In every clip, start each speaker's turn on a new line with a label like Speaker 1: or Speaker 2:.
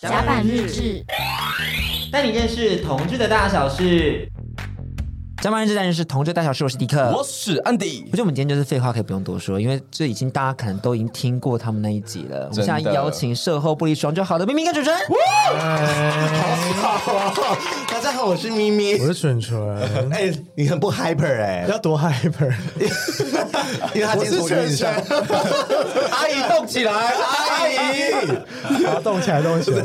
Speaker 1: 甲板日志，
Speaker 2: 带你认识同志的大小事。甲板日志带你认识同志的大小事，我是迪克。
Speaker 3: 我是安迪
Speaker 2: 我。觉得我们今天就是废话可以不用多说，因为这已经大家可能都已经听过他们那一集了。我们
Speaker 3: 真的
Speaker 2: 现在邀请售后不离双就好的明明跟主 持人，
Speaker 4: 大家好，我是咪咪
Speaker 5: 我。是蠢蠢，
Speaker 4: 哎、你很不 hyper 哎、
Speaker 5: 要多 hyper，
Speaker 4: 因为他今天从云上。阿姨动起来，阿姨。
Speaker 5: 把它动起来，动起
Speaker 2: 为
Speaker 5: 来。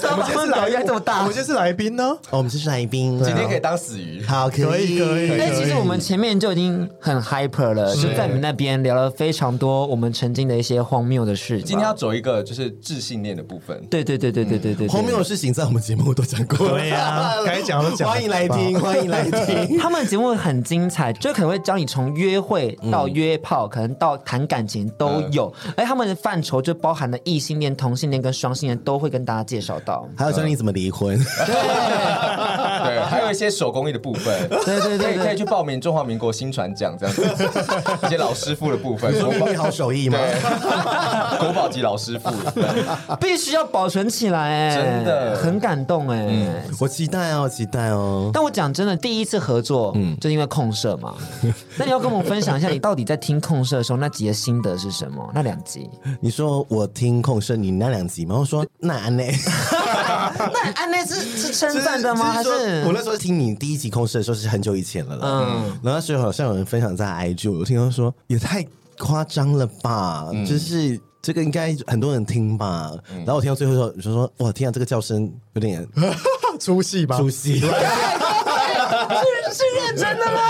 Speaker 2: 什么把他们表演这么
Speaker 5: 我
Speaker 2: 大
Speaker 5: 们？就是来宾呢，
Speaker 4: 哦，我们是来宾，
Speaker 2: 啊
Speaker 3: 今天可以当死鱼，
Speaker 4: 好，可以
Speaker 5: 可以可以
Speaker 2: 但哎其实我们前面就已经很 hyper 了，就在你们那边聊了非常多我们曾经的一些荒谬的事。
Speaker 3: 今天要走一个就是智性恋的部 分。
Speaker 2: 对对对对对对对，对
Speaker 4: 荒谬的事情在我们节目都讲过了，
Speaker 5: 对呀该讲都讲了
Speaker 4: 欢迎来听，欢迎来 听。
Speaker 2: 他们的节目很精彩，就可能会教你从约会到约炮，可能到谈感情都有。而他们的范畴就包含了异性恋、同性恋跟双性恋，都会跟大家介绍到。
Speaker 4: 还有教你怎么离婚，
Speaker 3: 对，还有一些手工艺的部分。
Speaker 2: 对对
Speaker 3: 可以
Speaker 2: 对
Speaker 3: 可
Speaker 2: 对，
Speaker 3: 以去报名中华民国新传奖这 样子，一些老师傅的部分，
Speaker 4: 说
Speaker 3: 国
Speaker 4: 秘
Speaker 3: 宝
Speaker 4: 密好手艺吗？
Speaker 3: 对，国宝级老师傅，
Speaker 2: 嗯必须要保存起来、哎，
Speaker 3: 真的
Speaker 2: 很感动哎、
Speaker 4: 我期待哦，期待哦。
Speaker 2: 但我讲真的，第一次合作，嗯，就是因为控社嘛。那你要跟我们分享一下，你到底在听控社的时候那集的心得是什么？那两集，
Speaker 4: 你说我听控声，你那两集吗？我说那安内。
Speaker 2: 那安内是是称赞的吗？还
Speaker 4: 就是就是
Speaker 2: 是
Speaker 4: 说我那时候听你第一集控室的时候是很久以前了啦，嗯，然后那时候好像有人分享在 IG，我听到说也太夸张了吧，就是。这个应该很多人听吧，然后我听到最后的时候，我就说：“哇，天啊，这个叫声有点
Speaker 5: 出戏吧
Speaker 4: 出，戏，出
Speaker 2: 是认真的吗？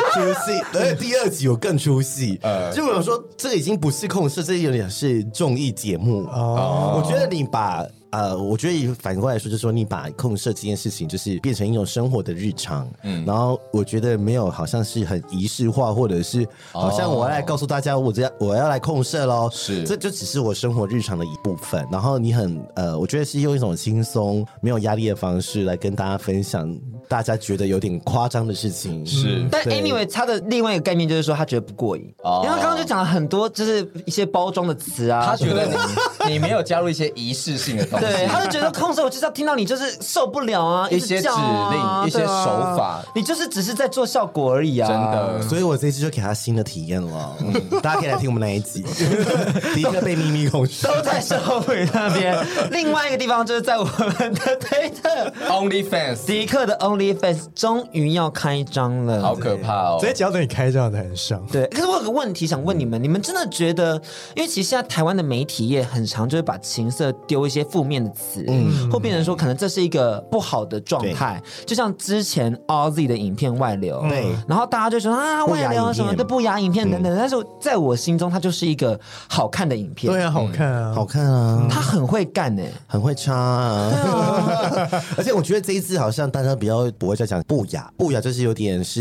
Speaker 4: 戏。” 而且第二集有更出戏，
Speaker 3: 呃
Speaker 4: 就我想说这个已经不是控室，这有点是综艺节目哦。我觉得你把呃，我觉得反过来说，就是说你把控社这件事情，就是变成一种生活的日常。嗯，然后我觉得没有好像是很仪式化，或者是好像我要来告诉大家，我这我要来控社喽。
Speaker 3: 是
Speaker 4: 这就只是我生活日常的一部分。然后你很呃，我觉得是用一种轻松、没有压力的方式来跟大家分享，大家觉得有点夸张的事情。
Speaker 3: 是
Speaker 2: 但
Speaker 4: 对
Speaker 2: anyway，他的另外一个概念就是说，他觉得不过瘾。
Speaker 3: 哦
Speaker 2: 然后刚刚就讲了很多，就是一些包装的词啊。
Speaker 3: 他觉得你你没有加入一些仪式性的东西，
Speaker 2: 对，他就觉得控制，我就是要听到你就是受不了啊，
Speaker 3: 一
Speaker 2: 直
Speaker 3: 些
Speaker 2: 叫啊
Speaker 3: 指令一些
Speaker 2: 对啊
Speaker 3: 手法
Speaker 2: 你就是只是在做效果而已啊。
Speaker 3: 真，
Speaker 5: 嗯
Speaker 3: 的
Speaker 4: 所以我这次就给他新的体验了，嗯 大家可以来听我们那一集， 立刻被秘密控制。
Speaker 2: 都在社会那边。另外一个地方就是在我们的推特，
Speaker 3: Only Fans
Speaker 2: 迪克的 OnlyFans 终于要开张了，
Speaker 3: 好可怕哦
Speaker 5: 这，一集要等你开这样才能上。
Speaker 2: 对，嗯可是我有个问题想问你们，你们真的觉得，因为其实现在台湾的媒体业很常就会把情色丢一些负面的词，嗯，或变成说可能这是一个不好的状态，就像之前 RZ 的影片外流，
Speaker 4: 对
Speaker 2: 然后大家就说啊
Speaker 4: 不
Speaker 2: 外
Speaker 4: 雅
Speaker 2: 流啊
Speaker 4: 影
Speaker 2: 什么
Speaker 4: 片
Speaker 2: 的不雅影片等等，但是在我心中它就是一个好看的影片，
Speaker 5: 对啊，好看啊，
Speaker 4: 好看啊，
Speaker 2: 他很会干哎、
Speaker 4: 很会插 啊！而且我觉得这一次好像大家比较不会再讲不雅，不雅就是有点是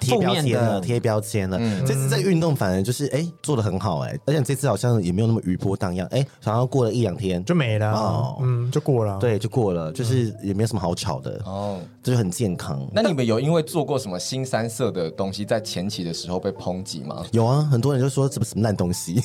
Speaker 4: 贴
Speaker 2: 负
Speaker 4: 标
Speaker 2: 面
Speaker 4: 签
Speaker 2: 的
Speaker 4: 了，贴标签了。
Speaker 5: 嗯
Speaker 4: 这次在运动反而就是哎、做的很好哎、而且这次好像也没有那么余波荡漾哎，好像过了一两天
Speaker 5: 就没嗯了啊
Speaker 4: 哦，
Speaker 5: 嗯，就过了。，
Speaker 4: 对就过了，就是也没有什么好吵的，
Speaker 3: 哦。
Speaker 4: 就是很健康。
Speaker 3: 那你们有因为做过什么新三色的东西，在前期的时候被抨击吗？
Speaker 4: 有啊，很多人就说什么什么烂东 西，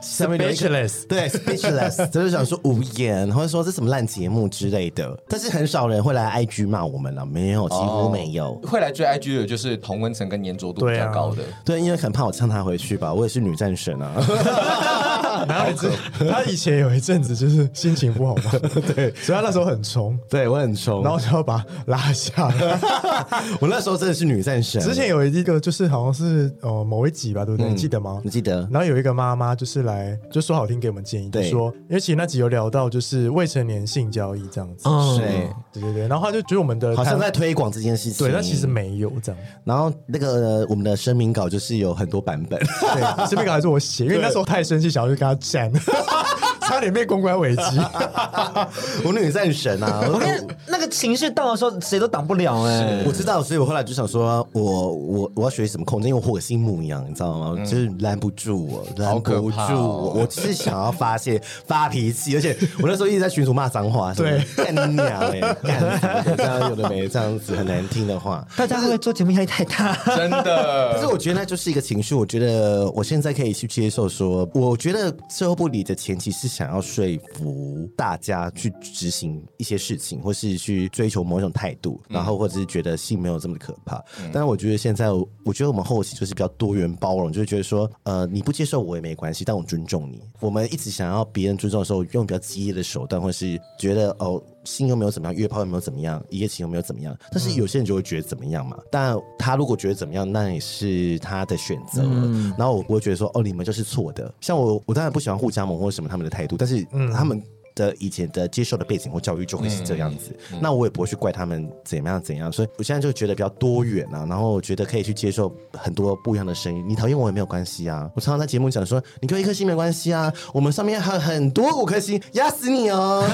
Speaker 4: 下面有一个
Speaker 5: Speechless
Speaker 4: 对 speechless，就是想说无言，或者说这什么烂节目之类的。但是很少人会来 IG 骂我们了，没有，几乎没有。
Speaker 3: 哦
Speaker 5: 哦
Speaker 3: 会来追 IG 的，就是同温层跟粘着度比
Speaker 5: 对
Speaker 3: 较
Speaker 5: 啊
Speaker 3: 高的，
Speaker 4: 对，因为很怕我呛他回去吧，我也是女战神啊。
Speaker 5: 哪有你这？他以前有一阵子就是心情不好嘛， 对，哦所以他那时候很冲，
Speaker 4: 对我很冲
Speaker 5: 然后就要把他拉下 来。
Speaker 4: 我那时候真的是女战神。
Speaker 5: 之前有一个就是好像是呃某一集吧，对不对？你记得吗？
Speaker 4: 你记得？
Speaker 5: 然后有一个妈妈就是来，就说好听给我们建议，就
Speaker 4: 对
Speaker 5: 说，因为其实那集有聊到就是未成年性交易这样子，
Speaker 2: 嗯
Speaker 4: 对，
Speaker 5: 对对对，然后他就觉得我们的
Speaker 4: 好像在
Speaker 5: 台
Speaker 4: 推广这件事情。
Speaker 5: 对，但其实没有这样，
Speaker 4: 然后那个、呃我们的声明稿就是有很多版本。
Speaker 5: 对，这边还是我写，因为那时候太生气，想要去跟他战， 差点被公关危机，
Speaker 4: 我女战神啊！
Speaker 2: 我
Speaker 4: 我
Speaker 2: 看那个情绪到的时候，谁都挡不了哎、
Speaker 4: 我知道，所以我后来就想说，我我我要学什么控制，因为我火星母羊，你知道吗？就是拦不住我，拦
Speaker 3: 嗯可
Speaker 4: 不住
Speaker 3: 怕
Speaker 4: 我，
Speaker 3: 哦
Speaker 4: 我只是想要发泄、发脾气，而且我那时候一直在群主骂脏话，什么
Speaker 5: 对
Speaker 4: 干你娘哎，干什么这样有的没的这样子很难听的话。
Speaker 2: 大家会不会做节目压力太大？
Speaker 3: 真
Speaker 4: 可是
Speaker 3: 的。
Speaker 4: 我觉得那就是一个情绪，我觉得我现在可以去接受说，我觉得售后不理的前提是想要说服大家去执行一些事情，或是去追求某一种态度，然后或者是觉得性没有这么可怕。但是我觉得现在，我觉得我们后期就是比较多元包容，就是觉得说，呃，你不接受我也没关系，但我尊重你。我们一直想要别人尊重的时候，用比较激烈的手段，或是觉得哦。性又没有怎么样，约炮又没有怎么样，一夜情又没有怎么样，但是有些人就会觉得怎么样嘛。但他如果觉得怎么样，那也是他的选择。然后我不会觉得说，哦，你们就是错的。像我，我当然不喜欢互加盟或者什么他们的态度，但是他们。的以前的接受的背景或教育就会是这样子，那我也不会去怪他们怎么样怎样，所以我现在就觉得比较多元啊，然后我觉得可以去接受很多不一样的声音。你讨厌我也没有关系啊，我常常在节目讲说，你给我一颗星没关系啊，我们上面还有很多五颗星，压死你哦！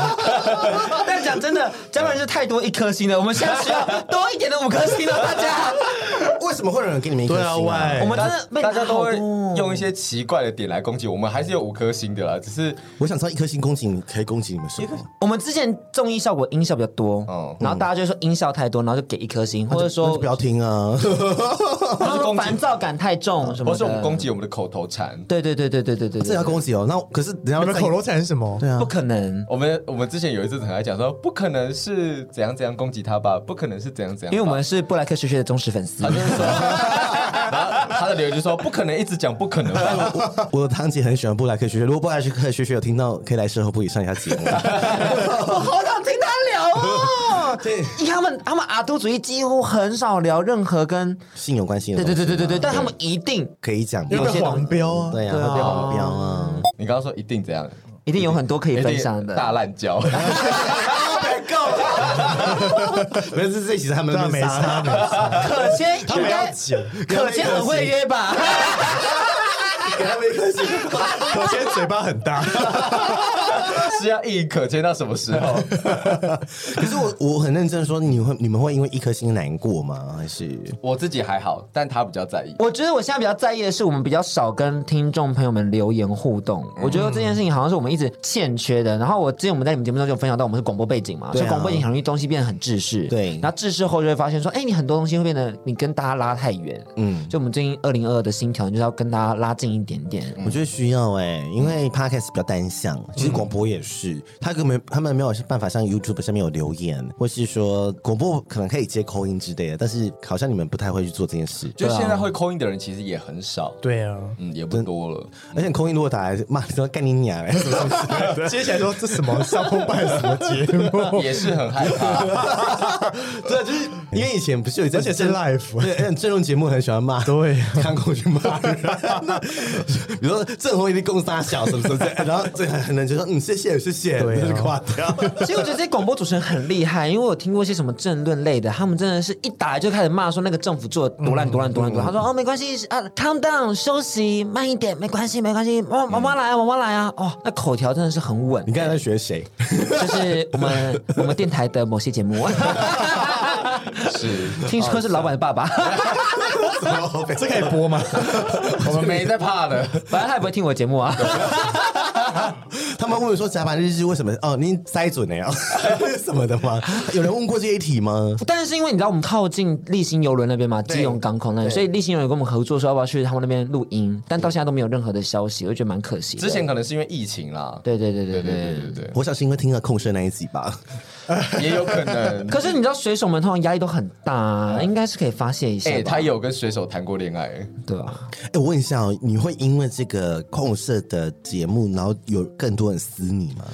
Speaker 2: 但讲真的，嘉伦是太多一颗星了，我们现在需要多一点的五颗星了，大家。
Speaker 4: 为什么会有人给你们一颗
Speaker 5: 对
Speaker 4: 星、
Speaker 5: 啊，
Speaker 2: 我
Speaker 5: 喂，
Speaker 2: 们真的被
Speaker 3: 哎大家
Speaker 2: 打
Speaker 3: 都
Speaker 2: 好
Speaker 3: 会
Speaker 2: 多哦
Speaker 3: 用一些奇怪的点来攻击我们，还是有五颗星的啦，只是
Speaker 4: 我想知道一颗星攻击你，可以攻击你们什么？
Speaker 2: 我们之前综艺效果音效比较多，
Speaker 3: 哦
Speaker 2: 然后大家就会说音效太多，然后就给一颗星，或者
Speaker 4: 那
Speaker 2: 说
Speaker 4: 就不要 听啊！
Speaker 2: 然后说烦躁感太重什么
Speaker 3: 或
Speaker 2: 的。
Speaker 3: 是我们攻击我们的口头禅。
Speaker 2: 对对对对对对对，
Speaker 4: 这要攻击哦。那可是人家
Speaker 5: 你
Speaker 4: 会
Speaker 5: 们
Speaker 4: 在
Speaker 5: 口头禅是什么？
Speaker 4: 对啊
Speaker 2: 不，可能，
Speaker 3: 我们我们之前有一次很爱讲说，不可能是怎样怎样攻击他吧，不可能是怎样怎样吧，
Speaker 2: 因为我们是布莱克学学的忠实粉丝
Speaker 3: 他。就是说，然后他的留言就说不可能一直讲不可能吧，
Speaker 4: 我我的堂姐很喜欢布莱克学学，如果布莱克学学有听到，可以来事后部以上一下节 目。
Speaker 2: 我好想听他聊哦。对，因为他们他们阿都主义几乎很少聊任何跟
Speaker 4: 性有关系的
Speaker 2: 对
Speaker 4: 东
Speaker 2: 对
Speaker 4: 西吗，
Speaker 2: 对对对对，但他们一定
Speaker 4: 可以讲吗，
Speaker 5: 有被黄标啊？
Speaker 4: 对呀，
Speaker 2: 对啊
Speaker 4: 会被黄标啊。
Speaker 3: 你刚刚说一定怎样，
Speaker 2: 一定有很多可以
Speaker 3: 一
Speaker 2: 分享
Speaker 3: 定大
Speaker 2: 的。
Speaker 3: 烂交，
Speaker 4: 没有，这这其实他们
Speaker 5: 对啊，没差没差，
Speaker 2: 可谦
Speaker 5: 他
Speaker 2: 应
Speaker 5: 们要
Speaker 2: 该，
Speaker 5: 剪，
Speaker 2: 可谦很会约吧？
Speaker 4: 给他们一颗星。
Speaker 5: 可谦嘴巴很大，
Speaker 3: 是要一饮可见到什么时候？
Speaker 4: 可是我我很认真地说，你会你们会因为一颗星难过吗？还是
Speaker 3: 我自己还好，但他比较在意。
Speaker 2: 我觉得我现在比较在意的是，我们比较少跟听众朋友们留言互动。我觉得这件事情好像是我们一直欠缺的。然后我之前我们在你们节目中就有分享到，我们是广播背景嘛，
Speaker 4: 对
Speaker 2: 所
Speaker 4: 啊
Speaker 2: 以广播背景很容易东西变得很制式。
Speaker 4: 对
Speaker 2: 然后制式后就会发现说，哎，你很多东西会变得你跟大家拉太远。
Speaker 4: 嗯？
Speaker 2: 所以我们最近二零二二的新调整就是要跟大家拉近一点点。
Speaker 5: 嗯
Speaker 4: 我觉得需要哎、因为 podcast 比较单向，其实广播也
Speaker 5: 嗯
Speaker 4: 是，他根本他们没有办法像 YouTube 上面有留言，或是说广播可能可以接口音之类的，但是好像你们不太会去做这件事。
Speaker 3: 就现
Speaker 2: 啊
Speaker 3: 在会扣音的人其实也很少，
Speaker 5: 对啊，
Speaker 3: 嗯，也不多了。
Speaker 4: 而且口音如果打来骂你说干你娘欸 嘞，什么东西
Speaker 5: 接起来说这什么上 公办什么节目，
Speaker 3: 也是很害 怕，
Speaker 4: 对，啊就是因为以前不是有一阵
Speaker 5: 而
Speaker 4: 子
Speaker 5: 且是
Speaker 4: 政
Speaker 5: live，
Speaker 4: 对，而且正论节目很喜欢骂，
Speaker 5: 对啊
Speaker 4: 看过去骂人， 比如说郑红一定共三小什么什么之 类的，然后这很多人就说嗯谢谢谢谢，
Speaker 5: 对啊
Speaker 4: 就是挂 掉。
Speaker 2: 其实我觉得这些广播主持人很厉害，因为我有听过一些什么政论类的，他们真的是一打来就开始骂说那个政府做的多烂多烂多烂多烂。他说哦没关系啊，calm down，休息慢一点，没关系没关系，妈妈妈来啊，妈妈来啊。哦，那口条真的是很稳
Speaker 4: 你，刚才在学谁？
Speaker 2: 就是我们我们电台的某些节目。
Speaker 3: 是
Speaker 2: 听说是老板的爸爸，
Speaker 5: 这可以播吗？
Speaker 3: 我们没在怕的。
Speaker 2: 反正他也不会听我的节目啊。
Speaker 4: 他们问说甲板日志为什么？哦，您塞准了呀， 什么的吗？有人问过这一题吗？
Speaker 2: 但是因为你知道我们靠近立新游轮那边嘛，基隆港口那里，所以立新游轮跟我们合作说要不要去他们那边录音，但到现在都没有任何的消息，我就觉得蛮可惜的。
Speaker 3: 之前可能是因为疫情啦，
Speaker 2: 对对对对
Speaker 3: 对
Speaker 2: 对
Speaker 3: 对
Speaker 2: 对
Speaker 3: 对对
Speaker 4: 我想是因为听了控社那一集吧。
Speaker 3: 对，也有可 能。
Speaker 2: 可是你知道水手们通常压力都很大、啊，应该是可以发泄一下
Speaker 3: 哎，
Speaker 2: 吧？
Speaker 3: 他有跟水手谈过恋爱，
Speaker 2: 对啊吧？
Speaker 4: 哎、我问一下哦，你会因为这个控社的节目，然后有更多人撕你吗？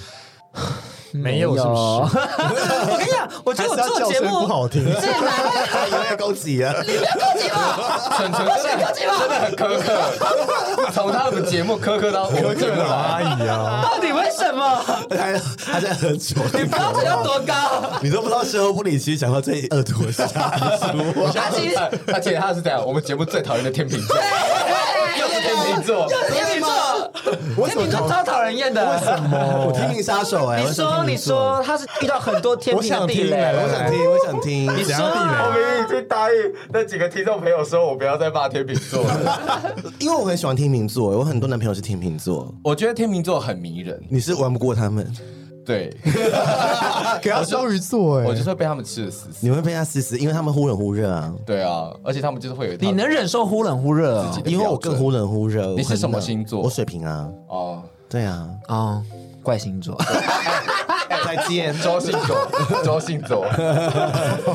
Speaker 5: 没有是不是？
Speaker 2: 我跟你讲，我觉得我做节
Speaker 5: 还是他叫声
Speaker 2: 目
Speaker 5: 不好听
Speaker 2: 最难的，
Speaker 4: 有人攻击啊！
Speaker 2: 你不要攻击我，
Speaker 3: 纯纯真的真的很苛刻，从他们节目苛刻到我们节目来。
Speaker 5: 阿姨啊，
Speaker 2: 到底为什么？
Speaker 4: 他他在喝酒，你
Speaker 2: 标准要多高？
Speaker 4: 你都不知道事后不理，其实讲到最恶毒的是他。
Speaker 2: 他其实
Speaker 3: 而且他是这样，我们节目最讨厌的天秤座，又是天秤座，
Speaker 2: 天秤座， 天秤座超讨人厌的。为什么？
Speaker 4: 我听命杀手哎、
Speaker 2: 你
Speaker 4: 我想
Speaker 2: 说，
Speaker 4: 听
Speaker 2: 你
Speaker 4: 做，
Speaker 2: 说，他是遇到很多天秤的地
Speaker 5: 我想听来
Speaker 2: 雷
Speaker 5: 来。
Speaker 4: 我想听，我想听。
Speaker 2: 你
Speaker 5: 怎样地
Speaker 2: 说
Speaker 5: 雷
Speaker 3: 我 明明已经答应那几个听众朋友说，我不要再骂天秤座了。
Speaker 4: 因为我很喜欢天秤座，我很多男朋友是天秤座，
Speaker 3: 我觉得天秤座很迷人，
Speaker 4: 你是玩不过他们，
Speaker 3: 对，
Speaker 5: 给他双鱼座哎
Speaker 3: 我，就是会被他们吃的死死。
Speaker 4: 你会被他死死，因为他们忽冷忽热啊。
Speaker 3: 对啊，而且他们就是会有一套
Speaker 2: 你能忍受忽冷忽热哦、
Speaker 3: 自己的
Speaker 4: 因为我
Speaker 3: 标准
Speaker 4: 更忽冷忽热。
Speaker 3: 你是
Speaker 4: 我很
Speaker 3: 什么
Speaker 4: 冷
Speaker 3: 星座
Speaker 4: 我水瓶啊。
Speaker 3: 哦，
Speaker 4: 对啊，
Speaker 2: 哦，怪星座。
Speaker 4: 再见。
Speaker 3: 周信 佐，周信佐，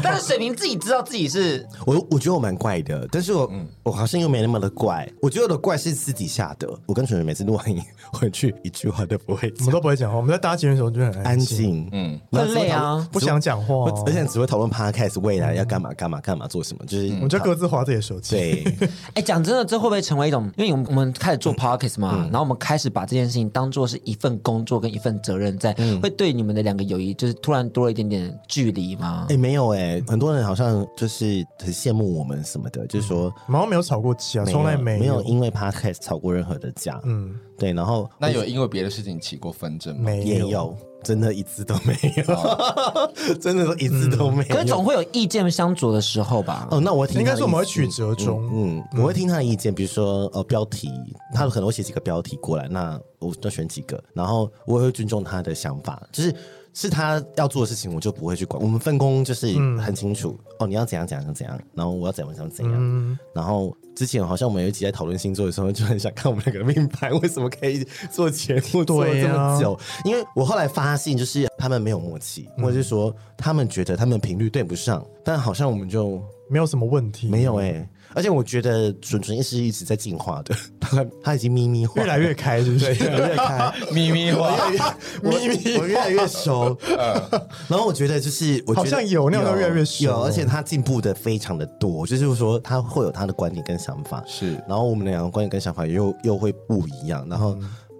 Speaker 2: 但是水瓶自己知道自己是
Speaker 4: 我我觉得我蛮怪的，但是我、我好像又没那么的怪。我觉得我的怪是私底下的。我跟纯纯每次录完音回去，一句话都不会
Speaker 5: 我
Speaker 4: 讲
Speaker 5: 们，都不会讲话，我们在搭捷运的时候就很
Speaker 4: 安
Speaker 5: 安静，
Speaker 4: 静。嗯，
Speaker 2: 很累啊。
Speaker 5: 不想讲话
Speaker 4: 我
Speaker 5: 哦，
Speaker 4: 而且只会讨论 podcast 未来要干嘛干嘛干嘛做什么，就是
Speaker 3: 嗯
Speaker 5: 我们就各自划自己的手 机。
Speaker 4: 对
Speaker 2: 哎，讲真的，这会不会成为一种？因为我们我们开始做 podcast 嘛，然后我们开始把这件事情当做是一份工作跟一份责任在，会对你们的两个友谊就是突然多了一点点距离吗
Speaker 4: 哎、？没有哎、很多人好像就是很羡慕我们什么的，就是说
Speaker 5: 我们好像没有吵过架，
Speaker 4: 没有
Speaker 5: 嗯从来
Speaker 4: 没
Speaker 5: 有
Speaker 4: 有，因为 podcast 吵过任何的架，
Speaker 5: 嗯，
Speaker 4: 对，然后
Speaker 3: 那有因为别的事情起过纷争吗？
Speaker 5: 没
Speaker 4: 也有，真的一次都没有， 真的一次都哎没有。
Speaker 2: 可是总会有意见相左的时候吧？
Speaker 4: 哦，那我会听
Speaker 5: 应
Speaker 4: 他
Speaker 5: 该
Speaker 4: 的
Speaker 5: 是我们会
Speaker 4: 意见
Speaker 5: 曲折中，
Speaker 4: 嗯，我会听他的意见，比如说呃标题，他可能会写几个标题过来，那我就选几个，然后我也会尊重他的想法，就是是他要做的事情，我就不会去管。我们分工就是
Speaker 5: 嗯
Speaker 4: 很清楚，哦，你要怎样怎样怎样，然后我要怎样怎样怎样。
Speaker 5: 嗯
Speaker 4: 然后之前好像我们有一集在讨论星座的时候，就很想看我们两个命盘为什么可以做节目做了
Speaker 5: 对
Speaker 4: 这么
Speaker 5: 啊
Speaker 4: 久，因为我后来发现就是他们没有默契，或者是说他们觉得他们频率对不上，但好像我们就
Speaker 5: 没有什么问题，
Speaker 4: 没有哎、而且我觉得准准是一直在进化的， 他他已经咪咪化，
Speaker 5: 越来越开，是不
Speaker 4: 对，
Speaker 5: 是？
Speaker 4: 越来越 开，
Speaker 3: 咪咪花，
Speaker 4: 咪 咪，我越来越熟。 然后我觉得就是，我觉得
Speaker 5: 好像有那种越来越熟
Speaker 4: 有，而且他进步的非常的多，就是说他会有他的观点跟想法，
Speaker 3: 是
Speaker 4: 然后我们两个观点跟想法又又会不一样，然
Speaker 5: 嗯
Speaker 4: 后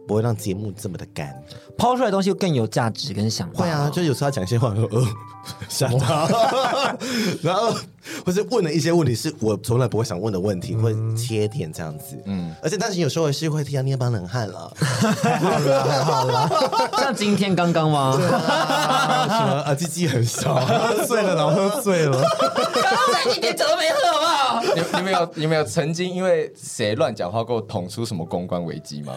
Speaker 4: 不会让节目这么的干。
Speaker 2: 抛出来的东西更有价值跟
Speaker 5: 哦
Speaker 2: 想法。
Speaker 4: 会啊，就有时候他讲一些话，我说呃， 吓到， 然后或是问了一些问题是我从来不会想问的问
Speaker 5: 嗯
Speaker 4: 题，会切点这样子，嗯，而且但是有时候也是会替他捏把冷汗了，好了好 了，
Speaker 2: 像今天刚刚吗？
Speaker 4: 什么啊，鸡鸡很少，
Speaker 5: 喝醉了，然后喝醉了，
Speaker 2: 刚才一点酒都没喝，好不好？
Speaker 3: 你你们有你们有曾经因为谁乱讲话给我捅出什么公关危机吗？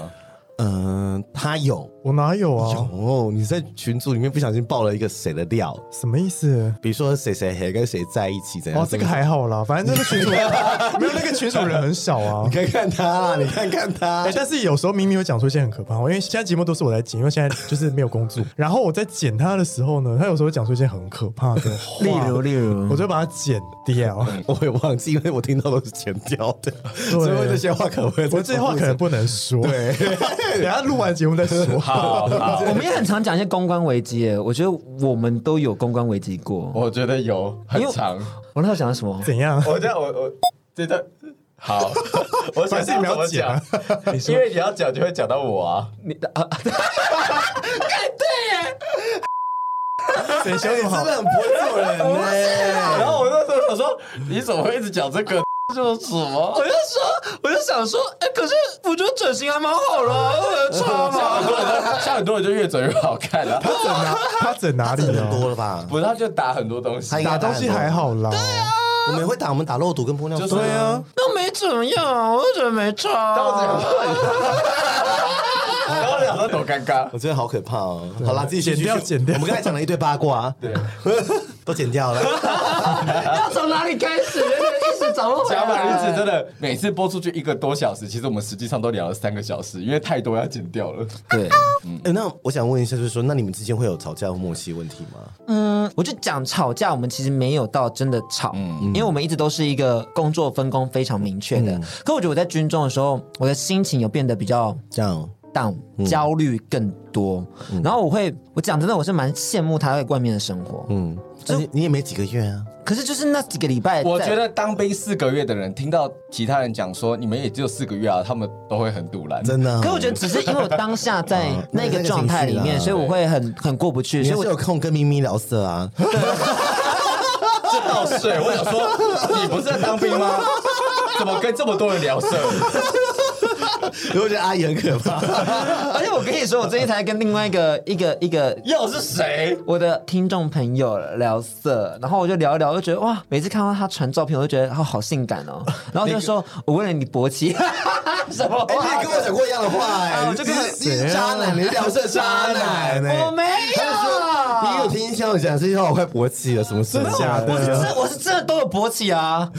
Speaker 4: 嗯，他有
Speaker 5: 我哪有啊？
Speaker 4: 哦，你在群组里面不小心爆了一个谁的料，
Speaker 5: 什么意思？
Speaker 4: 比如说谁谁谁跟谁在一起怎样，
Speaker 5: 哦，这个还好啦，反正这个群 主没有那个群主人很少啊
Speaker 4: 你。看看他，你看看他
Speaker 5: 哎、，但是有时候明明有讲出一些很可怕的话，因为现在节目都是我在剪，因为现在就是没有工 作。然后我在剪他的时候呢，他有时候讲出一些很可怕 的话，
Speaker 2: 例如，例
Speaker 5: 我
Speaker 2: 如，
Speaker 5: 就把它剪掉。
Speaker 4: 我也忘记，因为我听到都是剪掉的，所以这些话可能会再
Speaker 5: 我这些话可能不能说，对， 等一下录完节目 再说。
Speaker 3: 啊好，好
Speaker 2: 我们也很常讲一些公关危机耶，我觉得我们都有公关危机过。我
Speaker 3: 我觉得有很
Speaker 2: 因为
Speaker 3: 长。
Speaker 2: 那时候讲的什么？
Speaker 5: 怎样？
Speaker 4: 哦
Speaker 3: 我这样，我我这段好， 我想
Speaker 5: 反正你们
Speaker 3: 要
Speaker 5: 要
Speaker 3: 怎么
Speaker 5: 讲
Speaker 3: 讲，因为你要讲就会讲到我啊。
Speaker 2: 你的啊，
Speaker 5: 谁 修这么好？
Speaker 4: 很不会做人呢、
Speaker 3: 然后我那时候想说，你怎么会一直讲这个？这是什么？
Speaker 2: 我就说，我就想说，哎，可是我觉得整形还蛮好的啊，我有差
Speaker 3: 像
Speaker 2: 吗？
Speaker 3: 很多人，像很多人就越整越好看啊 了。
Speaker 5: 他整哪？他整哪里啊
Speaker 4: 这很
Speaker 5: 了？
Speaker 4: 多了吧？
Speaker 3: 不是，他就打很多东西
Speaker 4: 他。应该
Speaker 5: 打东西还好啦。
Speaker 4: 啊我们也会打，我们打肉毒跟玻尿酸。
Speaker 3: 就是对啊，
Speaker 2: 那没怎么样啊，我觉得没差
Speaker 3: 然后我
Speaker 2: 啊。
Speaker 3: 讲，然后两个多尴尬。
Speaker 4: 我觉得好可怕哦。好啦，自己
Speaker 5: 剪掉
Speaker 4: 继续
Speaker 5: 剪掉
Speaker 4: 我们刚才讲了一堆八卦，对， 都剪掉了。
Speaker 2: 要从哪里开始？一直找不回
Speaker 3: 甲板日
Speaker 2: 来
Speaker 3: 子。真的每次播出去一个多小时，其实我们实际上都聊了三个小时，因为太多要剪掉了。
Speaker 2: 对，
Speaker 4: 哎，那我想问一下，就是说，那你们之间会有吵架或默契问题吗？
Speaker 2: 嗯，我就讲吵架，我们其实没有到真的吵，
Speaker 3: 嗯
Speaker 2: 因为我们一直都是一个工作分工非常明确的。可我觉得我在军中的时候，我的心情有变得比较
Speaker 4: 这样，
Speaker 2: down，焦
Speaker 3: 嗯
Speaker 2: 虑更多。然后我会，我讲真的，我是蛮羡慕他在外面的生活。
Speaker 4: 嗯，那你你也没几个月啊，
Speaker 2: 可是就是那几个礼拜在，
Speaker 3: 我觉得当兵四个月的人，听到其他人讲说你们也只有四个月啊，他们都会很堵然。
Speaker 4: 真的哦。
Speaker 2: 可我觉得只是因为我当下在那
Speaker 4: 嗯那个
Speaker 2: 个状态里
Speaker 4: 情绪
Speaker 2: 面，
Speaker 4: 啦
Speaker 2: 所以我会很很过不去，
Speaker 4: 你
Speaker 2: 所以
Speaker 4: 还
Speaker 2: 我
Speaker 4: 是有空跟咪咪聊色啊？
Speaker 3: 这倒是，我想说，你不是在当兵吗？ 怎么跟这么多人聊色？
Speaker 4: 我觉得阿姨很可怕。 哎
Speaker 2: 而且我跟你说，我最近才跟另外一个一个一个
Speaker 3: 又是谁？
Speaker 2: 我的听众朋友聊色，然后我就聊一聊，我就觉得哇，每次看到他传照片，我就觉得他好性感 哦。然后就说，我为了你勃起， 什么
Speaker 4: 哎，你
Speaker 2: 话？
Speaker 4: 也跟我讲过一样的话，哎，
Speaker 2: 我就跟
Speaker 4: 你
Speaker 2: 他哦
Speaker 4: 是你是渣男，你是聊色渣男，哎
Speaker 2: 我没
Speaker 4: 他就说你有
Speaker 2: 有。
Speaker 4: 听天听到你讲这些话，我快勃起了，什么啊真假
Speaker 2: 啊我是
Speaker 4: 的？
Speaker 2: 真我是真的都有勃起啊，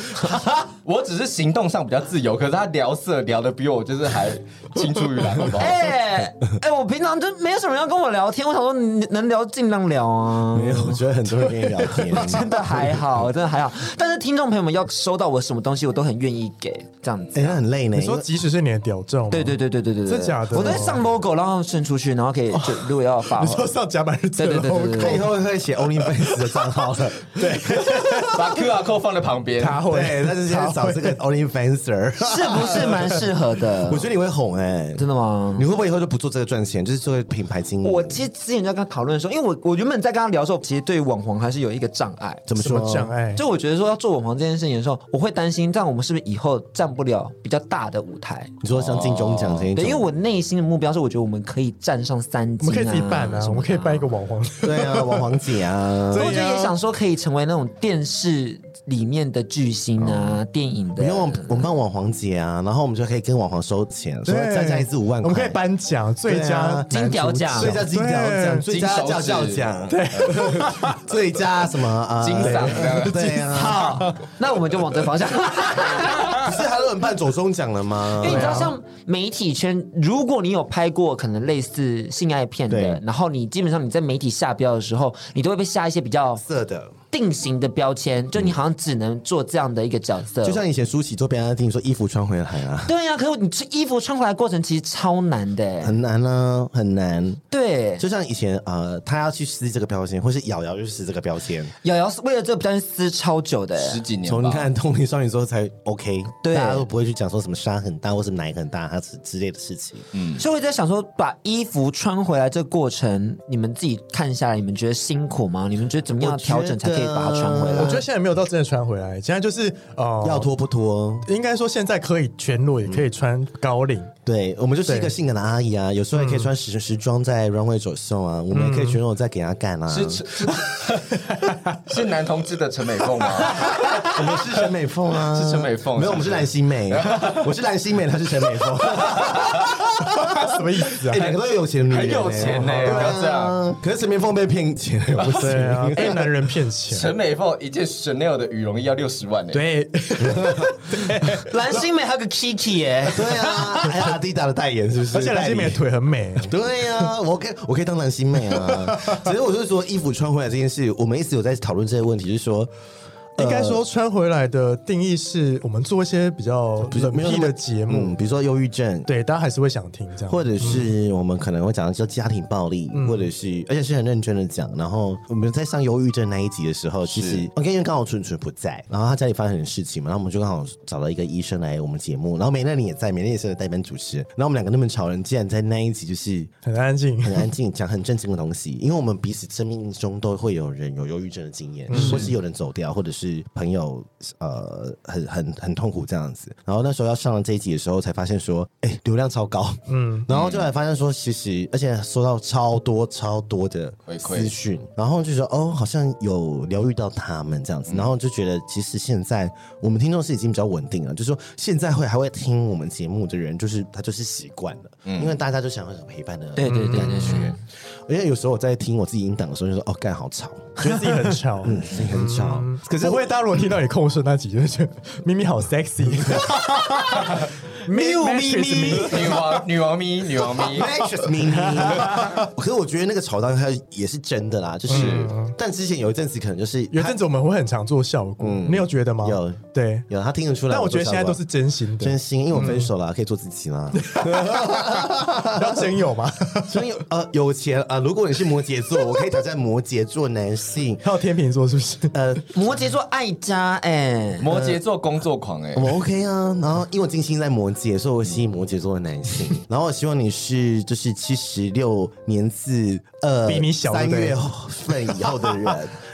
Speaker 3: 我只是行动上比较自由，可是他聊色聊的比我就是还青出于蓝，好不好？
Speaker 2: 哎哎，我平常就没有什么人要跟我聊天，我想说你能聊尽量聊啊。
Speaker 4: 没有，我觉得很多人跟你聊天。
Speaker 2: 真的还好，真的还好。但是听众朋友们要收到我什么东西，我都很愿意给这样子。
Speaker 4: 哎、那很累呢。
Speaker 5: 你说即使是你的屌照吗，
Speaker 2: 对对对对对对对，
Speaker 5: 真假的
Speaker 2: 我都会上 logo，然后伸出去，然后可以就如果要发
Speaker 5: 你，说上甲板日志
Speaker 2: 对对对对对
Speaker 4: 他以后会写 OnlyFans 的账号了，对
Speaker 3: 把 QR code 放在旁边，
Speaker 5: 他
Speaker 4: 对，
Speaker 5: 会，
Speaker 4: 他就是在找这个 OnlyFanser。
Speaker 2: 是不是蛮适合的
Speaker 4: 我？觉得你会红哎、
Speaker 2: 真的吗？
Speaker 4: 你会不会以后就不做这个赚钱，就是做品牌经营？
Speaker 2: 我其实之前在跟他讨论的时候，因为我我原本在跟他聊的时候，其实对网红还是有一个障碍。
Speaker 4: 怎么
Speaker 5: 什
Speaker 4: 说
Speaker 5: 么哎障碍？
Speaker 2: 就我觉得说要做网红这件事情的时候，我会担心，这样我们是不是以后站不了比较大的舞台？
Speaker 4: 你说像金钟奖这一
Speaker 2: 哦
Speaker 4: 种，
Speaker 2: 对，因为我内心的目标是，我觉得我们可以站上三金、
Speaker 5: 我
Speaker 2: 啊，
Speaker 5: 们可以自己办啊，我们可以办一个网红。
Speaker 4: 对啊，王黄姐 啊，
Speaker 5: 对
Speaker 2: 我就
Speaker 5: 啊
Speaker 2: 也想说可以成为那种电视里面的巨星啊，电影
Speaker 4: 我
Speaker 2: 的。
Speaker 4: 哦用我们我们帮网黄姐啊，然后我们就可以跟网黄收钱，说
Speaker 5: 对
Speaker 4: 啊再加一次五万块，
Speaker 5: 我们可以颁奖最
Speaker 4: 对啊
Speaker 5: 佳
Speaker 2: 金屌奖
Speaker 4: 最佳金角奖、
Speaker 5: 对
Speaker 4: 最佳教教奖，对， 最佳什么啊？
Speaker 3: 金嗓这样
Speaker 4: 对对啊，
Speaker 2: 好，那我们就往这方 向。
Speaker 4: 不是还有人办左中奖了吗
Speaker 2: 因为？你知道，像媒体圈，如果你有拍过可能类似性爱片的
Speaker 4: 对，
Speaker 2: 然后你基本上你在媒体下标的时候，你都会被下一些比较
Speaker 4: 色的，
Speaker 2: 定型的标签，就你好像只能做这样的一个角色。
Speaker 4: 嗯就像以前舒淇做便当厅说衣服穿回来啊，
Speaker 2: 对呀、可是你这衣服穿回来的过程其实超难的、欸
Speaker 4: 很难啊，很难。
Speaker 2: 对，
Speaker 4: 就像以前呃，他要去撕这个标签，或是瑶瑶去撕这个标签，
Speaker 2: 瑶瑶是为了这个标签撕超久的、欸
Speaker 3: 十几年
Speaker 4: 从你
Speaker 3: 吧。
Speaker 4: 看《通灵少女》之后才 OK，
Speaker 2: 对
Speaker 4: 大家都不会去讲说什么沙很大或是奶很大，他之之类的事情。
Speaker 2: 所以我在想说，把衣服穿回来这过程，你们自己看下来，你们觉得辛苦吗？你们觉得怎么样
Speaker 4: 我
Speaker 2: 的
Speaker 4: 觉
Speaker 2: 调整才可以把它穿回
Speaker 5: 我
Speaker 2: 来？
Speaker 5: 觉得现在没有到真的穿回来，现在就是呃，
Speaker 4: 啊要脱不脱？
Speaker 5: 应该说现在可以全裸，也可以穿高领，
Speaker 4: 对，我们就是一个
Speaker 5: 对
Speaker 4: 性感的阿姨啊，有时候也可以穿时时装在 runway 走秀啊，我们也可以全裸在给她干啊。
Speaker 3: 是是是 是男同志的陈美凤吗？
Speaker 4: 我们是陈美凤啊，
Speaker 3: 是陈美凤
Speaker 4: 没有，我们是蓝心湄，我是蓝心湄，她是陈美凤，
Speaker 5: 什么意思啊
Speaker 4: 哎，？两个都有有钱女人，
Speaker 3: 很有钱呢
Speaker 4: 对啊
Speaker 3: 不要这样。
Speaker 4: 可是陈美凤被骗钱了，不
Speaker 5: 对
Speaker 4: 是？
Speaker 5: 啊， 被男人骗钱。
Speaker 3: 陈美凤一件 Chanel 的羽绒衣要六十万呢、欸
Speaker 5: 对，
Speaker 2: 蓝心湄还有个 Kiki 耶、
Speaker 4: 对 啊，还有阿迪达的代言是不是？
Speaker 5: 而且蓝心湄的腿很美，
Speaker 4: 对呀、我可以我可以当男星妹啊。只是我就是说，衣服穿回来这件事，我们一直有在讨论这个问题，就是说，
Speaker 5: 应该说穿回来的定义是我们做一些比较
Speaker 4: 比如说
Speaker 5: 冷
Speaker 4: 没有那
Speaker 5: 僻
Speaker 4: 么
Speaker 5: 的节目
Speaker 4: 嗯，，比如说忧郁症，
Speaker 5: 对，大家还是会想听这样。嗯
Speaker 4: 或者是我们可能会讲到叫家庭暴力，或者是而且是很认真的讲。然后我们在上忧郁症那一集的时候，其实我跟因为刚好蠢蠢不在，然后他家里发生什么事情嘛，然后我们就刚好找到一个医生来我们节目，然后美乐你也在，美乐也是个代班主持，然后我们两个那么吵人，竟然在那一集就是
Speaker 5: 很安静，
Speaker 4: 很安静，讲很正经的东西，因为我们彼此生命中都会有人有忧郁症的经验，或嗯是有人走掉，或者是朋友呃很很很痛苦这样子。然后那时候要上了这一集的时候，才发现说，哎、流量超高，嗯，然后就来发现说，其实而且收到超多超多的
Speaker 3: 回馈
Speaker 4: 私讯，然后就说哦，好像有疗愈到他们这样
Speaker 3: 嗯
Speaker 4: 子，然后就觉得其实现在我们听众是已经比较稳定了，就是说现在会还会听我们节目的人，就是他就是习惯了，
Speaker 3: 嗯
Speaker 4: 因为大家就想要有陪伴的
Speaker 2: 对对对对对，
Speaker 4: 而且有时候我在听我自己音档的时候，就说哦，干好吵，
Speaker 5: 觉得自己 嗯很吵。
Speaker 4: 声音很吵。
Speaker 5: 可是会，大家如果听到你控诉那集，就觉得 咪咪好 sexy，
Speaker 2: 咪咪咪
Speaker 3: 女王女王咪女王咪，
Speaker 4: 可是我觉得那个吵到它也是真的啦，就是，
Speaker 5: 嗯
Speaker 4: 但之前有一阵子可能就是
Speaker 5: 有阵子我们会很常做效果，你有觉得吗？
Speaker 4: 有
Speaker 5: 对，
Speaker 4: 有他听得出来，
Speaker 5: 但我觉得现在都是真心
Speaker 4: 真
Speaker 5: 的，嗯
Speaker 4: 心，因为我分手了，可以做自己啦。
Speaker 5: 要真有吗？
Speaker 4: 所以呃，有钱啊，如果你是摩羯座，我可以挑战摩羯座男性。
Speaker 5: 还有天秤座是不是？
Speaker 4: 呃，
Speaker 2: 摩羯座爱家哎、
Speaker 3: 摩羯座工作 狂哎、
Speaker 4: 我 OK 啊，然后因为我金星在摩羯，所以我吸引摩羯座的男 性。然后我希望你是就是七十六年至呃
Speaker 5: 比你小
Speaker 4: 三
Speaker 5: 对不对
Speaker 4: 月份以后的 人，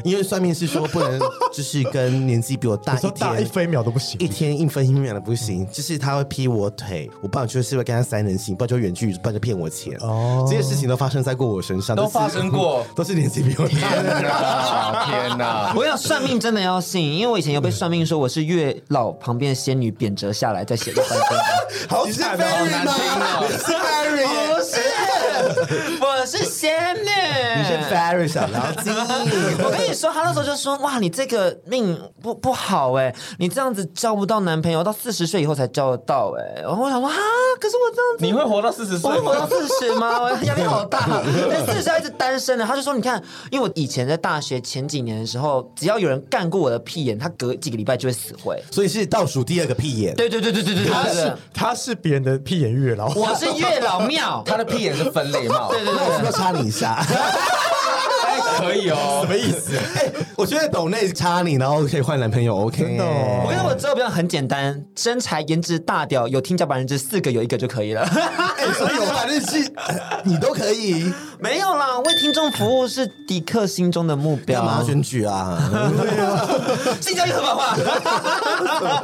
Speaker 4: 因为算命是说不能就是跟年纪比我大
Speaker 5: 你
Speaker 4: 一
Speaker 5: 说
Speaker 4: 天，
Speaker 5: 大一分一秒都不行
Speaker 4: 一，天一分一秒的不行，就是他会劈我腿，我不然就是会跟他三人行，不然就远距离，不然就骗我钱。
Speaker 5: 哦
Speaker 4: 哦，这些事情都发生在过我身上，
Speaker 3: 都
Speaker 4: 就是
Speaker 3: 发生过
Speaker 4: 都是年纪比我大。
Speaker 3: 天哪天哪！
Speaker 2: 我跟你讲，算命真的要信，因为我以前有被算命说我是月老旁边的仙女贬折下来再写的 三分钟。
Speaker 4: 好惨
Speaker 3: 好难听哦
Speaker 4: 是 Harry 耶
Speaker 2: 哦不是，我是仙女，
Speaker 4: 你是 very 小妖精，
Speaker 2: 我跟你说，他那时候就说：“哇，你这个命不不好哎、你这样子交不到男朋友，到四十岁以后才交得到哎、然后我想说：“啊，可是我这样子，
Speaker 3: 你会活到四十
Speaker 2: 我会
Speaker 3: 岁
Speaker 2: 活到
Speaker 3: 吗？
Speaker 2: 四十吗？我压力好大，但四十一直单身的。”他就说：“你看，因为我以前在大学前几年的时候，只要有人干过我的屁眼，他隔几个礼拜就会死灰。
Speaker 4: 所以是倒数第二个屁眼。
Speaker 2: 对”对对对对对对
Speaker 5: 他
Speaker 2: 对
Speaker 5: 是
Speaker 2: 对，
Speaker 5: 他是别人的屁眼月老，
Speaker 2: 我是月老庙。
Speaker 3: 他的屁眼是分类帽，
Speaker 2: 对 对
Speaker 4: 那我是不
Speaker 2: 对
Speaker 4: 是要插你一下？
Speaker 3: 哎，可以哦。
Speaker 4: 什么意思？哎，我觉得抖内插你，然后可以换男朋友，OK？
Speaker 5: 真的哦
Speaker 2: 我跟我择偶标准很简单，身材、颜值、大屌，有听讲百分之四个有一个就可以了。
Speaker 4: 哎，所以有百分之， 你都可以。
Speaker 2: 没有啦，为听众服务是迪克心中的目标
Speaker 4: 干。嘛要选举 啊？
Speaker 2: 性教育合法化，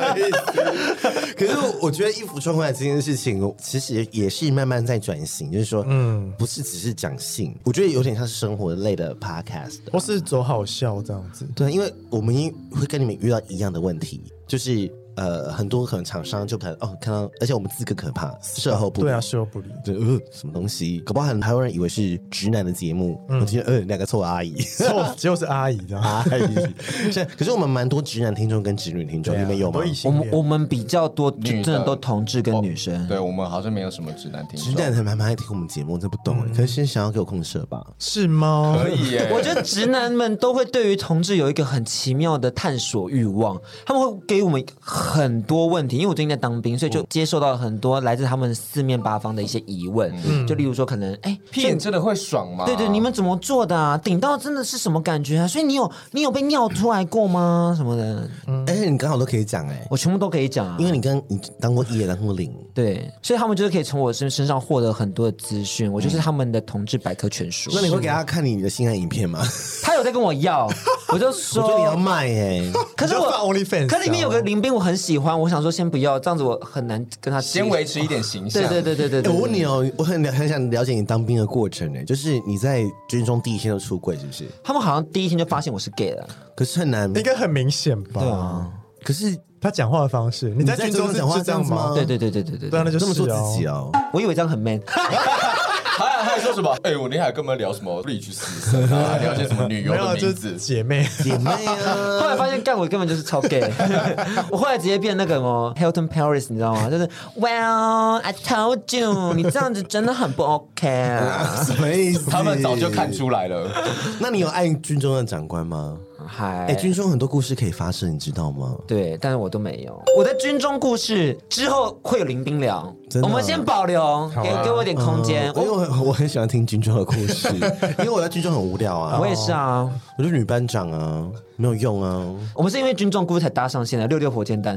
Speaker 4: 可是我觉得衣服穿回来这件事情，我其实也是慢慢在转型，就是说，嗯，不是只是讲性，我觉得有点像是生活类的 podcast。
Speaker 5: 或是走好笑这样子。
Speaker 4: 对，因为我们一会跟你们遇到一样的问题，就是呃，很多可能厂商就可能哦，看到，而且我们字更可怕，售后不理
Speaker 5: 对啊，事后不理。
Speaker 4: 就呃什么东西，搞不好很多人以为是直男的节目，我听呃两个臭阿姨。
Speaker 5: 错，结果是阿姨这样。
Speaker 4: 阿姨，是，可是我们蛮多直男听众跟直女听众，
Speaker 5: 对啊
Speaker 4: 你们有吗
Speaker 5: 很多？异
Speaker 2: 我
Speaker 5: 性
Speaker 2: 们
Speaker 5: 恋
Speaker 2: 我们比较多，就
Speaker 3: 女的
Speaker 2: 真的都同志跟女生。
Speaker 3: 对我们好像没有什么直男听
Speaker 4: 直
Speaker 3: 众，
Speaker 4: 男很蛮蛮爱听我们节目，真不懂。可是先想要给我控射吧，
Speaker 5: 是吗？
Speaker 3: 可以耶。
Speaker 2: 我觉得直男们都会对于同志有一个很奇妙的探索欲望，他们会给我们很多问题。因为我最近在当兵，所以就接受到很多来自他们四面八方的一些疑问。就例如说，可能哎，
Speaker 3: 屁眼啊真的会爽吗？
Speaker 2: 对对，你们怎么做的啊？顶到真的是什么感觉啊？所以你有你有被尿出来过吗？什么的，
Speaker 4: 而且你刚好都可以讲哎，
Speaker 2: 我全部都可以讲啊
Speaker 4: 因。为你跟你当过一也当过零，
Speaker 2: 对，所以他们就是可以从我身身上获得很多的资讯，我就是他们的同志百科全书。
Speaker 4: 那你会给他看你的性爱影片吗？
Speaker 2: 他有在跟我要，我就
Speaker 4: 我
Speaker 2: 说，
Speaker 4: 觉得你要卖哎，
Speaker 2: 可是
Speaker 5: 你就放
Speaker 2: 我
Speaker 5: OnlyFans
Speaker 2: 可里面有个林斌我很喜欢，我想说先不要，这样子我很难跟他
Speaker 3: 先维。持一点形象。
Speaker 2: 对对对对对
Speaker 4: 欸
Speaker 2: 对，
Speaker 4: 我问你哦，我很了很想了解你当兵的过程哎，就是你在军中第一天就出柜是不是？
Speaker 2: 他们好像第一天就发现我是 gay 了，
Speaker 4: 可是很难，
Speaker 5: 应该很明显吧？
Speaker 2: 对啊，
Speaker 4: 可是
Speaker 5: 他讲话的方式，你在
Speaker 4: 你在
Speaker 5: 军
Speaker 4: 军中
Speaker 5: 中是
Speaker 4: 讲话
Speaker 5: 是这
Speaker 4: 这
Speaker 5: 样
Speaker 4: 样子吗
Speaker 5: 吗？
Speaker 2: 对对对对对对
Speaker 5: 对
Speaker 2: 对，
Speaker 5: 啊，那就
Speaker 4: 这么
Speaker 5: 是
Speaker 4: 说自己哦，
Speaker 2: 我以为这样很 man，
Speaker 3: 还还说什么？哎，我那天还跟我们聊什么历史史神 啊，了解什么女优
Speaker 5: 没有
Speaker 3: 的
Speaker 5: 啊，就
Speaker 3: 名
Speaker 5: 是
Speaker 3: 字。
Speaker 5: 姐妹。
Speaker 4: 姐妹啊，
Speaker 2: 后来发现干我根本就是超 gay，我后来直接变那个什么 Hilton Paris，你知道吗？就是 Well I told you，你这样子真的很不 OK 啊。
Speaker 4: 什么意思？
Speaker 3: 他们早就看。出来了，
Speaker 4: 那你有爱军中的长官吗？
Speaker 2: 嗨，
Speaker 4: 哎，军中很多故事可以发生，你知道吗？
Speaker 2: 对，但是我都没有。我在军中故事之后会有林冰聊，
Speaker 4: 真的
Speaker 2: 我
Speaker 4: 啊
Speaker 2: 们先保留，给给我一点空间。
Speaker 4: 嗯因为
Speaker 2: 我
Speaker 4: 我我很喜欢听军中的故事，因为我在军中很无聊啊。
Speaker 2: 我也是啊，
Speaker 4: 我是女班长啊，没有用啊。
Speaker 2: 我们是因为军中故事才搭上线的六六火箭弹，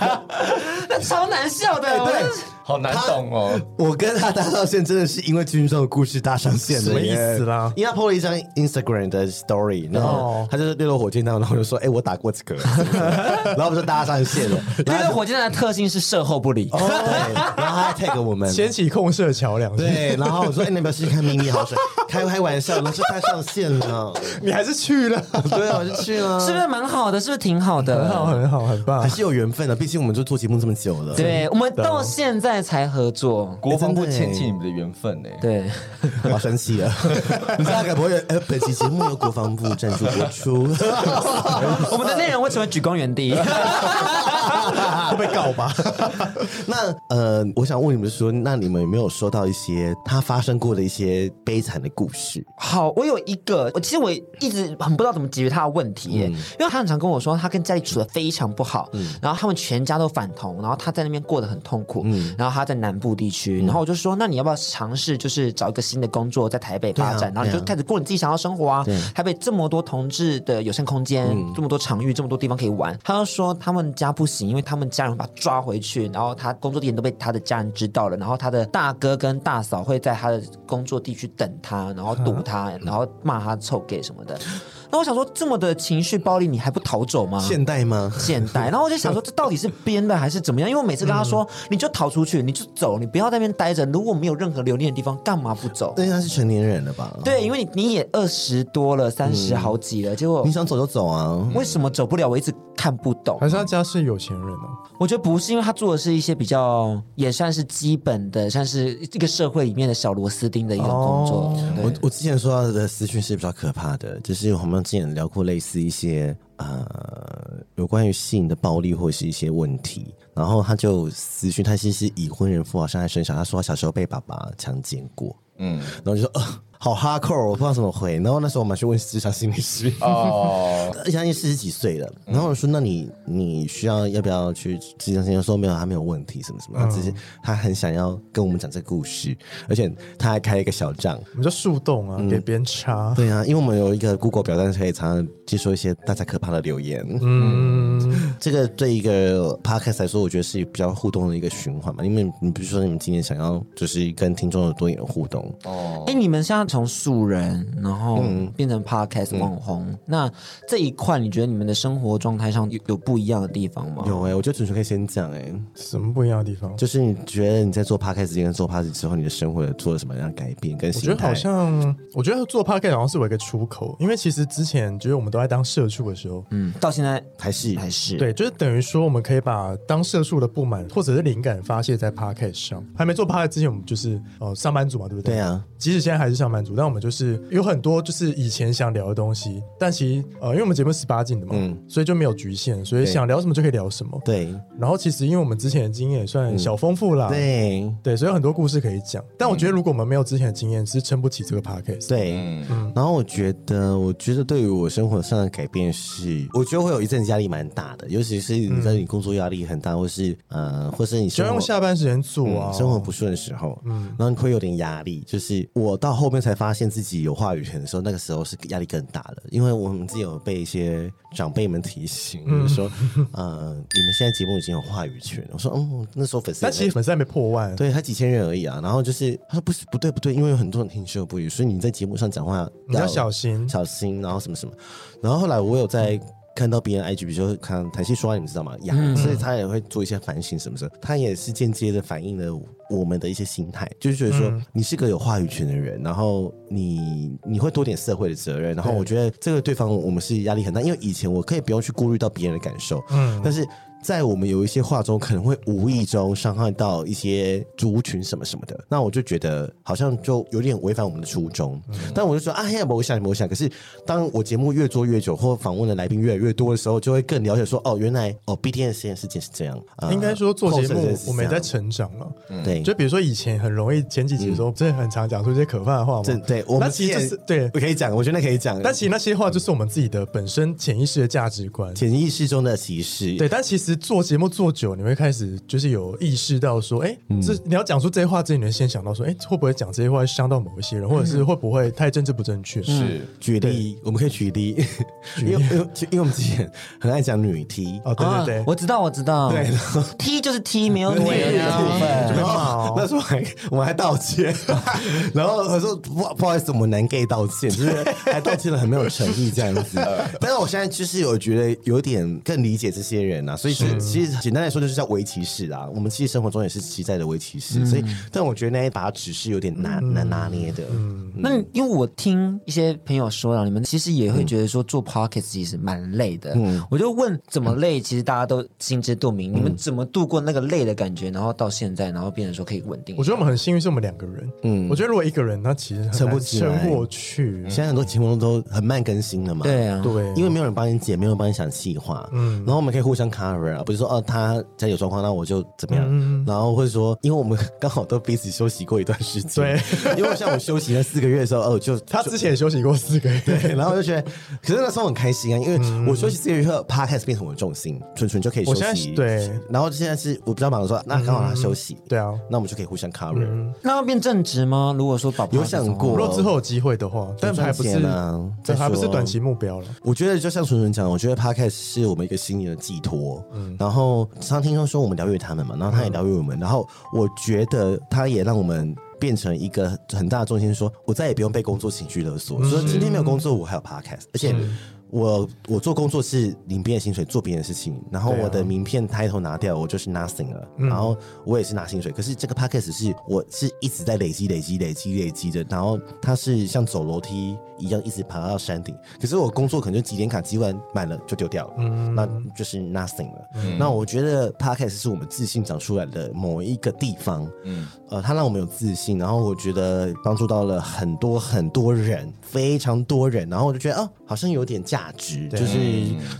Speaker 2: 那超难笑
Speaker 4: 哎
Speaker 2: 的。我们
Speaker 3: 好难懂哦。
Speaker 4: 我跟他搭上线，真的是因为军中的故事搭上线的，
Speaker 5: 什么意思啦
Speaker 4: 因为他 PO 了一张 Instagram 的 story，然后
Speaker 5: 哦
Speaker 4: 他就是六六火箭弹，然后我就说，哎、我打过几个， 然后我们就搭上线了。
Speaker 2: 六
Speaker 4: 然
Speaker 2: 六
Speaker 4: 后
Speaker 2: 火箭弹的特性是售后不理，
Speaker 4: 他对，然后他还 tag 我们。
Speaker 5: 掀起控射桥梁，
Speaker 4: 对，然后我说：“哎、你要不要试试看秘密好水？ 开开玩笑，然后就搭上线了。
Speaker 5: 你还是去了，
Speaker 4: 对啊，我就去了，
Speaker 2: 是不是蛮好的？是不是挺好
Speaker 5: 很好，
Speaker 4: 啊
Speaker 2: 的？
Speaker 5: 很好，很 棒
Speaker 4: 还。是有缘分的？毕竟我们就做节目这么久了。
Speaker 2: 对，我们
Speaker 4: 哦
Speaker 2: 到现在才合作。
Speaker 3: 国防部欠欠你们的缘分呢。
Speaker 2: 对，
Speaker 4: 我要生 气了！你知道该不会呃，本期节目由国防部赞助播 出，哎
Speaker 2: 我们的内容为什么举光原地？
Speaker 5: 会被告吧？
Speaker 4: 那呃，我想问你们说，那你们有没有收到一些他发生过的一些悲惨的故事？
Speaker 2: 好，我有一个，我其实我一直很不知道怎么解决他的问题
Speaker 4: 嗯
Speaker 2: 耶，因为他很常跟我说，他跟家里处的非常不好，然后他们全家都反同，然后他在那边过得很痛苦，
Speaker 4: 嗯
Speaker 2: 然后他在南部地区，然后我就说，那你要不要尝试就是找一个新的工作在台北发展，
Speaker 4: 对啊
Speaker 2: 然后你
Speaker 4: 对啊
Speaker 2: 就开始过你自己想要生活啊，台北这么多同志的有限空间，
Speaker 4: 嗯
Speaker 2: 这么多场域，这么多地方可以玩，他就说他们家不行，因为他们家人会把他抓回去，然后他工作地点都被他的家人知道了，然后他的大哥跟大嫂会在他的工作地区等他，然后堵他，
Speaker 4: 嗯
Speaker 2: 然后骂他臭 gay 什么的。那我想说，这么的情绪暴力，你还不逃走吗？
Speaker 4: 现代吗？
Speaker 2: 现代，然后我就想说，这到底是编的还是怎么样？因为我每次跟他
Speaker 4: 嗯
Speaker 2: 说，你就逃出去，你就走，你不要在那边待着。如果没有任何留恋的地方，干嘛不走？
Speaker 4: 但是他是成年人了
Speaker 5: 哦
Speaker 4: 吧？，
Speaker 2: 对，因为你你也二十多了，三十好几了，结果
Speaker 4: 你想走就走啊。
Speaker 2: 为什么走不了？我一直看不懂
Speaker 5: 还。是他家是有钱人哦、
Speaker 2: 我觉得不是，因为他做的是一些比较也算是基本的，算是一个社会里面的小螺丝钉的一种工作。
Speaker 5: 哦
Speaker 2: 对
Speaker 4: 我我之前说到的私讯是比较可怕的，就是我们之前聊过类似一些呃有关于性的暴力或是一些问题，然后他就私讯，他其实是已婚人妇好像在身上，他说他小时候被爸爸强奸过，
Speaker 3: 嗯，
Speaker 4: 然后我就说呃好哈扣，我不知道怎么回，然后那时候我们去问智商心理师。
Speaker 3: 哦，
Speaker 4: 而且他已经四十几岁了，然后我说：“那你你需要要不要去智商心理？”说没有，他没有问题什么什么，他只是他很想要跟我们讲这个故事，而且他还开了一个小账，
Speaker 5: 我们叫树洞啊，给别人插。
Speaker 4: 对啊，因为我们有一个 Google 表单，可以常常接收一些大家可怕的留言。
Speaker 5: 嗯，
Speaker 4: 这个对一个 podcast 来说，我觉得是比较互动的一个循环嘛。因为你比如说，你们今年想要就是跟听众有多一点的互动，
Speaker 5: 哦
Speaker 2: 哎、你们现在从素人，然后
Speaker 5: 嗯
Speaker 2: 变成 podcast 网红，那这一块你觉得你们的生活状态上有有不一样的地方吗？
Speaker 4: 有哎、我觉得纯纯可以先讲哎、
Speaker 5: 什么不一样的地方？
Speaker 4: 就是你觉得你在做 podcast 之前跟做 podcast 之后，你的生活有做了什么样的改变跟
Speaker 5: 我
Speaker 4: 心
Speaker 5: 觉
Speaker 4: 态？
Speaker 5: 得好像，我觉得做 p o d c a s t 好像是我一个出口，因为其实之前就是我们都在当社畜的时候，
Speaker 2: 嗯，到现在
Speaker 4: 还是
Speaker 2: 还是，
Speaker 5: 对，就是等于说我们可以把当社畜的不满或者是灵感发泄在 p o d c a s t 上。还没做 p o d c a s t 之前，我们就是呃上班族嘛，对不对？
Speaker 4: 对啊。
Speaker 5: 即使现在还是上班族，但我们就是有很多就是以前想聊的东西，但其实呃，因为我们节目十八禁的嘛，
Speaker 4: 嗯
Speaker 5: 所以就没有局限，所以
Speaker 4: 对
Speaker 5: 想聊什么就可以聊什么。
Speaker 4: 对
Speaker 5: 然后其实因为我们之前的经验也算小丰富啦，
Speaker 4: 对
Speaker 5: 对，所以有很多故事可以讲。但我觉得如果我们没有之前的经验，是撑不起这个 podcast。
Speaker 4: 对，
Speaker 3: 嗯，
Speaker 4: 然后我觉得，我觉得对于我生活上的改变是，我觉得会有一阵子压力蛮大的，尤其是你在你工作压力很大，或是呃，或是你
Speaker 5: 嗯就
Speaker 4: 生
Speaker 5: 要
Speaker 4: 活
Speaker 5: 用下班时间做啊，
Speaker 4: 嗯生活不顺的时候，嗯，然后你会有点压力。就是我到后面才发现自己有话语权的时候，那个时候是压力更大的，因为我们自己有被一些长辈们提醒，
Speaker 5: 嗯
Speaker 4: 就是说，呃，你们现在节目已经有话语权了。我说，嗯，那时候粉丝也
Speaker 5: 但
Speaker 4: 没，
Speaker 5: 其实粉丝还没破万，
Speaker 4: 对，才几千人而已啊。然后就是他说不是不对不对，因为有很多人听秀不语，所以你在节目上讲话
Speaker 5: 你要小心。
Speaker 4: 小心，然后什么什么。然后后来我有在看到别人 IG，比如说看台戏说话，你们知道吗？呀、所以他也会做一些反省什么什么，他也是间接的反映了我们的一些心态，就是觉得说、你是个有话语权的人，然后你你会多点社会的责任，然后我觉得这个对方我们是压力很大，因为以前我可以不用去顾虑到别人的感受，
Speaker 5: 嗯
Speaker 4: 但是。在我们有一些话中，可能会无意中伤害到一些族群什么什么的，那我就觉得好像就有点违反我们的初衷。
Speaker 5: 嗯
Speaker 4: 但我就说啊，现在我想，我想。可是当我节目越做越久，或访问的来宾越来越多的时候，就会更了解说，哦，原来哦，BTS 这件事情是这样。呃
Speaker 5: 应该说做节
Speaker 4: 后世这件
Speaker 5: 目
Speaker 4: 事，是
Speaker 5: 我们也
Speaker 4: 这
Speaker 5: 在
Speaker 4: 样
Speaker 5: 成长了。
Speaker 4: 对，
Speaker 5: 就比如说以前很容易前几集的时候，真的很常讲出一些可怕的话嘛
Speaker 4: 这。嗯对我
Speaker 5: 那
Speaker 4: 们
Speaker 5: 其实
Speaker 4: 之
Speaker 5: 就
Speaker 4: 前
Speaker 5: 是对，
Speaker 4: 我可以讲，我觉得那可以讲。
Speaker 5: 但其实那些话就是我们自己的本身潜意识的价值观。
Speaker 4: 潜意识中的歧视，
Speaker 5: 对，但其实做节目做久，你会开始就是有意识到说，哎、
Speaker 4: 嗯
Speaker 5: 这你要讲出这些话之前，你会先想到说，哎、会不会讲这些话会伤到某一些
Speaker 4: 嗯
Speaker 5: 人，或者是会不会太政治不正确？是
Speaker 3: 是
Speaker 4: 举例，我们可以举例，因为因为因为我们之前很爱讲女 T，
Speaker 5: 哦，对对对，
Speaker 2: 啊我知道，我知道，
Speaker 4: 对然后
Speaker 2: t 就是 T，没有女
Speaker 4: 对
Speaker 2: 的部分。
Speaker 4: 然后 那时候还我们还 道歉，然后我说不不好意思，我们男 gay 道歉，就是还道歉的很没有诚意这样 子。但是我现在就是有觉得有点更理解这些人啊，所以其实其实简单来说就是叫围棋士啊，我们其实生活中也是期待的围棋
Speaker 2: 嗯
Speaker 4: 士，所以但我觉得那一把尺是有点难难拿捏的。
Speaker 2: 那
Speaker 4: 嗯
Speaker 2: 因为我听一些朋友说啊了，你们其实也会觉得说做
Speaker 4: 嗯
Speaker 2: p o c k e t 其实蛮累的。我就问怎么累，其实大家都心知肚
Speaker 4: 嗯
Speaker 2: 明。你们怎么度过那个累的感觉，然后到现在，然后变成说可以稳定？
Speaker 5: 我觉得我们很幸运，是我们两个人。嗯，我觉得如果一个人，那其实很难
Speaker 4: 撑不起来
Speaker 5: 撑过去。
Speaker 4: 现在很多节目都很慢更新了嘛，
Speaker 2: 对啊，
Speaker 5: 对，
Speaker 4: 因为没有人帮你解，没有人帮你想细化，嗯，然后我们可以互相 cover 啊，不是说哦、他家有状况，那我就怎
Speaker 5: 嗯
Speaker 4: 么样，然后或者说，因为我们刚好都彼此休息过一段时间， 对，因为像我休息那四个月的时候，哦、就
Speaker 5: 他之前也休息过四个月。
Speaker 4: 对，然后我就觉得，可是那时候很开心啊，因为我休息四个月后，podcast 变成我的重心，纯纯就可以休
Speaker 5: 嗯我现在
Speaker 4: 息，
Speaker 5: 是对，
Speaker 4: 然后现在是我比较忙的时候，那刚好他休息，
Speaker 5: 对啊，
Speaker 4: 那我们就可以互相 cover，、
Speaker 2: 那要变正职吗？如果说宝宝
Speaker 4: 有想过
Speaker 5: 如果之后有机会的话，但还不是
Speaker 4: 赚钱啊，
Speaker 5: 对，
Speaker 4: 再
Speaker 5: 还不是
Speaker 4: 说
Speaker 5: 短期目标了。
Speaker 4: 我觉得就像纯纯讲，我觉得 podcast 是我们一个心灵的寄托。嗯，然后常听说说我们疗愈他们嘛，然后他也疗愈我们，然后我觉得他也让我们变成一个很大的重心说我再也不用被工作情绪勒索。所以今天没有工作，我还有 podcast，而且。我我做工作是领别人薪水做别人的事情，然后我的名片 title 拿掉，我就是 nothing 了，然后我也是拿薪水。可是这个 podcast 是我是一直在累积、累积、累积、累积的，然后它是像走楼梯一样一直爬到山顶。可是我工作可能就几点卡积完满了就丢掉了，那就是 nothing 了。那我觉得 podcast 是我们自信长出来的某一个地方，嗯，呃，它让我们有自信，然后我觉得帮助到了很多很多人，非常多人，然后我就觉得哦，好像有点价值，就是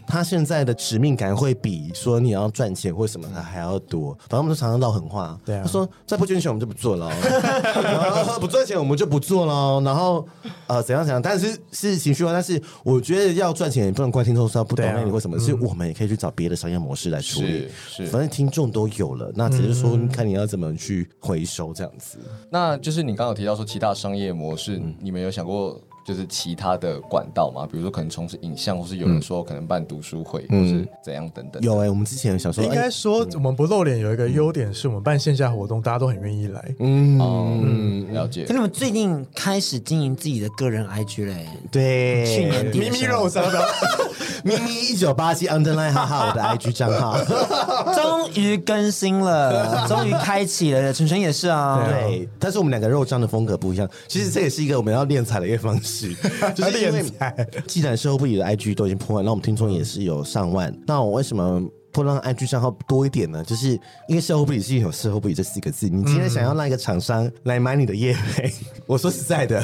Speaker 4: 他现在的使命感会比说你要赚钱或什么的还要多。反正我们都常常唠狠话，
Speaker 5: 嗯对啊
Speaker 4: 他说再不捐钱我们就不做 了哦，然后不赚钱我们就不做了，哦然后呃怎样怎样，但是是情绪化，但是我觉得要赚钱也不能怪听众说不懂
Speaker 5: 对啊
Speaker 4: 那你为什么，是我们也可以去找别的商业模式来处理，
Speaker 3: 是是
Speaker 4: 反正听众都有了，那只是说看你要怎么去回收这样子。
Speaker 5: 嗯
Speaker 3: 那就是你刚刚有提到说其他商业模式，你们有想过就是其他的管道吗？比如说可能从事影像，或是有人说可能办读书会，或是怎样等等。
Speaker 4: 有哎、我们之前想说，
Speaker 5: 应该
Speaker 4: 哎
Speaker 5: 说我们不露脸有一个优点是我们办线下活动，大家都很愿意来。
Speaker 3: 嗯，了解
Speaker 2: 可。你们最近开始经营自己的个人 IG 嘞、
Speaker 4: 对，啊
Speaker 2: 去年底
Speaker 5: 咪
Speaker 2: 的
Speaker 5: 咪
Speaker 2: 时
Speaker 5: 肉
Speaker 2: 候，
Speaker 5: 啥的，
Speaker 4: 咪咪一九八七 underline 哈哈，我的 IG 账号。 呃
Speaker 2: 终于更新 了，终于开启了。晨晨也是啊，
Speaker 4: 对，但是我们两个肉酱的风格不一样。其实这也是一个我们要练财的一个方 式，就是因为
Speaker 5: 练财
Speaker 4: 既然社会部里的 IG 都已经破万，那我们听众也是有上万，那我为什么？不让 IG 账号多一点呢，就是因为售后部里是有售后部里这四个字。你今天想要让一个厂商来买你的业配，我说实在的，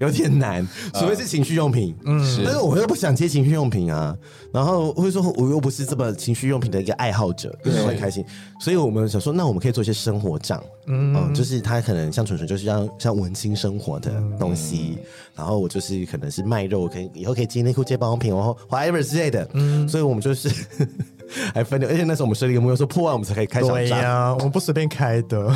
Speaker 4: 有点难，除非是情趣用品。嗯，
Speaker 3: 是
Speaker 4: 但是我又不想接情趣用品啊，然后会说我又不是这么情趣用品的一个爱好者，就是会开心，所以我们想说，那我们可以做一些生活账，嗯就是他可能像纯纯就是像像文青生活的东西，然后我就是可能是卖肉，我可以以后可以接内裤、接保养品，然后 whatever 之类的，嗯，所以我们就是 还分流，而且那时候我们设立一个目标，说破万我们才可以开小
Speaker 5: 对
Speaker 4: 账，
Speaker 5: 呀、我们不随便开的，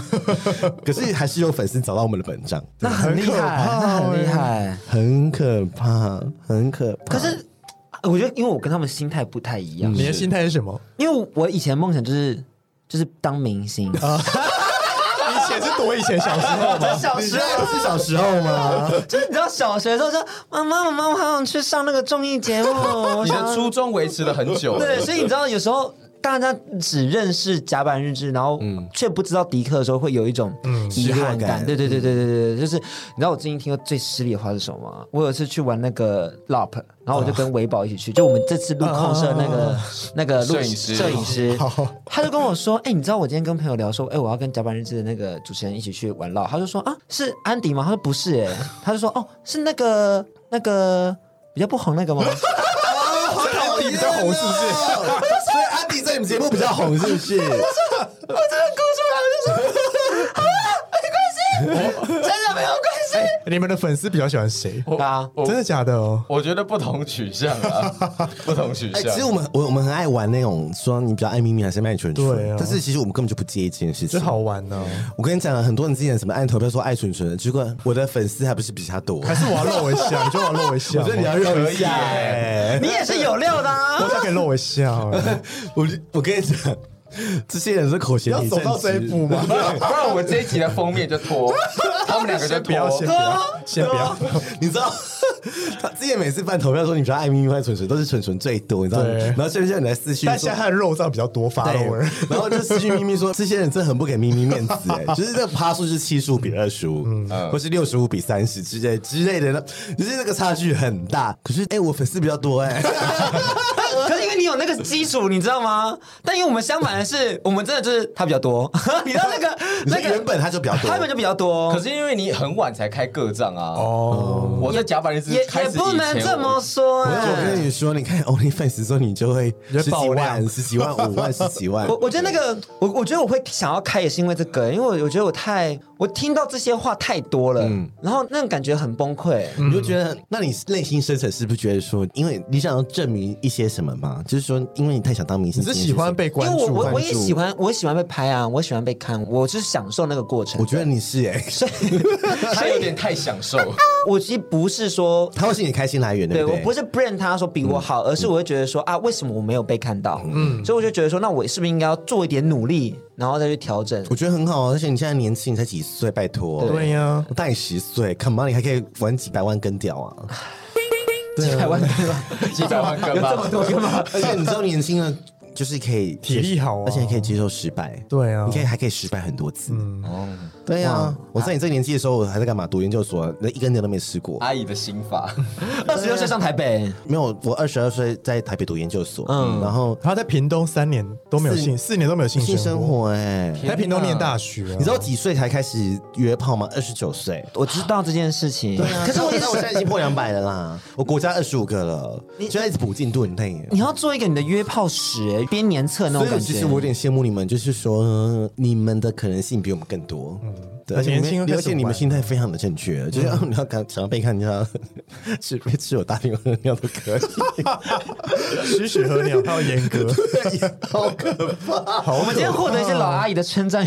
Speaker 4: 可是还是有粉丝找到我们的本账，
Speaker 2: 那很厉害，那很厉害。
Speaker 4: 哎很可怕，很可怕。
Speaker 2: 可是我觉得，因为我跟他们心态不太一
Speaker 4: 嗯
Speaker 2: 样，
Speaker 5: 你的心态是什么？
Speaker 2: 因为我以前梦想就是就是当明星，
Speaker 5: 以前是多以前小时候吗？ 哦
Speaker 2: 小时候。
Speaker 4: 是小时候吗？
Speaker 2: 就是你知道小学的时候说，妈妈妈妈，我好想去上那个综艺节目，我
Speaker 3: 你
Speaker 2: 想
Speaker 3: 的
Speaker 2: 要
Speaker 3: 初衷维持了很 久，
Speaker 2: 对，所以你知道有时候。大家只认识甲板日志，然后却不知道迪克的时候，会有一种遗憾
Speaker 4: 失落
Speaker 2: 感。
Speaker 4: 感
Speaker 2: 对对对对对对，对就是你知道我最近听过最失礼的话是什么吗？我有一次去玩那个 LOP，然后我就跟维宝一起去，就我们这次录控社那个 那个录
Speaker 3: 摄影师
Speaker 2: 摄影师，他就跟我说：“哎，你知道我今天跟朋友聊说，哎，我要跟甲板日志的那个主持人一起去玩 LOP。”他就说：“啊，是安迪吗？”他说：“不是，哎。”他就说：“哦，是那个那个比较不红那个吗？”
Speaker 4: 安迪比较红是不是？所以安迪在你们节目比较红是不 是？
Speaker 2: 我真的哭出来，我就说好了，没关系，真的没有关系。
Speaker 5: 你们的粉丝比较喜欢谁？
Speaker 3: 我
Speaker 2: 啊
Speaker 3: 我
Speaker 5: 真的假的哦？
Speaker 3: 我觉得不同取向啊，不同取
Speaker 4: 哎、
Speaker 3: 向。
Speaker 4: 其实我们我我们很爱玩那种说你比较爱咪咪还是爱纯纯，
Speaker 5: 对啊
Speaker 4: 但是其实我们根本就不介意这件事
Speaker 5: 这
Speaker 4: 情。
Speaker 5: 好玩呢、哦，
Speaker 4: 我跟你讲啊，很多人之前什么按投票说爱纯纯的，结果我的粉丝还不是比他多。
Speaker 5: 还是我要露一 下？你觉得我要露一
Speaker 4: 我
Speaker 5: 下吗？
Speaker 4: 觉得你要肉
Speaker 3: 可
Speaker 4: 一下、
Speaker 3: 以
Speaker 4: 哎
Speaker 2: 你也是有料的啊
Speaker 5: 我！想给露一下哦，
Speaker 4: 我就我跟你讲，这些人是口嫌
Speaker 5: 要
Speaker 4: 体
Speaker 5: 走
Speaker 4: 正
Speaker 5: 到这一
Speaker 4: 直
Speaker 5: 步吗？
Speaker 3: 不然不然我们这一集的封面就拖，他们两个就
Speaker 5: 先不 要，
Speaker 3: 拖
Speaker 5: 先。不要，先不要。
Speaker 4: 你知道， 他之前每次办投票说你比较爱咪咪还是纯纯，都是纯纯最多，你知道吗？
Speaker 5: 对
Speaker 4: 然后现在你来私信
Speaker 5: 但
Speaker 4: 说
Speaker 5: 现在他的肉脏比较多发了，
Speaker 4: 对， 然后就私讯咪咪说，这些人真的很不给咪咪面子哎、就是这个趴数是七十五比二十五，
Speaker 5: 嗯
Speaker 4: 或是六十五比三十之类之类的呢，就是那个差距很大。可是哎、我粉丝比较多 哎、
Speaker 2: 可是因为你有那个基础，你知道吗？但因为我们相反的是，我们真的就是他比较多， 你知道那个那
Speaker 4: 那个原
Speaker 2: 个，
Speaker 4: 本他就比较多，
Speaker 2: 他们就比较多
Speaker 3: 可。是因为你很晚才开个账啊，
Speaker 5: 哦，
Speaker 3: 我在甲板日志
Speaker 2: 也
Speaker 3: 开
Speaker 2: 也
Speaker 3: 始
Speaker 2: 不能
Speaker 3: 以前
Speaker 2: 这么说
Speaker 4: 而且我
Speaker 2: 哎
Speaker 4: 跟。你说，你看 OnlyFans 之后，你就会
Speaker 5: 你就
Speaker 4: 十几
Speaker 5: 爆
Speaker 4: 万、
Speaker 5: 量
Speaker 4: 十几万、五万、十几 万
Speaker 2: 我。我觉得那个，我我觉得我会想要开也是因为这个，因为我我觉得我太我听到这些话太多了，
Speaker 4: 嗯
Speaker 2: 然后那种感觉很崩溃。
Speaker 4: 你就觉得，
Speaker 5: 嗯
Speaker 4: 那你内心深层是不是觉得说，因为你想要证明一些什么吗？就是说，因为你太想当明星
Speaker 5: 你
Speaker 4: 这
Speaker 5: 是
Speaker 4: 件事情，
Speaker 5: 喜欢被关
Speaker 2: 因为
Speaker 5: 注
Speaker 2: 我，我我
Speaker 5: 关
Speaker 2: 也
Speaker 5: 注
Speaker 2: 喜欢，我喜欢被拍啊，我喜欢被看，我就是享受那个过程。
Speaker 4: 我觉得你是哎、
Speaker 2: 所以，
Speaker 3: 他有点太享受。
Speaker 2: 我其实不是说。
Speaker 4: 他会是你开心来源，
Speaker 2: 对
Speaker 4: 不
Speaker 2: 我
Speaker 4: 对？
Speaker 2: 不是不认他说比我好，而是我会觉得说啊，为什么我没有被看到？嗯，所以我就觉得说，那我是不是应该要做一点努力，然后再去调整？
Speaker 4: 我觉得很好啊，而且你现在年轻，你才几岁，拜托。
Speaker 5: 对呀、
Speaker 4: 我大你十岁，Come on，你还可以玩几百万根屌啊！
Speaker 2: 几百万对 吧？
Speaker 3: 几百万
Speaker 2: 有
Speaker 3: 根
Speaker 2: 这么
Speaker 3: 吧。
Speaker 2: 多根 吗？
Speaker 4: 而且你知道年轻人就是可以
Speaker 5: 体力好啊
Speaker 4: 而且你可以接受失败，
Speaker 5: 对啊嗯
Speaker 4: 你可以还可以失败很多次。
Speaker 3: 哦，
Speaker 4: 对啊，我在你这个年纪的时候，我还在干嘛？读研究所，那一根牛都没吃过。
Speaker 3: 阿姨的心法，
Speaker 2: 二十六岁上台北，
Speaker 4: 没有，我二十二岁在台北读研究所，嗯，然后
Speaker 5: 他在屏东三年都没有
Speaker 4: 四
Speaker 5: 性，四年都没有性
Speaker 4: 性
Speaker 5: 生
Speaker 4: 生
Speaker 5: 活，
Speaker 4: 活哎、
Speaker 5: 在屏东念大学啊，
Speaker 4: 你知道我几岁才开始约炮吗？二十九岁。
Speaker 2: 我知道这件事情。
Speaker 4: 可是我啊现在我现在已经破两百了啦，我国家二十五个了，就在一直补进度，你看耶。
Speaker 2: 你要做一个你的约炮史欸编年册那种
Speaker 4: 所以
Speaker 2: 感
Speaker 4: 其
Speaker 2: 觉。
Speaker 4: 实我有点羡慕你们，就是说呃你们的可能性比我们更多，嗯，对，而且你
Speaker 5: 年轻
Speaker 4: 们
Speaker 5: 又开始
Speaker 4: 而且你们
Speaker 5: 玩
Speaker 4: 心态非常的正确，就是、哦你要看想要被看，你要 吃被吃我大便或者尿都可以，
Speaker 5: 吃屎喝尿，他要严 格，
Speaker 4: 好可怕。
Speaker 5: 好，我
Speaker 2: 我们今天获得一些老阿姨的称赞，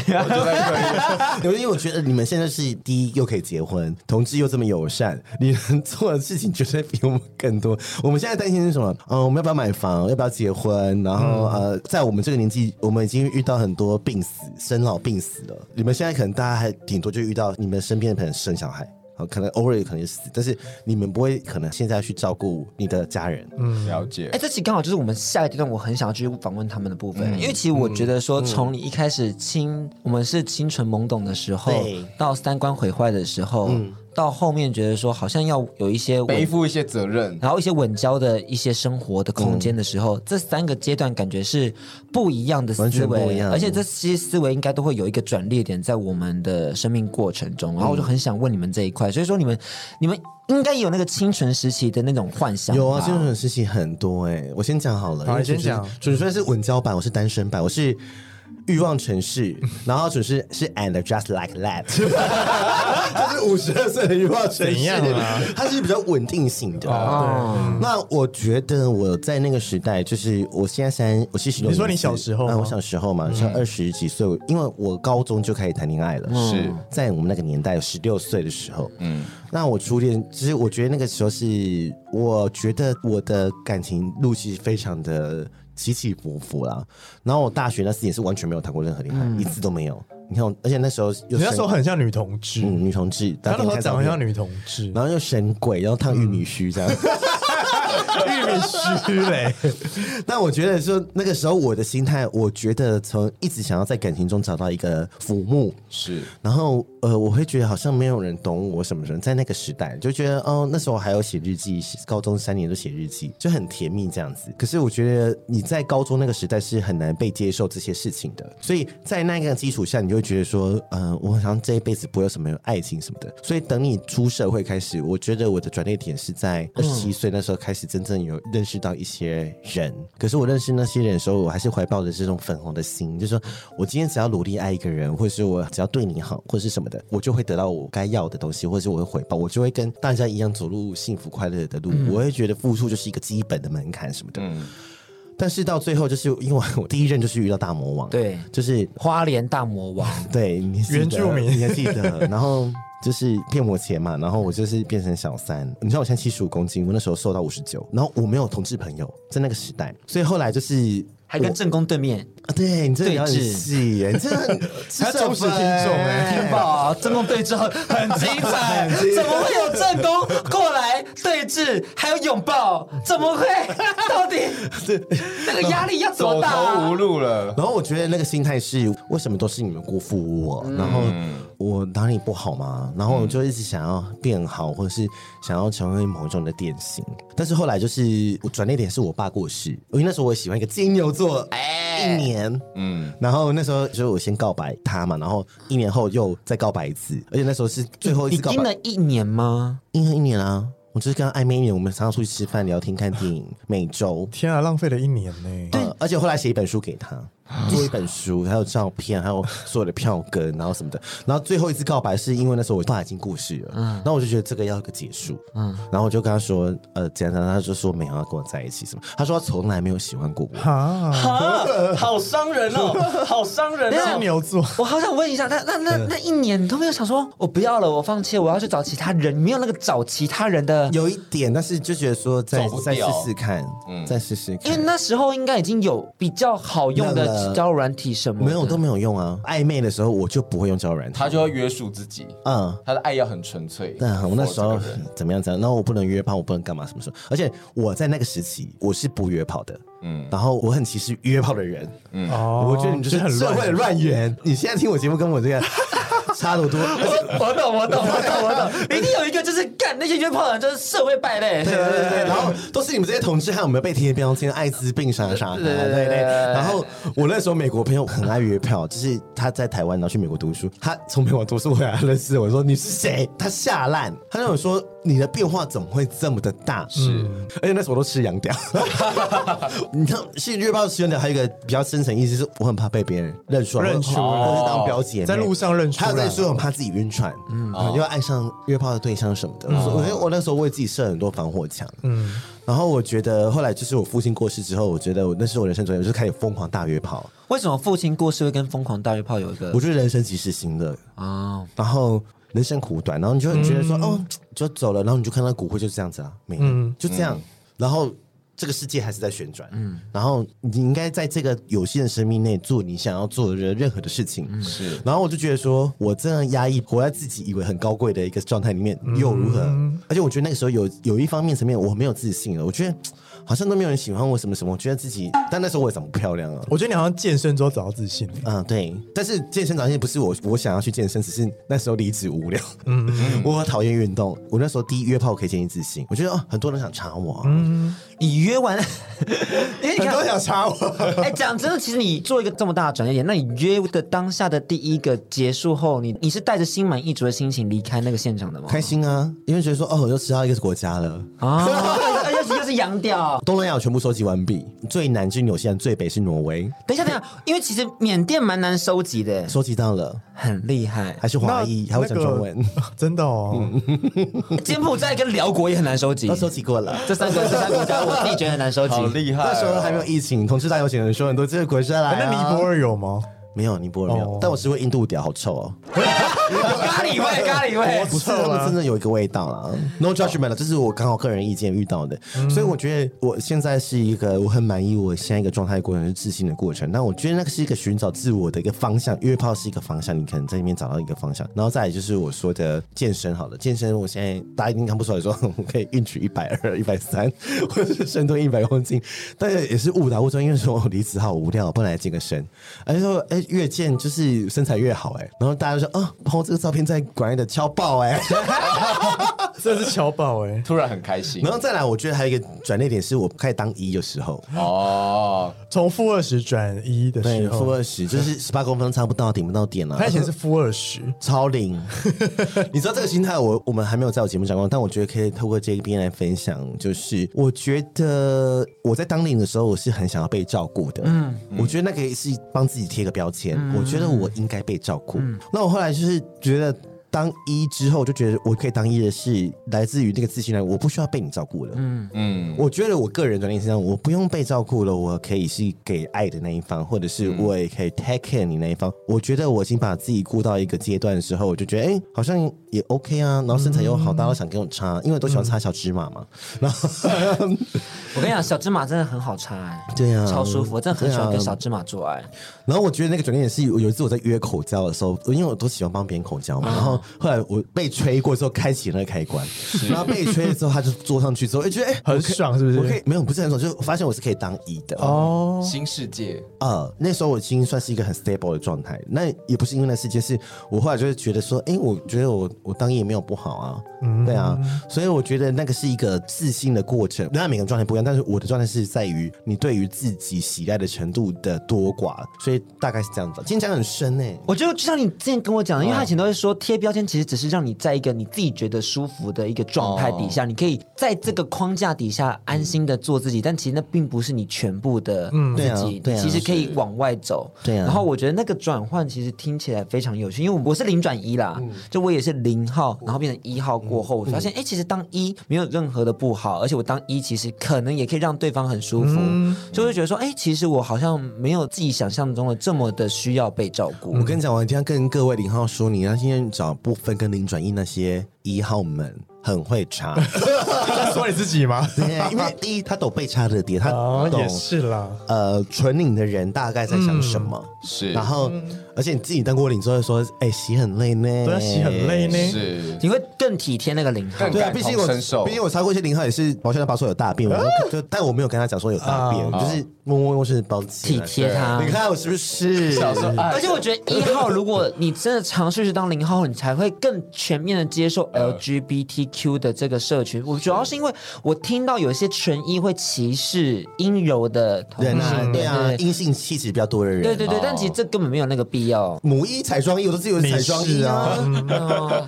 Speaker 4: 因为 我觉得你们现在是第一又可以结婚，同志又这么友善，你们做的事情绝对比我们更多。 我们现在担心是什么？嗯，我们要不要买房？要不要结婚？然后、呃，在我们这个年纪，我们已经遇到很多病死、生老病死了。你们现在可能大家还顶多就遇到你们身边的朋友生小孩。好，可能偶尔也可能也死，但是你们不会可能现在去照顾你的家人，
Speaker 3: 了解
Speaker 2: 哎，。这期刚好就是我们下一个阶段，我很想要去访问他们的部
Speaker 4: 嗯
Speaker 2: 分，因为其实我觉得说，从你一开始青，我们是清纯懵懂的时候
Speaker 4: 对，嗯
Speaker 2: 到三观毁坏的时候，到后面觉得说好像要有一些
Speaker 3: 背
Speaker 2: 稳，
Speaker 3: 负一些责任，
Speaker 2: 然后一些稳交的一些生活的空
Speaker 4: 嗯
Speaker 2: 间的时候，这三个阶段感觉是不一样的思
Speaker 4: 完全不一
Speaker 2: 维，
Speaker 4: 样
Speaker 2: 而且这些思维应该都会有一个转捩点在我们的生命过程中。然后我就
Speaker 4: 嗯
Speaker 2: 很想问你们这一块，所以说你们你们应该有那个清纯时期的那种幻想吧，
Speaker 4: 有啊，这种事情很多哎、我先讲好了，
Speaker 5: 好
Speaker 4: 因为
Speaker 5: 你先
Speaker 4: 主持人
Speaker 5: 讲
Speaker 4: 主持人是稳交版，我是单身版，我是。欲望城 市，然后主持是 and just like that，就是五十二岁的欲望城市，
Speaker 5: 怎样啊
Speaker 4: 它是比较稳定型的。
Speaker 5: 哦，
Speaker 4: 那我觉得我在那个时代，就是我现在三，我是十六
Speaker 5: 你
Speaker 4: 年级。
Speaker 5: 说你小时候
Speaker 4: 嗯，
Speaker 5: 吗
Speaker 4: 我小时候嘛，像二十几岁，因为我高中就开始谈恋爱了，
Speaker 3: 是
Speaker 4: 在我们那个年代，十六岁的时候。嗯，那我初恋，其实我觉得那个时候是，我觉得我的感情路是非常的起起伏伏啦。然后我大学那四年是完全没有谈过任何恋爱，一次都没有。你看我，而且那时候又
Speaker 5: 嗯你那时候
Speaker 4: 神
Speaker 5: 很像女同志，
Speaker 4: 嗯女同志，
Speaker 5: 他那时候长得像
Speaker 4: 女，
Speaker 5: 女同志，
Speaker 4: 然后又神鬼，然后烫玉米须这样。
Speaker 5: 玉米须嘞，
Speaker 4: 但我觉得说那个时候我的心态，我觉得从一直想要在感情中找到一个浮木，
Speaker 3: 是
Speaker 4: 然后呃，我会觉得好像没有人懂我什么什么，在那个时代就觉得哦，那时候还有写日记，高中三年都写日记，就很甜蜜这样子。可是我觉得你在高中那个时代是很难被接受这些事情的，所以在那个基础下，你就会觉得说，呃，我好像这一辈子不会有什么爱情什么的。所以等你出社会开始，我觉得我的转捩点是在二十七岁那时候开始真正有认识到一些人。可是我认识那些人的时候，我还是怀抱着这种粉红的心，就是说我今天只要努力爱一个人，或者是我只要对你好，或者是什么的，我就会得到我该要的东西，或者是我会回报，我就会跟大家一样走入幸福快乐的路。我会觉得付出就是一个基本的门槛什么的。但是到最后，就是因为我第一任就是遇到大魔王，
Speaker 2: 对
Speaker 4: 就是
Speaker 2: 花莲大魔王。
Speaker 4: 对，你记得
Speaker 5: 原住民
Speaker 4: 你还记得？然后就是骗我钱嘛，然后我就是变成小三。你知道我现在七十五公斤，我那时候瘦到五十九，然后我没有同志朋友，在那个时代，所以后来就是。
Speaker 2: 还跟正宫对面，
Speaker 4: 啊，对你真的
Speaker 2: 对
Speaker 4: 要很
Speaker 2: 峙
Speaker 4: 细耶，你真的很
Speaker 5: 他忠实听众哎
Speaker 2: 欸
Speaker 4: 欸
Speaker 2: 听吧，正宫对峙很精彩，怎么会有正宫过来对峙，还有拥抱？怎么会？ 到底那个压力要多
Speaker 3: 走
Speaker 2: 大
Speaker 3: 投
Speaker 2: 啊
Speaker 3: 无？路了，
Speaker 4: 然后我觉得那个心态是，为什么都是你们辜负我？然后我哪里不好吗？然后我就一直想要变好，或者是想要成为某种的典型。但是后来就是我转捩点是我爸过世，因为那时候我喜欢一个金牛座，哎，一年，嗯，然后那时候就是我先告白他嘛，然后一年后又再告白一次，而且那时候是最后一
Speaker 2: 你
Speaker 4: 次告
Speaker 2: 盯
Speaker 4: 白
Speaker 2: 了，一年吗？
Speaker 4: 阴了一年啊。我就是跟他暧昧一年，我们常常出去吃饭、聊天、看电影，每周。
Speaker 5: 天啊，浪费了一年呢。
Speaker 4: 对、呃而且后来写一本书给他，做一本书，还有照片，还有所有的票根，然后什么的。然后最后一次告白是因为那时候我爸已经过世了，嗯，然后我就觉得这个要有个结束，嗯，然后我就跟他说，呃，简单，他就说没有要跟我在一起什么，他说他从来没有喜欢过我，
Speaker 5: 啊，
Speaker 1: 啊，好伤人 哦，好伤人
Speaker 5: 金
Speaker 1: 哦。
Speaker 5: 牛座，
Speaker 2: 我好想问一下，那那那那一年你都没有想说，哦我不要了，我放弃，我要去找其他人，没有那个找其他人的，
Speaker 4: 有一点，但是就觉得说再
Speaker 3: 走不
Speaker 4: 再试
Speaker 3: 掉
Speaker 4: 试看，嗯，再试试看，
Speaker 2: 因为那时候应该已经有比较好用的
Speaker 4: 呃
Speaker 2: 交友软体什么的
Speaker 4: 没有都没有用啊。暧昧的时候我就不会用交友软体，
Speaker 3: 他就要约束自己，
Speaker 4: 嗯。
Speaker 3: 他的爱要很纯粹。
Speaker 4: 但我那时候
Speaker 3: 否则这个人
Speaker 4: 怎么样怎么样，然后我不能约炮，我不能干嘛什么什么，而且我在那个时期我是不约炮的，嗯，然后我很歧视约炮的人，
Speaker 5: 哦
Speaker 4: 嗯我觉得你就是
Speaker 5: 很
Speaker 4: 社
Speaker 5: 乱
Speaker 4: 会的乱源。你现在听我节目跟我这个 差得多，而 且
Speaker 2: 我懂，我懂，我懂，我 懂。一定有一个就是干那些约炮的人，就是社会败类。
Speaker 4: 对对对，然后都是你们这些同志，还有我们被贴标签，艾滋病啥啥啥，对对对。然后我那时候美国朋友很爱约票，就是他在台湾，然后去美国读书，他从美国读书回来认识我说你是谁，他吓烂，他跟我说你的变化怎么会这么的大？是，而且那时候我都吃洋 屌，你知道，是约炮吃洋屌，还有一个比较深层意思是，我很怕被别人认出来，
Speaker 5: 认出来
Speaker 4: 或是当表姐，
Speaker 5: 在路上认出
Speaker 4: 还有在
Speaker 5: 来
Speaker 4: 说很怕自己晕船，嗯，又爱上约炮的对象什么
Speaker 5: 嗯
Speaker 4: 的。所以我觉得我那时候为自己设很多防火墙，嗯。然后我觉得后来就是我父亲过世之后，我觉得我那是我人生转折，就是开始疯狂大约炮。
Speaker 2: 为什么父亲过世会跟疯狂大约炮有一个
Speaker 4: 我觉得人生即是新乐，
Speaker 2: 啊？
Speaker 4: 然后人生苦短，然后你就会觉得说，哦，就走了，然后你就看到骨灰就这样子啊，没了，就这样，然后。这个世界还是在旋转，嗯，然后你应该在这个有限的生命内做你想要做的任何的事情，
Speaker 3: 是
Speaker 4: 然后我就觉得说，我这样压抑，活在自己以为很高贵的一个状态里面又如何？而且我觉得那个时候有有一方面层面我没有自信了，我觉得好像都没有人喜欢我什么什么，我觉得自己，但那时候我也长不漂亮啊。
Speaker 5: 我觉得你好像健身之后找到自信，
Speaker 4: 嗯，对，但是健身长线不是我我想要去健身，只是那时候离职无聊，嗯， 我很讨厌运动。我那时候第一约炮可以建立自信，我觉得哦，很多人想查我、啊，
Speaker 5: 嗯
Speaker 2: 你约完， 因为你
Speaker 4: 很多
Speaker 2: 看
Speaker 4: 人，想查我，
Speaker 2: 哎，讲真的，其实你做一个这么大的转折点，那你约的当下的第一个结束后，你你是带着心满意足的心情离开那个现场的吗？
Speaker 4: 开心啊，因为觉得说哦，我又吃到一个国家了。
Speaker 2: 啊，又是又是洋调。
Speaker 4: 东南亚我全部收集完毕，最南是纽西兰，最北是挪威，
Speaker 2: 等一下，等一下，因为其实缅甸蛮难收集的，
Speaker 4: 收集到了。
Speaker 2: 很厉害。
Speaker 4: 还是华裔，还会讲中文，嗯
Speaker 5: 那个 真的哦，
Speaker 2: 柬埔寨跟辽国也很难收集
Speaker 4: 都，收集过了。
Speaker 2: 这三个这三个国家我自己觉得很难收集。
Speaker 3: 好厉害哦，
Speaker 4: 那时候还没有疫情，同志大游行的人说很多这个国家来、啊
Speaker 5: 哎那尼泊尔有吗？
Speaker 4: 没有，尼泊尔没有，
Speaker 5: 哦
Speaker 4: 但我吃过印度屌，好臭哦。
Speaker 2: 咖 喱味，咖喱味。
Speaker 4: 不是，啊他们真的有一个味道啦。No judgment 了，这是我刚好个人意见遇到的，所以我觉得我现在是一个我很满意我现在一个状态的过程，是自信的过程。那我觉得那个是一个寻找自我的一个方向，约炮是一个方向，你可能在里面找到一个方向。然后再来就是我说的健身，好了，健身我现在大家一定看不出来说我可以运取一百二、一百三，或者是深蹲一百公斤，但是也是误打误撞，因为说我离职好无聊，不然来健个身。而且说，哎、越健就是身材越好、哎，然后大家就说，啊，抛这个照片在管理的敲爆、哎。
Speaker 5: 这是巧宝哎，
Speaker 3: 突然很开心
Speaker 4: 然后再来，我觉得还有一个转捩点是我开始当一的时候，
Speaker 3: 哦，
Speaker 5: 从负二十转一的
Speaker 4: 对
Speaker 5: 时，
Speaker 4: 负
Speaker 5: 候，
Speaker 4: 二十就是十八公分差不到，顶不到点啊
Speaker 5: 他。以前是负二十，
Speaker 4: 超龄， 你知道这个心态我，我们还没有在我节目讲过，但我觉得可以透过这边来分享。就是我觉得我在当零的时候，我是很想要被照顾的。嗯，我觉得那个是帮自己贴个标签，我觉得我应该被照顾。那我后来就是觉得。当一之后，我就觉得我可以当一的是来自于那个自信来，我不需要被你照顾了。嗯，
Speaker 3: 嗯，
Speaker 4: 我觉得我个人转念是这样，我不用被照顾了，我可以是给爱的那一方，或者是
Speaker 5: 嗯
Speaker 4: 我也可以 take care 你那一方。我觉得我已经把自己顾到一个阶段的时候，我就觉得哎、诶好像也 OK 啊，然后身材又好，大家都想跟我插，因为都喜欢插小芝麻嘛。
Speaker 5: 嗯
Speaker 4: 然后
Speaker 2: 我跟你讲，小芝麻真的很好插、哎
Speaker 4: 对啊
Speaker 2: 超舒服，我真的很喜欢
Speaker 4: 对啊
Speaker 2: 跟小芝麻做爱。
Speaker 4: 然后我觉得那个转折点是有有一次我在约口交的时候，因为我都喜欢帮别人口
Speaker 5: 嗯
Speaker 4: 交嘛，然后后来我被吹过之后开启了那个开关，然后被吹了之后他就坐上去之后，哎、觉得哎、诶
Speaker 5: 很
Speaker 4: 我可以
Speaker 5: 爽是不是
Speaker 4: 我可以没有不是很爽，就是我发现我是可以当一的哦
Speaker 5: 哦，
Speaker 3: 新世界
Speaker 4: 呃，那时候我已经算是一个很 stable 的状态。那也不是因为那事件，是我后来就是觉得说，哎、我觉得我我当一也没有不好啊，
Speaker 5: 嗯
Speaker 4: 对啊，所以我觉得那个是一个自信的过程。那每个人状态不一样，但是我的状态是在于你对于自己喜爱的程度的多寡，所以大概是这样子吧。今天讲得很深哎、
Speaker 2: 我觉得就像你之前跟我讲
Speaker 4: 嗯
Speaker 2: 的，因为他以前都会说贴标签其实只是让你在一个你自己觉得舒服的一个状态底
Speaker 4: 哦
Speaker 2: 下，你可以在这个框架底下安心的做自己，但其实那并不是你全部的自
Speaker 4: 对啊
Speaker 2: 己，
Speaker 4: 对啊
Speaker 2: 你其实可以往外走。
Speaker 4: 对啊
Speaker 2: 然后我觉得那个转换其实听起来非常有趣，因为我是零转一啦，
Speaker 4: 嗯
Speaker 2: 就我也是零号，然后变成一号过后，我发现哎、诶其实当一没有任何的不好，而且我当一其实可能也可以让对方很舒服，
Speaker 4: 嗯
Speaker 2: 就会觉得说哎、诶其实我好像没有自己想象中的这么的需要被照顾。
Speaker 4: 我跟你讲，我一定要跟各位零号说，你要先找部分跟零转一那些一号们。很会 插，
Speaker 5: 在说你自己吗？
Speaker 4: 对因为第一他懂被插的点，他
Speaker 5: 哦，
Speaker 4: 懂
Speaker 5: 也是啦，
Speaker 4: 呃纯领的人大概在想什么。
Speaker 5: 嗯
Speaker 3: 是
Speaker 4: 然后，
Speaker 2: 嗯
Speaker 4: 而且你自己当过领之后说，哎、洗很累呢，
Speaker 5: 对啊，洗很累呢。
Speaker 3: 嗯是
Speaker 2: 你会更体贴那个零号
Speaker 3: 更。
Speaker 4: 对啊，
Speaker 3: 感
Speaker 4: 毕
Speaker 3: 同
Speaker 4: 竟我
Speaker 3: 身受
Speaker 4: 毕竟我擦过一些零号也是毛线他拔出有大便，我就就但我没有跟他讲说有大便，
Speaker 5: 啊
Speaker 4: 我就是默默用是包起
Speaker 2: 体
Speaker 4: 来。
Speaker 2: 贴啊他
Speaker 4: 你，看我是不是？
Speaker 3: 小时候爱
Speaker 2: 而且我觉得一号，如果你真的尝试去当零号，你才会更全面的接受 LGBTQ 的这个社群。我主要是因为我听到有一些纯一会歧视阴柔的同
Speaker 4: 人啊，
Speaker 2: 性
Speaker 4: 对
Speaker 2: 恋，
Speaker 4: 啊，阴性气质比较多的人，
Speaker 2: 对对对，但其实这根本没有那个必要。
Speaker 4: 母一彩妆衣，我都自己有彩妆衣啊。
Speaker 2: 嗯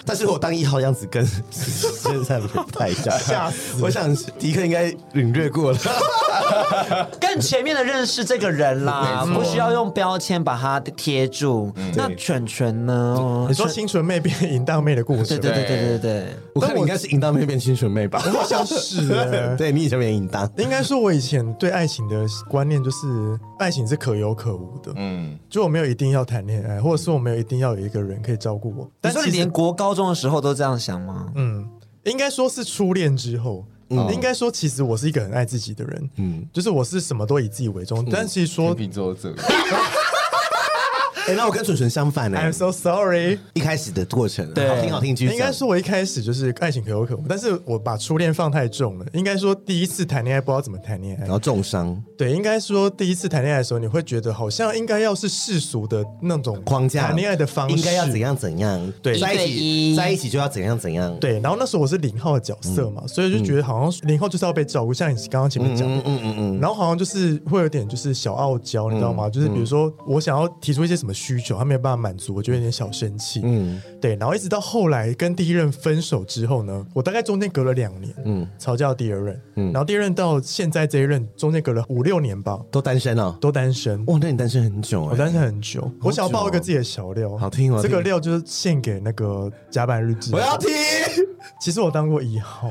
Speaker 4: 但是我当一号的样子跟 现在不太像，吓死！我想迪克应该领略过了，
Speaker 2: 更全面的认识这个人啦，不需要用标签把它贴住。那蠢蠢呢
Speaker 5: 你？说清纯妹变淫荡妹的故事
Speaker 2: 对
Speaker 5: 吗，
Speaker 2: 对对对对对，
Speaker 4: 我看你应该是淫荡妹变清纯 妹吧？
Speaker 5: 我好像是欸
Speaker 4: 对你以前也淫荡，
Speaker 5: 应该说，我以前对爱情的观念就是，爱情是可有可无的。
Speaker 3: 嗯，
Speaker 5: 就我没有一定要谈恋爱，或者是我没有一定要有一个人可以照顾我。
Speaker 2: 你
Speaker 5: 但
Speaker 2: 说
Speaker 5: 其
Speaker 2: 你
Speaker 5: 实
Speaker 2: 连，国高中的时候都这样想吗？
Speaker 5: 嗯，应该说是初恋之后，应该说其实我是一个很爱自己的人，嗯，就是我是什么都以自己为中。但其
Speaker 3: 天
Speaker 5: 实说
Speaker 3: 秤座这个，
Speaker 4: 哎，那我跟纯纯相反呢
Speaker 5: ，I'm，so sorry，
Speaker 4: 一开始的过程，
Speaker 2: 对
Speaker 4: 好听好听，继续
Speaker 5: 应该
Speaker 4: 讲
Speaker 5: 说我一开始就是爱情可有可无，但是我把初恋放太重了。应该说第一次谈恋爱不知道怎么谈恋爱
Speaker 4: 然，后重伤
Speaker 5: 对，应该说第一次谈恋爱的时候，你会觉得好像应该要是世俗的那种
Speaker 4: 框架，
Speaker 5: 谈恋爱的方式
Speaker 4: 应该要怎。样怎样，
Speaker 5: 对
Speaker 4: 在一
Speaker 2: 一对
Speaker 4: 起
Speaker 2: 一
Speaker 4: 在一起就要怎样怎样，
Speaker 5: 对，然后那时候我是零号的角色
Speaker 4: 嗯
Speaker 5: 嘛，所以就觉得好像零号就是要被照顾，像你刚刚前面讲的，嗯嗯嗯，然后好像就是会有点就是小傲娇，你知道
Speaker 4: 嗯
Speaker 5: 吗？就是比如说我想要提出一些什么需求，他没有办法满足，我就有点小生气，嗯，对，然后一直到后来跟第一任分手之后呢，我大概中间隔了两年，嗯，吵架到第二任，嗯，然后第二任到现在这一任中间隔了五六年吧，
Speaker 4: 都单身了，
Speaker 5: 都单身，
Speaker 4: 哇，那你单身很久
Speaker 5: 我
Speaker 4: 哎，
Speaker 5: 单身很久，我想要爆一个自己的小料，
Speaker 4: 好听哦
Speaker 5: 这个
Speaker 4: 好听
Speaker 5: 料就是献给那个甲板日志。
Speaker 4: 我要听，
Speaker 5: 其实我当过一号，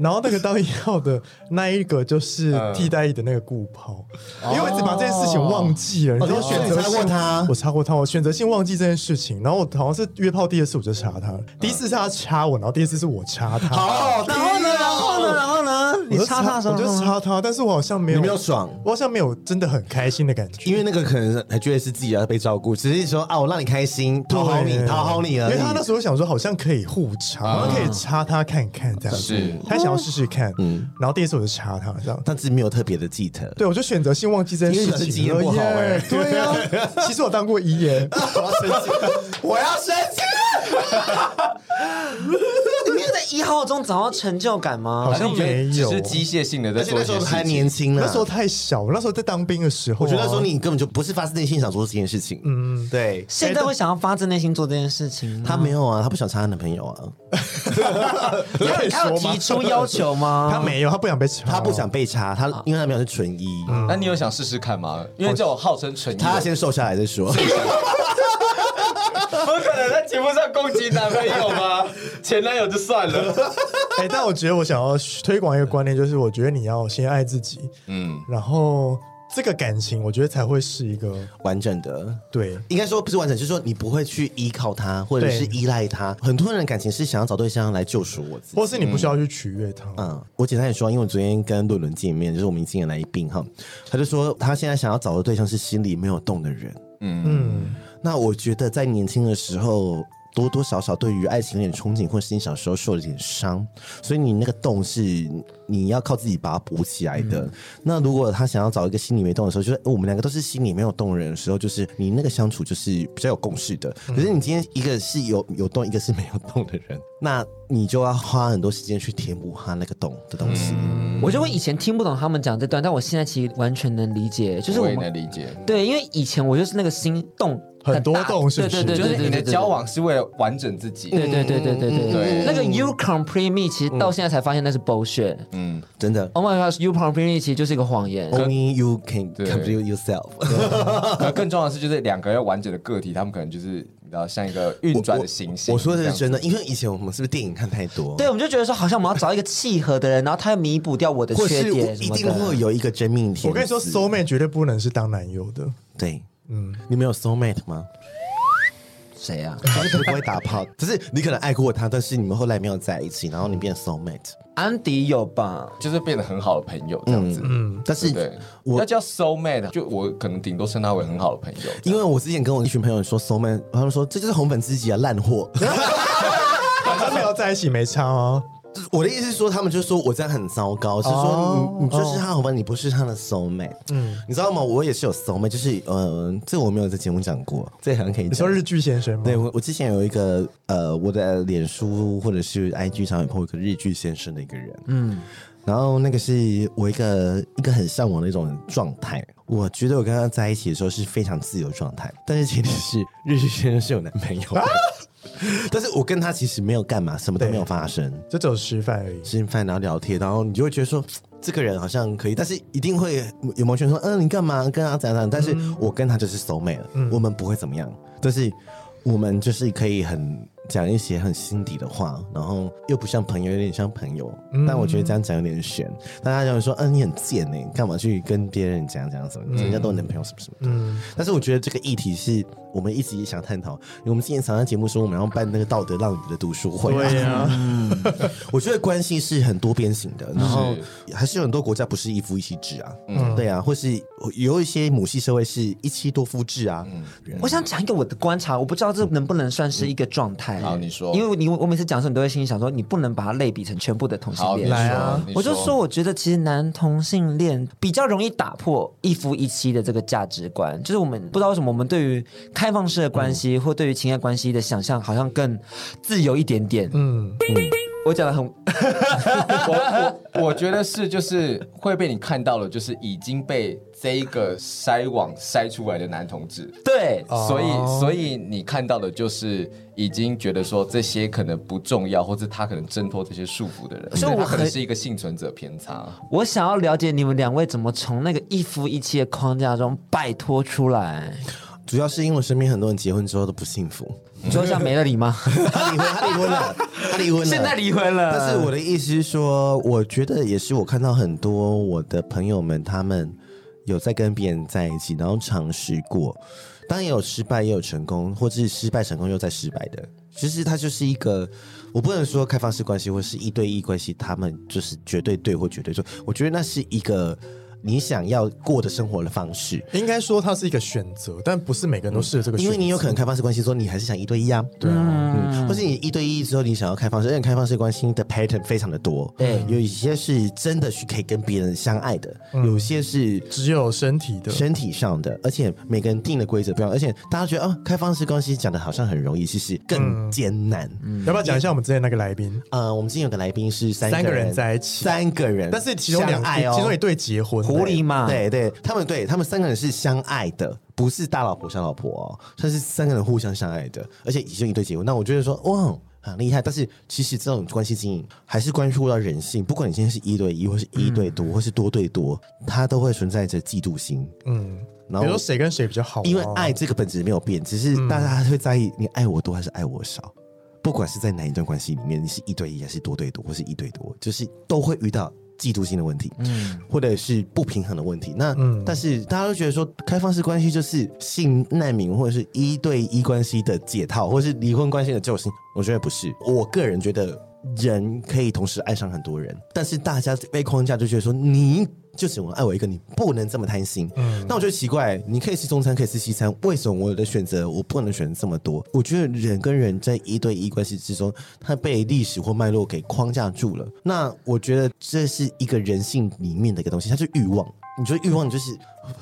Speaker 5: 然后那个当一号的那一个就是替代役的那个顾抛，因为我一直把这件事情忘记哦了，你知道
Speaker 4: 哦
Speaker 5: 选
Speaker 4: 你
Speaker 5: 择
Speaker 4: 插
Speaker 5: 性
Speaker 4: 过他
Speaker 5: 我插过他，我选择性忘记这件事情。然后我好像是约炮第二次我就插他了，第一次是他插我，然后第二次是我插他。
Speaker 4: 好，
Speaker 2: 然后呢？然后
Speaker 4: 哦
Speaker 2: 呢？然后呢？
Speaker 5: 我
Speaker 2: 你
Speaker 5: 就
Speaker 2: 插他什么？
Speaker 5: 我就插他，但是我好像没有，
Speaker 4: 你没有爽
Speaker 5: 我好像没有真的很开心的感觉，
Speaker 4: 因为那个可能还觉得是自己要被照顾，只是说啊，我让你开心，讨好你，
Speaker 5: 对
Speaker 4: 讨好你而已。啊
Speaker 5: 因为他那时候想说，好像可以互插，好像可以插他看看这样子，
Speaker 3: 是
Speaker 5: 他想要试试看。嗯，然后第一次我就插他这样。
Speaker 4: 但是没有特别的记得。
Speaker 5: 对，我就选择性忘记这件事情
Speaker 4: 因为你的经验不好哎
Speaker 5: 耶对啊，其实我当过 一耶，
Speaker 4: 我要生气， 我要生气。
Speaker 2: 你没有在一号中找到成就感吗？
Speaker 5: 好像没有
Speaker 3: 只是机械性的在
Speaker 4: 而且
Speaker 3: 做
Speaker 4: 那
Speaker 3: 一
Speaker 4: 时
Speaker 3: 些
Speaker 4: 候
Speaker 3: 事
Speaker 4: 还
Speaker 3: 情
Speaker 4: 年。轻呢，
Speaker 5: 那时候太小，那时候在当兵的时候
Speaker 4: 我
Speaker 5: 啊，
Speaker 4: 觉得那时候你根本就不是发自内心想做这件事情。嗯，对。
Speaker 2: 现在会想要发自内心做这件事情吗？
Speaker 4: 她没有啊，她不想插她男朋友啊，
Speaker 5: 你可以
Speaker 2: 他有
Speaker 5: 说吗
Speaker 2: 提？出要求吗？
Speaker 5: 他没有，他不想被插，
Speaker 4: 她不想被插，她因为她男朋友是纯一，
Speaker 3: 那你有想试试看吗？因为这种号称纯一的，
Speaker 4: 她先瘦下来再说。
Speaker 3: 不可能在节目上攻击男朋友 吗？前男友就算了，
Speaker 5: 哎，但我觉得我想要推广一个观念，就是我觉得你要先爱自己，
Speaker 3: 嗯，
Speaker 5: 然后这个感情，我觉得才会是一个
Speaker 4: 完整的，
Speaker 5: 对。
Speaker 4: 应该说不是完整，就是说你不会去依靠他，或者是
Speaker 5: 对
Speaker 4: 依赖他。很多人的感情是想要找对象来救赎我自己，
Speaker 5: 或是你不需要去取悦他，
Speaker 4: 嗯，我简单也说，因为我昨天跟伦伦见面，就是我们经的来宾哈，他就说他现在想要找的对象是心里没有动的人。
Speaker 5: 嗯，
Speaker 4: 那我觉得在年轻的时候，多多少少对于爱情有点憧憬，或是你小时候受了一点伤，所以你那个洞是你要靠自己把它补起来
Speaker 3: 嗯
Speaker 4: 的。那如果他想要找一个心里没动的时候，就是呃我们两个都是心里没有动的人的时候，就是你那个相处就是比较有共识的。可
Speaker 3: 嗯
Speaker 4: 是你今天一个是有有动，一个是没有动的人，那你就要花很多时间去填补他那个洞的东西。
Speaker 3: 嗯
Speaker 2: 我就会以前听不懂他们讲这段，但我现在其实完全能理解，就是我
Speaker 3: 我
Speaker 2: 们
Speaker 3: 也能理解。
Speaker 2: 对，因为以前我就是那个心动
Speaker 5: 很
Speaker 2: 大
Speaker 5: 多动是不是
Speaker 2: 对对
Speaker 3: 就
Speaker 2: 对
Speaker 3: 是
Speaker 2: 对对
Speaker 3: 你的
Speaker 2: 对对
Speaker 3: 交。往是为了完整自己，
Speaker 2: 对对对对对对对，
Speaker 3: 对
Speaker 2: 那个 you complete me 其实到现在才发现那是 bullshit。
Speaker 3: 嗯，
Speaker 4: 真的
Speaker 2: Oh my gosh，you complete me 其实就是一个谎言。
Speaker 4: ，Only you can
Speaker 3: 对
Speaker 4: complete yourself。
Speaker 3: 可更重要的是，就是两个要完整的个体，他们可能就是你知道，像一个运转的行星
Speaker 4: 我说的
Speaker 3: 这
Speaker 4: 是
Speaker 3: 样
Speaker 4: 真的，因为以前我们是不是电影看太多？
Speaker 2: 对，我们就觉得说好像我们要找一个契合的人，然后他要弥补掉我的
Speaker 4: 或
Speaker 2: 呃缺
Speaker 4: 是我
Speaker 2: 点什
Speaker 4: 一
Speaker 2: 么
Speaker 4: 定会
Speaker 2: 的。
Speaker 4: 有一个真命天子。
Speaker 5: 我跟你说，soul mate 绝对不能是当男友的，
Speaker 4: 对，嗯，你们有 soul mate 吗？
Speaker 2: 谁啊？
Speaker 4: 就是不会打炮， 只是你可能爱过他，但是你们后来没有在一起，然后你变 soul mate。
Speaker 2: 安迪有吧？
Speaker 3: 就是变得很好的朋友这样子。
Speaker 5: 嗯，
Speaker 4: 但是
Speaker 3: 对，
Speaker 4: 我
Speaker 3: 要叫 soul mate，就我可能顶多称他为很好的朋友。
Speaker 4: 因为我之前跟我一群朋友说 soul mate，他们说这就是红粉知己啊，烂货。
Speaker 5: 反正没有在一起没差啊。
Speaker 4: 我的意思是说，他们就说我这样很糟糕，是
Speaker 2: 哦
Speaker 4: 说你你就是他的伙伴，你不是他的 soul mate。嗯，你知道吗？我也是有 soul mate，就是嗯、呃，这我没有在节目讲过，这好像可以
Speaker 5: 你
Speaker 4: 讲
Speaker 5: 说。日剧先生吗？
Speaker 4: 对，我我之前有一个呃，我的脸书或者是 IG 上有 po 一个日剧先生的一个人，嗯，然后那个是我一个一个很向往的一种状态。我觉得我跟他在一起的时候是非常自由状态，但是前提是日剧先生是有男朋友的，但是我跟他其实没有干嘛，什么都没有发生。
Speaker 5: 就只有吃饭而已。
Speaker 4: 吃饭然后聊天，然后你就会觉得说。这个人好像可以，但是一定会有毛圈说，嗯、你干嘛跟他怎样怎样？但是我跟他就是熟妹了，我们不会怎么样，但是我们就是可以很讲一些很心底的话，然后又不像朋友，有点像朋友。但我觉得这样讲有点悬，大家就会说，嗯、你很贱呢、干嘛去跟别人讲讲什么？人家都有男朋友什么什么的。
Speaker 5: 嗯，
Speaker 4: 但是我觉得这个议题是我们一直也想探讨。因为我们之前常在节目说我们要办那个道德浪语的读书会、啊，
Speaker 5: 对呀、
Speaker 4: 我觉得关系是很多边形的，然后还是有很多国家不是一夫一妻制啊，对啊，或是有一些母系社会是一妻多夫制啊，
Speaker 3: 嗯
Speaker 2: 我想讲一个我的观察，我不知道这能不能算是一个状态。
Speaker 3: 好你说
Speaker 2: 因为你我每次讲的时候，你都会心里想说，你不能把它类比成全部的同性
Speaker 3: 好，你
Speaker 2: 恋。
Speaker 5: 来啊
Speaker 3: 说，你
Speaker 2: 我就说，我觉得其实男同性恋比较容易打破一夫一妻的这个价值观，就是我们不知道为什么我们对于开放式的关
Speaker 3: 嗯
Speaker 2: 系、或对于情爱关系的想象好像更自由一点点。
Speaker 5: 嗯，
Speaker 2: 我讲的很
Speaker 3: 我我 我觉得是就是会被你看到了，就是已经被这一个筛网筛出来的男同志，
Speaker 2: 对，
Speaker 4: 哦
Speaker 3: 所以所以你看到的就是已经觉得说这些可能不重要，或者他可能挣脱这些束缚的人，
Speaker 2: 所以我
Speaker 3: 他可能
Speaker 2: 很
Speaker 3: 是一个幸存者偏差。
Speaker 2: 我想要了解你们两位怎么从那个一夫一妻的框架中摆脱出来。
Speaker 4: 主要是因为我身边很多人结婚之后都不幸福，
Speaker 2: 你说像梅勒里吗？
Speaker 4: 他离婚，他离婚了，他离婚了，
Speaker 2: 现在离婚了，
Speaker 4: 但是我的意思是说，我觉得也是我看到很多我的朋友们，他们有在跟别人在一起，然后尝试过，当然也有失败，也有成功，或者是失败成功又再失败的。其实它就是一个，我不能说开放式关系或是一对一关系，他们就是绝对对或绝对错。我觉得那是一个你想要过的生活的方式。
Speaker 5: 应该说它是一个选择，但不是每个人都适合这个选
Speaker 4: 因
Speaker 5: 择。
Speaker 4: 为你有可能开放式关系之后，你还是想一对一啊，对嗯，或是你一对一之后，你想要开放式，而且开放式关系的 pattern 非常的多，
Speaker 2: 对
Speaker 4: 有一些是真的是可以跟别人相爱的，
Speaker 5: 嗯
Speaker 4: 有些是
Speaker 5: 只有身体的，
Speaker 4: 身体上的，而且每个人定的规则不一样，而且大家觉得哦，开放式关系讲的好像很容易，其实更艰难。嗯，
Speaker 5: 要不要讲一下我们之前那个来宾？
Speaker 4: 呃，我们今天有个来宾是三
Speaker 5: 三
Speaker 4: 个
Speaker 5: 个人
Speaker 4: 人
Speaker 5: 在一起
Speaker 4: 三个人，
Speaker 5: 但是其中两、
Speaker 4: 相爱哦，
Speaker 5: 其中一对结婚，
Speaker 2: 狐狸嘛，，
Speaker 4: 对对，他们对他们三个人是相爱的，不是大老婆小老婆哦，他是三个人互相相爱的，而且已经一对结婚。那我觉得说，哇，很厉害。但是其实这种关系经营还是关乎到人性，不管你今天是一对一，或是一对多，或是多对多，它都会存在着嫉妒心。
Speaker 5: 嗯，比
Speaker 4: 然
Speaker 5: 如
Speaker 4: 后
Speaker 5: 说谁跟谁比较好、啊，嗯
Speaker 4: 因为爱这个本质没有变，只是大家会在意你爱我多还是爱我少。不管是在哪一段关系里面，你是一对一还是多对多，或是一对多，就是都会遇到嫉妒心的问题，嗯，或者是不平衡的问题。那、
Speaker 5: 嗯
Speaker 4: 但是大家都觉得说，开放式关系就是性难民或者是一对一关系的解套，或是离婚关系的救星。我觉得不是，我个人觉得人可以同时爱上很多人，但是大家被框架就觉得说你。就只能爱我一个，你不能这么贪心。那我觉得奇怪，你可以吃中餐，可以吃西餐，为什么我的选择我不能选这么多？我觉得人跟人在一对一关系之中，它被历史或脉络给框架住了。那我觉得这是一个人性里面的一个东西，它是欲望。你觉得欲望就是，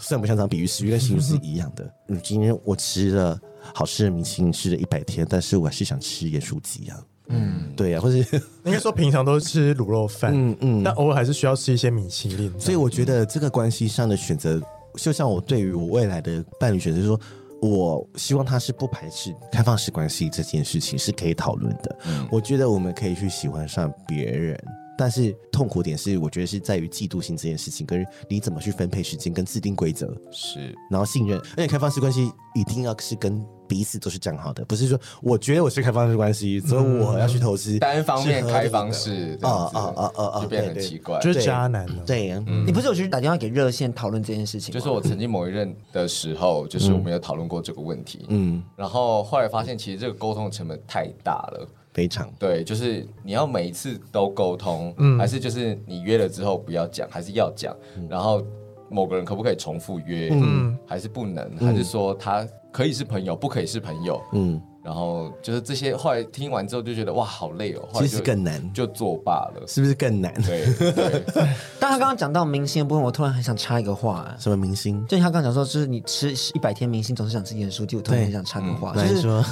Speaker 4: 虽然不像这样比喻，食欲跟性欲是一样的。嗯，今天我吃了好吃的米其林，吃了一百天，但是我还是想吃盐酥鸡啊。嗯，对呀、啊，或是。
Speaker 5: 应该说平常都吃卤肉饭，嗯嗯，但偶尔还是需要吃一些米其林。
Speaker 4: 所以我觉得这个关系上的选择，就像我对于我未来的伴侣选择就是说。我希望他是不排斥开放式关系这件事情是可以讨论的。
Speaker 3: 嗯
Speaker 4: 我觉得我们可以去喜欢上别人，但是痛苦点是，我觉得是在于嫉妒心这件事情，跟你怎么去分配时间，跟制定规则，
Speaker 3: 是
Speaker 4: 然后信任。而且开放式关系一定要是跟彼此都是站好的，不是说我觉得我是开放式关系，所以我要去投资
Speaker 3: 单方面
Speaker 4: 是合理的
Speaker 3: 开放式，这样子
Speaker 4: 啊啊啊啊
Speaker 3: 就变得很奇怪。
Speaker 5: 就
Speaker 3: 就是
Speaker 5: 渣男啊了。
Speaker 4: 对，
Speaker 3: 嗯
Speaker 2: 你不是有去打电话给热线讨论这件事情吗？
Speaker 3: 就是我曾经某一任的时候，就是我们有讨论过这个问题，嗯，然后后来发现其实这个沟通的成本太大了。
Speaker 4: 非常
Speaker 3: 对，就是你要每一次都沟通，还是就是你约了之后不要讲，还是要讲？然后某个人可不可以重复约？嗯，还是不能？还是说他可以是朋友，不可以是朋友？嗯，然后就是这些，后来听完之后就觉得哇，好累哦。后来
Speaker 4: 其
Speaker 3: 就
Speaker 4: 实更难，
Speaker 3: 就作罢了。
Speaker 4: 是不是更难？
Speaker 3: 对对，
Speaker 2: 但他刚刚讲到明星的部分，我突然很想插一个话、哎
Speaker 4: 什么明星？
Speaker 2: 就像他刚讲说，就是你吃一百天明星，总是想吃盐酥鸡。我突然很想插个话，
Speaker 4: 来
Speaker 2: 就是
Speaker 4: 说，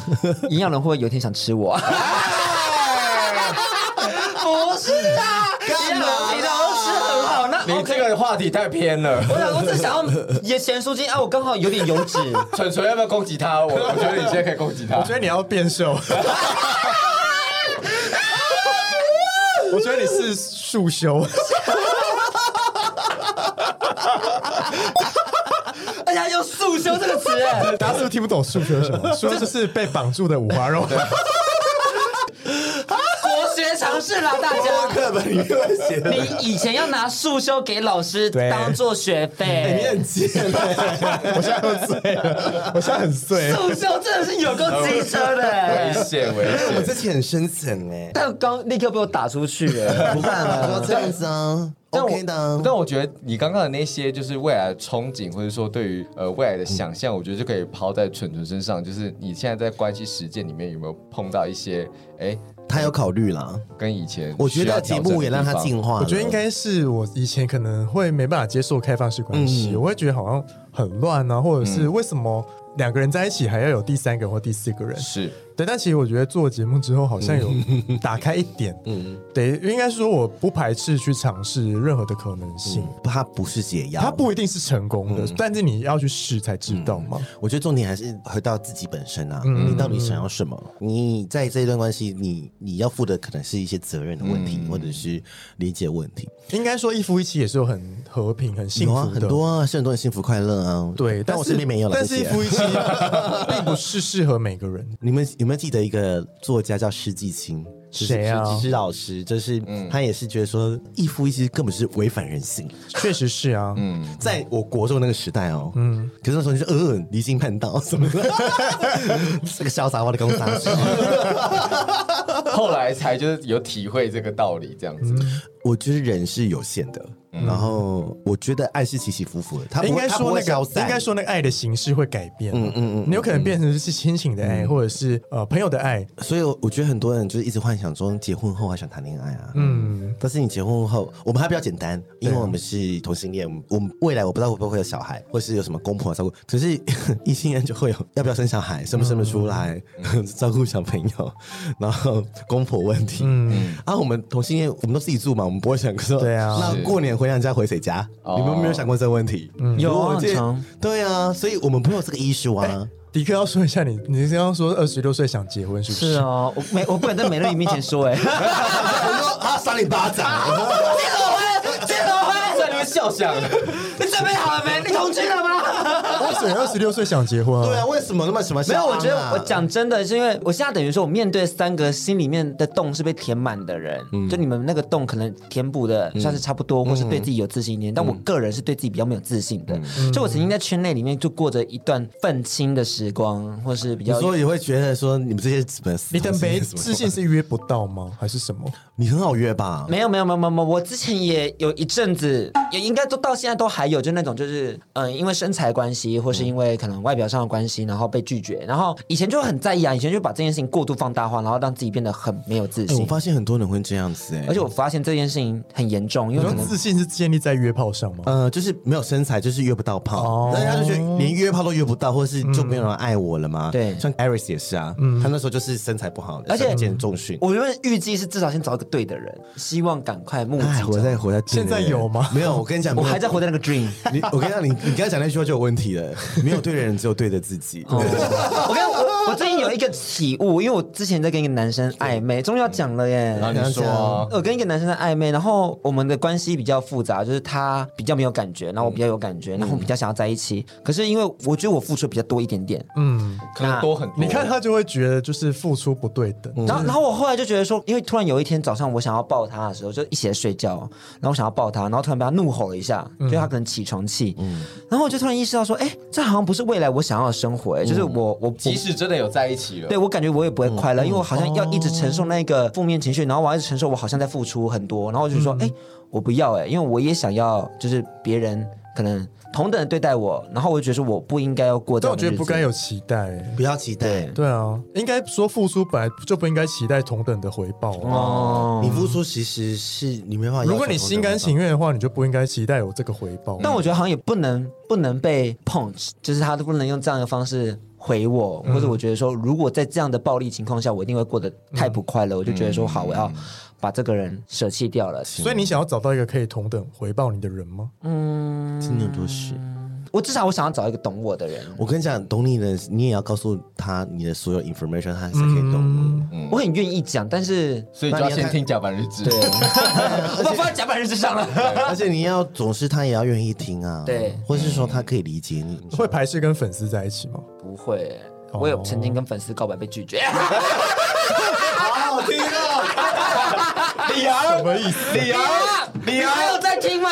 Speaker 2: 营养人会不会有一天想吃 我？不是啊，营养人平常都吃很好，那
Speaker 3: 你
Speaker 2: OK。
Speaker 3: 这个话题太偏了。
Speaker 2: 我老公是想要盐咸酥鸡啊，我刚好有点油 脂，
Speaker 3: 蠢蠢要不要攻击他？我我觉得你现在可以攻击他。
Speaker 5: 所以你要变瘦。 我觉得你 是束修，
Speaker 2: 而且他用哎素修这 个词，哎
Speaker 5: 大家是不是听不懂束修是什 么？束修就是被绑住的五花肉。
Speaker 2: 国学常识啦，大家。
Speaker 4: 课本里面会写 的，
Speaker 2: 你以前要拿素修给老师
Speaker 5: 对
Speaker 2: 当做学
Speaker 4: 哎你
Speaker 2: 费，
Speaker 4: 很贱欸，
Speaker 5: 我现在都碎了，我现在很碎。
Speaker 2: 素修真的是有够机车的。
Speaker 3: 危
Speaker 2: 哎
Speaker 3: 险危
Speaker 4: 我
Speaker 3: 险！
Speaker 4: 自己很深层哎，
Speaker 2: 但刚立刻被我打出去了，
Speaker 4: 不办法，说这样子啊
Speaker 3: 但我
Speaker 4: ，OK 的啊，
Speaker 3: 但我觉得你刚刚的那些就是未来的憧憬，或者说对于呃未来的想象，我觉得就可以抛在蠢蠢身上。就是你现在在关系实践里面有没有碰到一些哎，
Speaker 4: 他有考虑啦。
Speaker 3: 跟以前
Speaker 4: 我觉
Speaker 3: 需要
Speaker 4: 得
Speaker 3: 调
Speaker 4: 节
Speaker 3: 整
Speaker 4: 目也让
Speaker 3: 的
Speaker 4: 他
Speaker 3: 地 方
Speaker 4: 进化了，
Speaker 5: 我觉得应该是我以前可能会没办法接受开放式关系，我会觉得好像很乱啊，或者是为什么两个人在一起还要有第三个人或第四个人？
Speaker 3: 是
Speaker 5: 对，但其实我觉得做节目之后好像有打开一点， 嗯，对，应该是说我不排斥去尝试任何的可能性，
Speaker 4: 他不是解药，
Speaker 5: 它不一定是成功的，但是你要去试才知道嘛。
Speaker 4: 我觉得重点还是回到自己本身啊，你到底想要什么？你在这一段关系，你你要负的可能是一些责任的问题，或者是理解问题。
Speaker 5: 应该说一夫一妻也是有很和平、很幸
Speaker 4: 有
Speaker 5: 福
Speaker 4: 啊，
Speaker 5: 的，
Speaker 4: 很多啊，是很多人幸福快乐啊。
Speaker 5: 对，
Speaker 4: 但
Speaker 5: 但
Speaker 4: 我
Speaker 5: 是
Speaker 4: 身边没有了。
Speaker 5: 但是
Speaker 4: 谢
Speaker 5: 一
Speaker 4: 谢
Speaker 5: 夫一妻并不是适合每个人。
Speaker 4: 你们有没有记得一个作家叫施季青？
Speaker 5: 谁啊
Speaker 4: 施老师，就是
Speaker 5: 嗯
Speaker 4: 他也是觉得说一夫一妻根本是违反人性，
Speaker 5: 确实是啊，嗯，
Speaker 4: 在我国中那个时代哦，嗯，可是那时候你就呃离经叛道什 么的，这个潇洒话的公司。
Speaker 3: 后来才就是有体会这个道理，这样 子。
Speaker 4: 我觉得人是有限的，然后我觉得爱是起起伏伏的，他不会
Speaker 5: 嗯应该
Speaker 4: 它不
Speaker 5: 说
Speaker 4: 会
Speaker 5: 那
Speaker 4: 消
Speaker 5: 个
Speaker 4: 散
Speaker 5: 应该说那个爱的形式会改变，嗯嗯嗯，你有可能变成是亲情的爱，
Speaker 4: 嗯
Speaker 5: 或者是呃朋友的爱，
Speaker 4: 所以我觉得很多人就是一直幻想中结婚后还想谈恋爱啊，嗯，但是你结婚后，我们还比较简单，因为我们是同性恋，我们我们未来我不知道会不会有小孩，或是有什么公婆照顾，可是 异性恋就会有要不要生小孩，生不生得出来，照顾小朋友，然后公婆问题，嗯，啊，我们同性恋我们都自己住嘛，我们不会想说，
Speaker 5: 对啊
Speaker 4: 那
Speaker 3: 是
Speaker 4: 过年回娘家回谁家？
Speaker 3: 哦
Speaker 4: 你们没有想过这个问题？嗯
Speaker 2: 有啊
Speaker 4: 我记
Speaker 2: 很哎
Speaker 4: 得
Speaker 2: 常
Speaker 4: 对啊，所以我们没有这个 issue 啊，
Speaker 5: 的确要说一下你，你刚刚说二十六岁想结婚是不是？
Speaker 2: 是哦，我没我不敢在美乐你面前 说，哎，
Speaker 4: 我说啊，扇你巴掌。
Speaker 2: 结了婚，结了婚，
Speaker 3: 在你们笑想，
Speaker 2: 你准备好了没？你同居了吗？
Speaker 5: 为什么哦二十六岁想结婚啊？
Speaker 4: 对啊，为什么那么什么、
Speaker 2: 哦没有，我觉
Speaker 4: 啊
Speaker 2: 得我，讲真的，是因为我现在等于说，我面对三个心里面的洞是被填满的人，
Speaker 4: 嗯
Speaker 2: 就你们那个洞可能填补的算是差不多，或是对自己有自信一点，但我个人是对自己比较没有自信的，
Speaker 4: 嗯
Speaker 2: 所以我曾经在圈内里面就过着一段愤青的时光，或是比
Speaker 4: 有
Speaker 2: 较
Speaker 4: 时候也会觉得说你们这些什么，
Speaker 5: 你的没自信
Speaker 4: 信，
Speaker 5: 是约不到吗？还是什么？
Speaker 4: 你很好约吧？
Speaker 2: 没有没有没有没有没有，我之前也有一阵子，也应该都到现在都还有，就那种就是嗯、因为身材关系，或是因为可能外表上的关系，然后被拒绝。然后以前就很在意啊，以前就把这件事情过度放大化，然后让自己变得很没有自
Speaker 4: 哎
Speaker 2: 信。
Speaker 4: 我发现很多人会这样子哎、
Speaker 2: 而且我发现这件事情很严重，因
Speaker 5: 你
Speaker 2: 为
Speaker 5: 说
Speaker 2: 可能
Speaker 5: 自信是建立在约炮上吗？
Speaker 4: 呃，就是没有身材，就是约不到炮
Speaker 5: 哦，
Speaker 4: 但是他就觉得连约炮都约不到，或是就没有人爱我了嘛。
Speaker 2: 对嗯
Speaker 4: 像 Iris 也是啊，他那时候就是身材不好，
Speaker 2: 而且
Speaker 4: 身兼重训。
Speaker 2: 我原本预计是至少先找一个对的人，希望赶快募集
Speaker 4: 哎，活
Speaker 2: 着
Speaker 4: 在活在对的
Speaker 5: 现在
Speaker 4: 人
Speaker 5: 有吗
Speaker 4: 没有，我跟你讲，
Speaker 2: 我
Speaker 4: 没有
Speaker 2: 还在活在那个 dream。
Speaker 4: 你，我跟你讲，你你刚才讲那句话就有问 题了。没有对的人，只有对的自己。
Speaker 2: 哦我跟我我最近有一个体悟，因为我之前在跟一个男生暧昧，终于要讲了耶。
Speaker 3: 然后你说啊，
Speaker 2: 我跟一个男生在暧昧，然后我们的关系比较复杂，就是他比较没有感觉，然后我比较有感觉，然后我们比较想要在一起。可是因为我觉得我付出比较多一点点，
Speaker 5: 嗯，
Speaker 3: 可能多很多。
Speaker 5: 你看他就会觉得就是付出不对等，
Speaker 4: 嗯
Speaker 2: 然后，然后我后来就觉得说，因为突然有一天早上我想要抱他的时候，就一起在睡觉，然后我想要抱他，然后突然被他怒吼了一下，
Speaker 5: 嗯
Speaker 2: 就他可能起床气，然后我就突然意识到说，哎，这好像不是未来我想要的生活、哎，就是
Speaker 5: 嗯
Speaker 2: 我我
Speaker 3: 即使真的有在一起了，
Speaker 2: 对我感觉我也不会快乐，因为我好像要一直
Speaker 5: 哦
Speaker 2: 承受那个负面情绪，然后我要一直承受我好像在付出很多，然后我就说，
Speaker 5: 嗯
Speaker 2: 哎、我不要哎、因为我也想要，就是别人可能同等的对待我，然后我就觉得说我不应该要过这
Speaker 5: 但
Speaker 2: 样
Speaker 5: 我
Speaker 2: 的日
Speaker 5: 觉
Speaker 2: 子。
Speaker 5: 得不该有期待、欸
Speaker 4: 不要期待，
Speaker 5: 对啊，应该说付出本来就不应该期待同等的回报啊。
Speaker 2: 哦
Speaker 4: 你付出其实是你没办法要求同等的回报。
Speaker 5: 如果你心甘情愿的话，你就不应该期待有这个回报。
Speaker 2: 但我觉得好像也不能不能被 punch，就是他都不能用这样的方式回我，或者我觉得说，如果在这样的暴力情况下，我一定会过得太不快乐，我就觉得说，好，我要把这个人舍弃掉了。
Speaker 5: 所以你想要找到一个可以同等回报你的人吗？
Speaker 4: 真的有多是。
Speaker 5: 嗯
Speaker 2: 我至少我想要找一个懂我的人。
Speaker 4: 我跟你讲，懂你的，你也要告诉他你的所有 information，他才可
Speaker 5: 嗯
Speaker 4: 以 懂你。
Speaker 2: 我很愿意讲，但是
Speaker 3: 所以就要先听甲板日志。对，
Speaker 2: 我把它放在甲板日志上了。
Speaker 4: 而且你要总是他也要愿意听啊，
Speaker 2: 对
Speaker 4: 或是说他可以理解你。
Speaker 5: 会排斥跟粉丝在一起吗？
Speaker 2: 不会，我有曾经跟粉丝告白被拒绝。
Speaker 4: 好好听啊！
Speaker 3: 李昂，什么意思？李昂，
Speaker 2: 你
Speaker 3: 李昂，
Speaker 2: 还有在听 吗？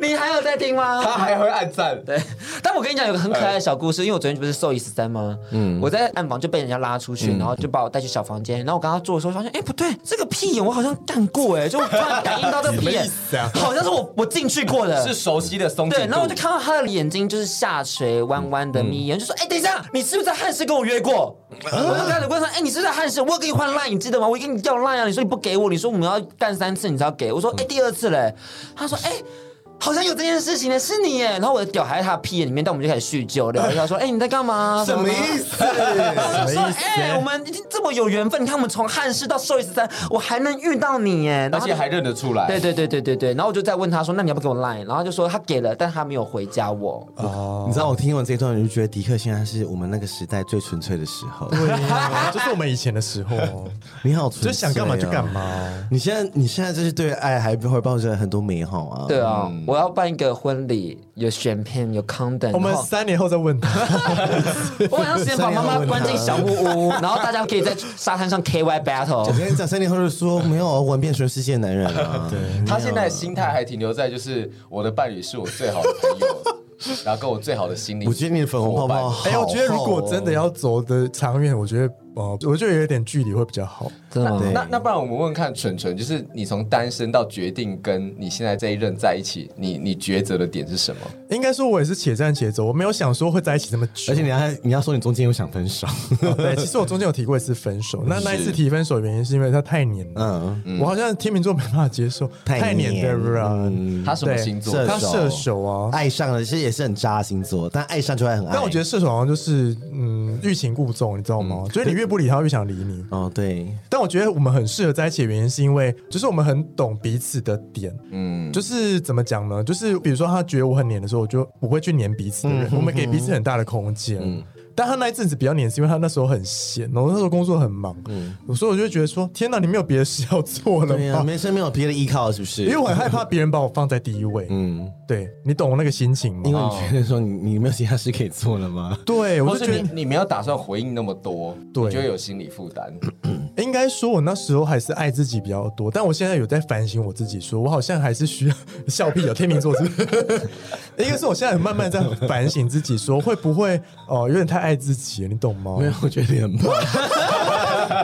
Speaker 2: 你还有在听吗？
Speaker 3: 他还会暗赞。
Speaker 2: 对，但我跟你讲有个很可爱的小故事，因为我昨天不是瘦一十三吗？嗯，我在暗房就被人家拉出去，然后就把我带去小房间，然后我刚刚做的时候发现，哎、不对，这个屁眼我好像干过哎、就我突然感应到这个屁眼，好像是我我进去过的，
Speaker 3: 是熟悉的松紧
Speaker 2: 对，
Speaker 3: 度
Speaker 2: 然后我就看到他的眼睛就是下垂、弯弯
Speaker 4: 嗯
Speaker 2: 的眯眼，就说：“哎、等一下，你是不是在汉室跟我约过？”
Speaker 4: 嗯
Speaker 2: 我就开始问他：“哎、你是不是在汉室？我有跟你换 line，你记得吗？我跟你要 line 啊，你说你不给我，你说我们要干三次你才要给我。”
Speaker 4: 嗯
Speaker 2: 说：“哎、第二次嘞。”他说：“哎、好像有这件事情呢，是你耶。”然后我的屌还在他屁眼里面，但我们就开始叙旧聊一下，说：“哎、你在干嘛？”
Speaker 4: 嗯什么意思？
Speaker 2: 他就说：“
Speaker 5: 嗯
Speaker 2: 哎、我们已经这么有缘分，你看我们从汉室到兽医十三，我还能遇到你耶，然
Speaker 3: 而
Speaker 2: 后
Speaker 3: 且
Speaker 2: 他就
Speaker 3: 还认得出来。
Speaker 2: 对对对对对对，然后我就再问他说：“那你要不要给我 line？” 然后他就说他给了，但他没有回家我。
Speaker 5: 哦
Speaker 4: 你知道我听完这一段，我就觉得迪克现在是我们那个时代最纯粹的时候。
Speaker 5: 对啊， 就是我们以前的时候哦，
Speaker 4: 你好纯粹
Speaker 5: 就
Speaker 4: 哦，
Speaker 5: 是啊想干嘛就干嘛。
Speaker 4: 你现在你现在就是对爱还会抱着很多美好啊。
Speaker 2: 对啊，我要办一个婚礼，有选片，有 condom，
Speaker 5: 我们
Speaker 2: 然后
Speaker 5: 三年后再问他，
Speaker 2: 我晚上十点把妈妈关进小木屋， 然后大家可以在沙滩上 K Y
Speaker 4: 我
Speaker 2: battle。
Speaker 4: 跟你讲，三年后就说没有玩遍全世界男人 啊。对，
Speaker 3: 他现在的心态还停留在就是我的伴侣是我最好的朋友，然后跟我最好的心灵。
Speaker 4: 我觉得你的粉红泡泡好厚哦，
Speaker 5: 哎，我觉得如果真的要走的长远，我觉得哦，我觉得有一点距离会比较好。
Speaker 2: 真的吗？
Speaker 3: 那那不然我们问问看蠢蠢，就是你从单身到决定跟你现在这一任在一起，你你抉择的点是什么？
Speaker 5: 应该说，我也是且战且走，我没有想说会在一起这么
Speaker 4: 啊
Speaker 5: 久。
Speaker 4: 而且你还你要说你中间有想分 手，
Speaker 5: 哦对，其实我中间有提过一次分手，那那一次提分手的原因是因为他太黏了，
Speaker 4: 嗯
Speaker 5: 我好像天秤座没办法接受嗯太黏的人，
Speaker 4: 嗯
Speaker 3: 他什么星座？
Speaker 4: 对
Speaker 5: 他射手啊。
Speaker 4: 爱上了，其实也是很渣的星座，但爱上就会很爱。
Speaker 5: 但我觉得射手好像就是嗯欲擒故纵，你知道吗？就是你越不理他，越想理你。
Speaker 4: 哦，对，
Speaker 5: 但我觉得我们很适合在一起的原因，是因为就是我们很懂彼此的点。
Speaker 3: 嗯，
Speaker 5: 就是怎么讲呢？就是比如说他觉得我很黏的时候，我就不会去黏彼此的
Speaker 4: 嗯
Speaker 5: 人，我们给彼此很大的空间。但他那一阵子比较黏，是因为他那时候很闲，然后那时候工作很忙，所以我就觉得说，天哪，你没有别的事要做
Speaker 4: 嗯
Speaker 5: 了
Speaker 4: 对啊呀，
Speaker 5: 吗？
Speaker 4: 没事没有别的依靠，是不是？
Speaker 5: 嗯哦因为我很害怕别人把我放在第一位，
Speaker 4: 嗯，
Speaker 5: 对你懂我那个心情
Speaker 4: 因为
Speaker 5: 吗？
Speaker 4: 你觉得说你你没有其他事可以做了吗？
Speaker 5: 对，我
Speaker 3: 或
Speaker 5: 就是觉
Speaker 3: 你
Speaker 5: 得
Speaker 3: 你没有打算回应那么多，
Speaker 5: 对
Speaker 3: 你就会有心理负担。
Speaker 5: 应该说，我那时候还是爱自己比较多，但我现在有在反省我自己说我好像还是需要笑屁有天秤座是不是？ 应该是我现在有慢慢在反省自己说会不会哦、有点太爱自己了，你懂吗？
Speaker 4: 没有，我觉得你很棒。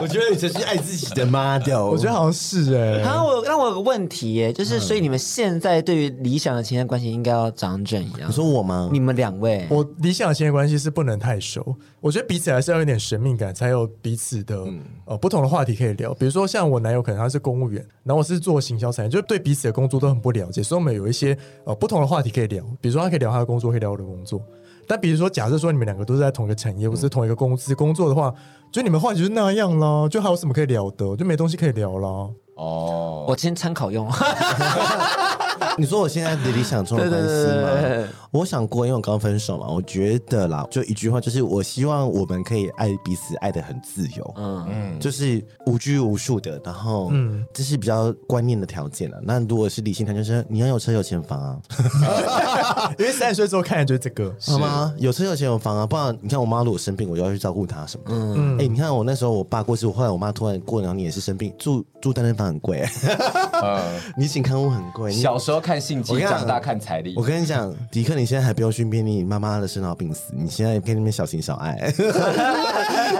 Speaker 4: 我觉得你才是爱自己的 model。
Speaker 5: 我觉得好像是哎、
Speaker 2: 好，我让我有个问题耶，就是所以你们现在对于理想的情感关系应该要长怎样
Speaker 4: 你？说我吗？
Speaker 2: 你们两位，
Speaker 5: 我理想的情感关系是不能太熟，我觉得彼此还是要有点神秘感，才有彼此的、
Speaker 4: 嗯
Speaker 5: 呃不同的话题可以聊。比如说像我男友可能他是公务员，然后我是做行销产业，就对彼此的工作都很不了解，所以我们有一些呃不同的话题可以聊。比如说他可以聊他的工作，可以聊我的工作。但比如说，假设说你们两个都是在同一个产业
Speaker 4: 嗯
Speaker 5: 或是同一个公司工作的话，就你们话题就是那样啦，就还有什么可以聊的，就没东西可以聊啦。
Speaker 3: 哦，
Speaker 2: 我先参考 用。
Speaker 4: 你说我现在的理想中的关系吗？
Speaker 2: 对对 对对对
Speaker 4: 我想过，因为我刚分手嘛，我觉得啦，就一句话，就是我希望我们可以爱彼此，爱的很自由，
Speaker 2: 嗯，
Speaker 4: 就是无拘无束的。然后，嗯，这是比较观念的条件了。那如果是理性条件，就是你要有车有钱房啊，
Speaker 5: 因为三十岁之后看的就是这个，
Speaker 4: 好吗？有车有钱有房啊，不然你看我妈如果生病，我就要去照顾她什么的。嗯，哎、你看我那时候我爸过世，我后来我妈突然过两年也是生病，住住单人房很贵、
Speaker 3: 嗯
Speaker 4: 你请看护很贵，你
Speaker 3: 小时候看性
Speaker 4: 我
Speaker 3: 情，
Speaker 4: 跟你讲
Speaker 3: 长大看财力
Speaker 4: 我。跟你讲，迪克，你现在还不用去面临你妈妈的生老病死，你现在跟那边小情小爱。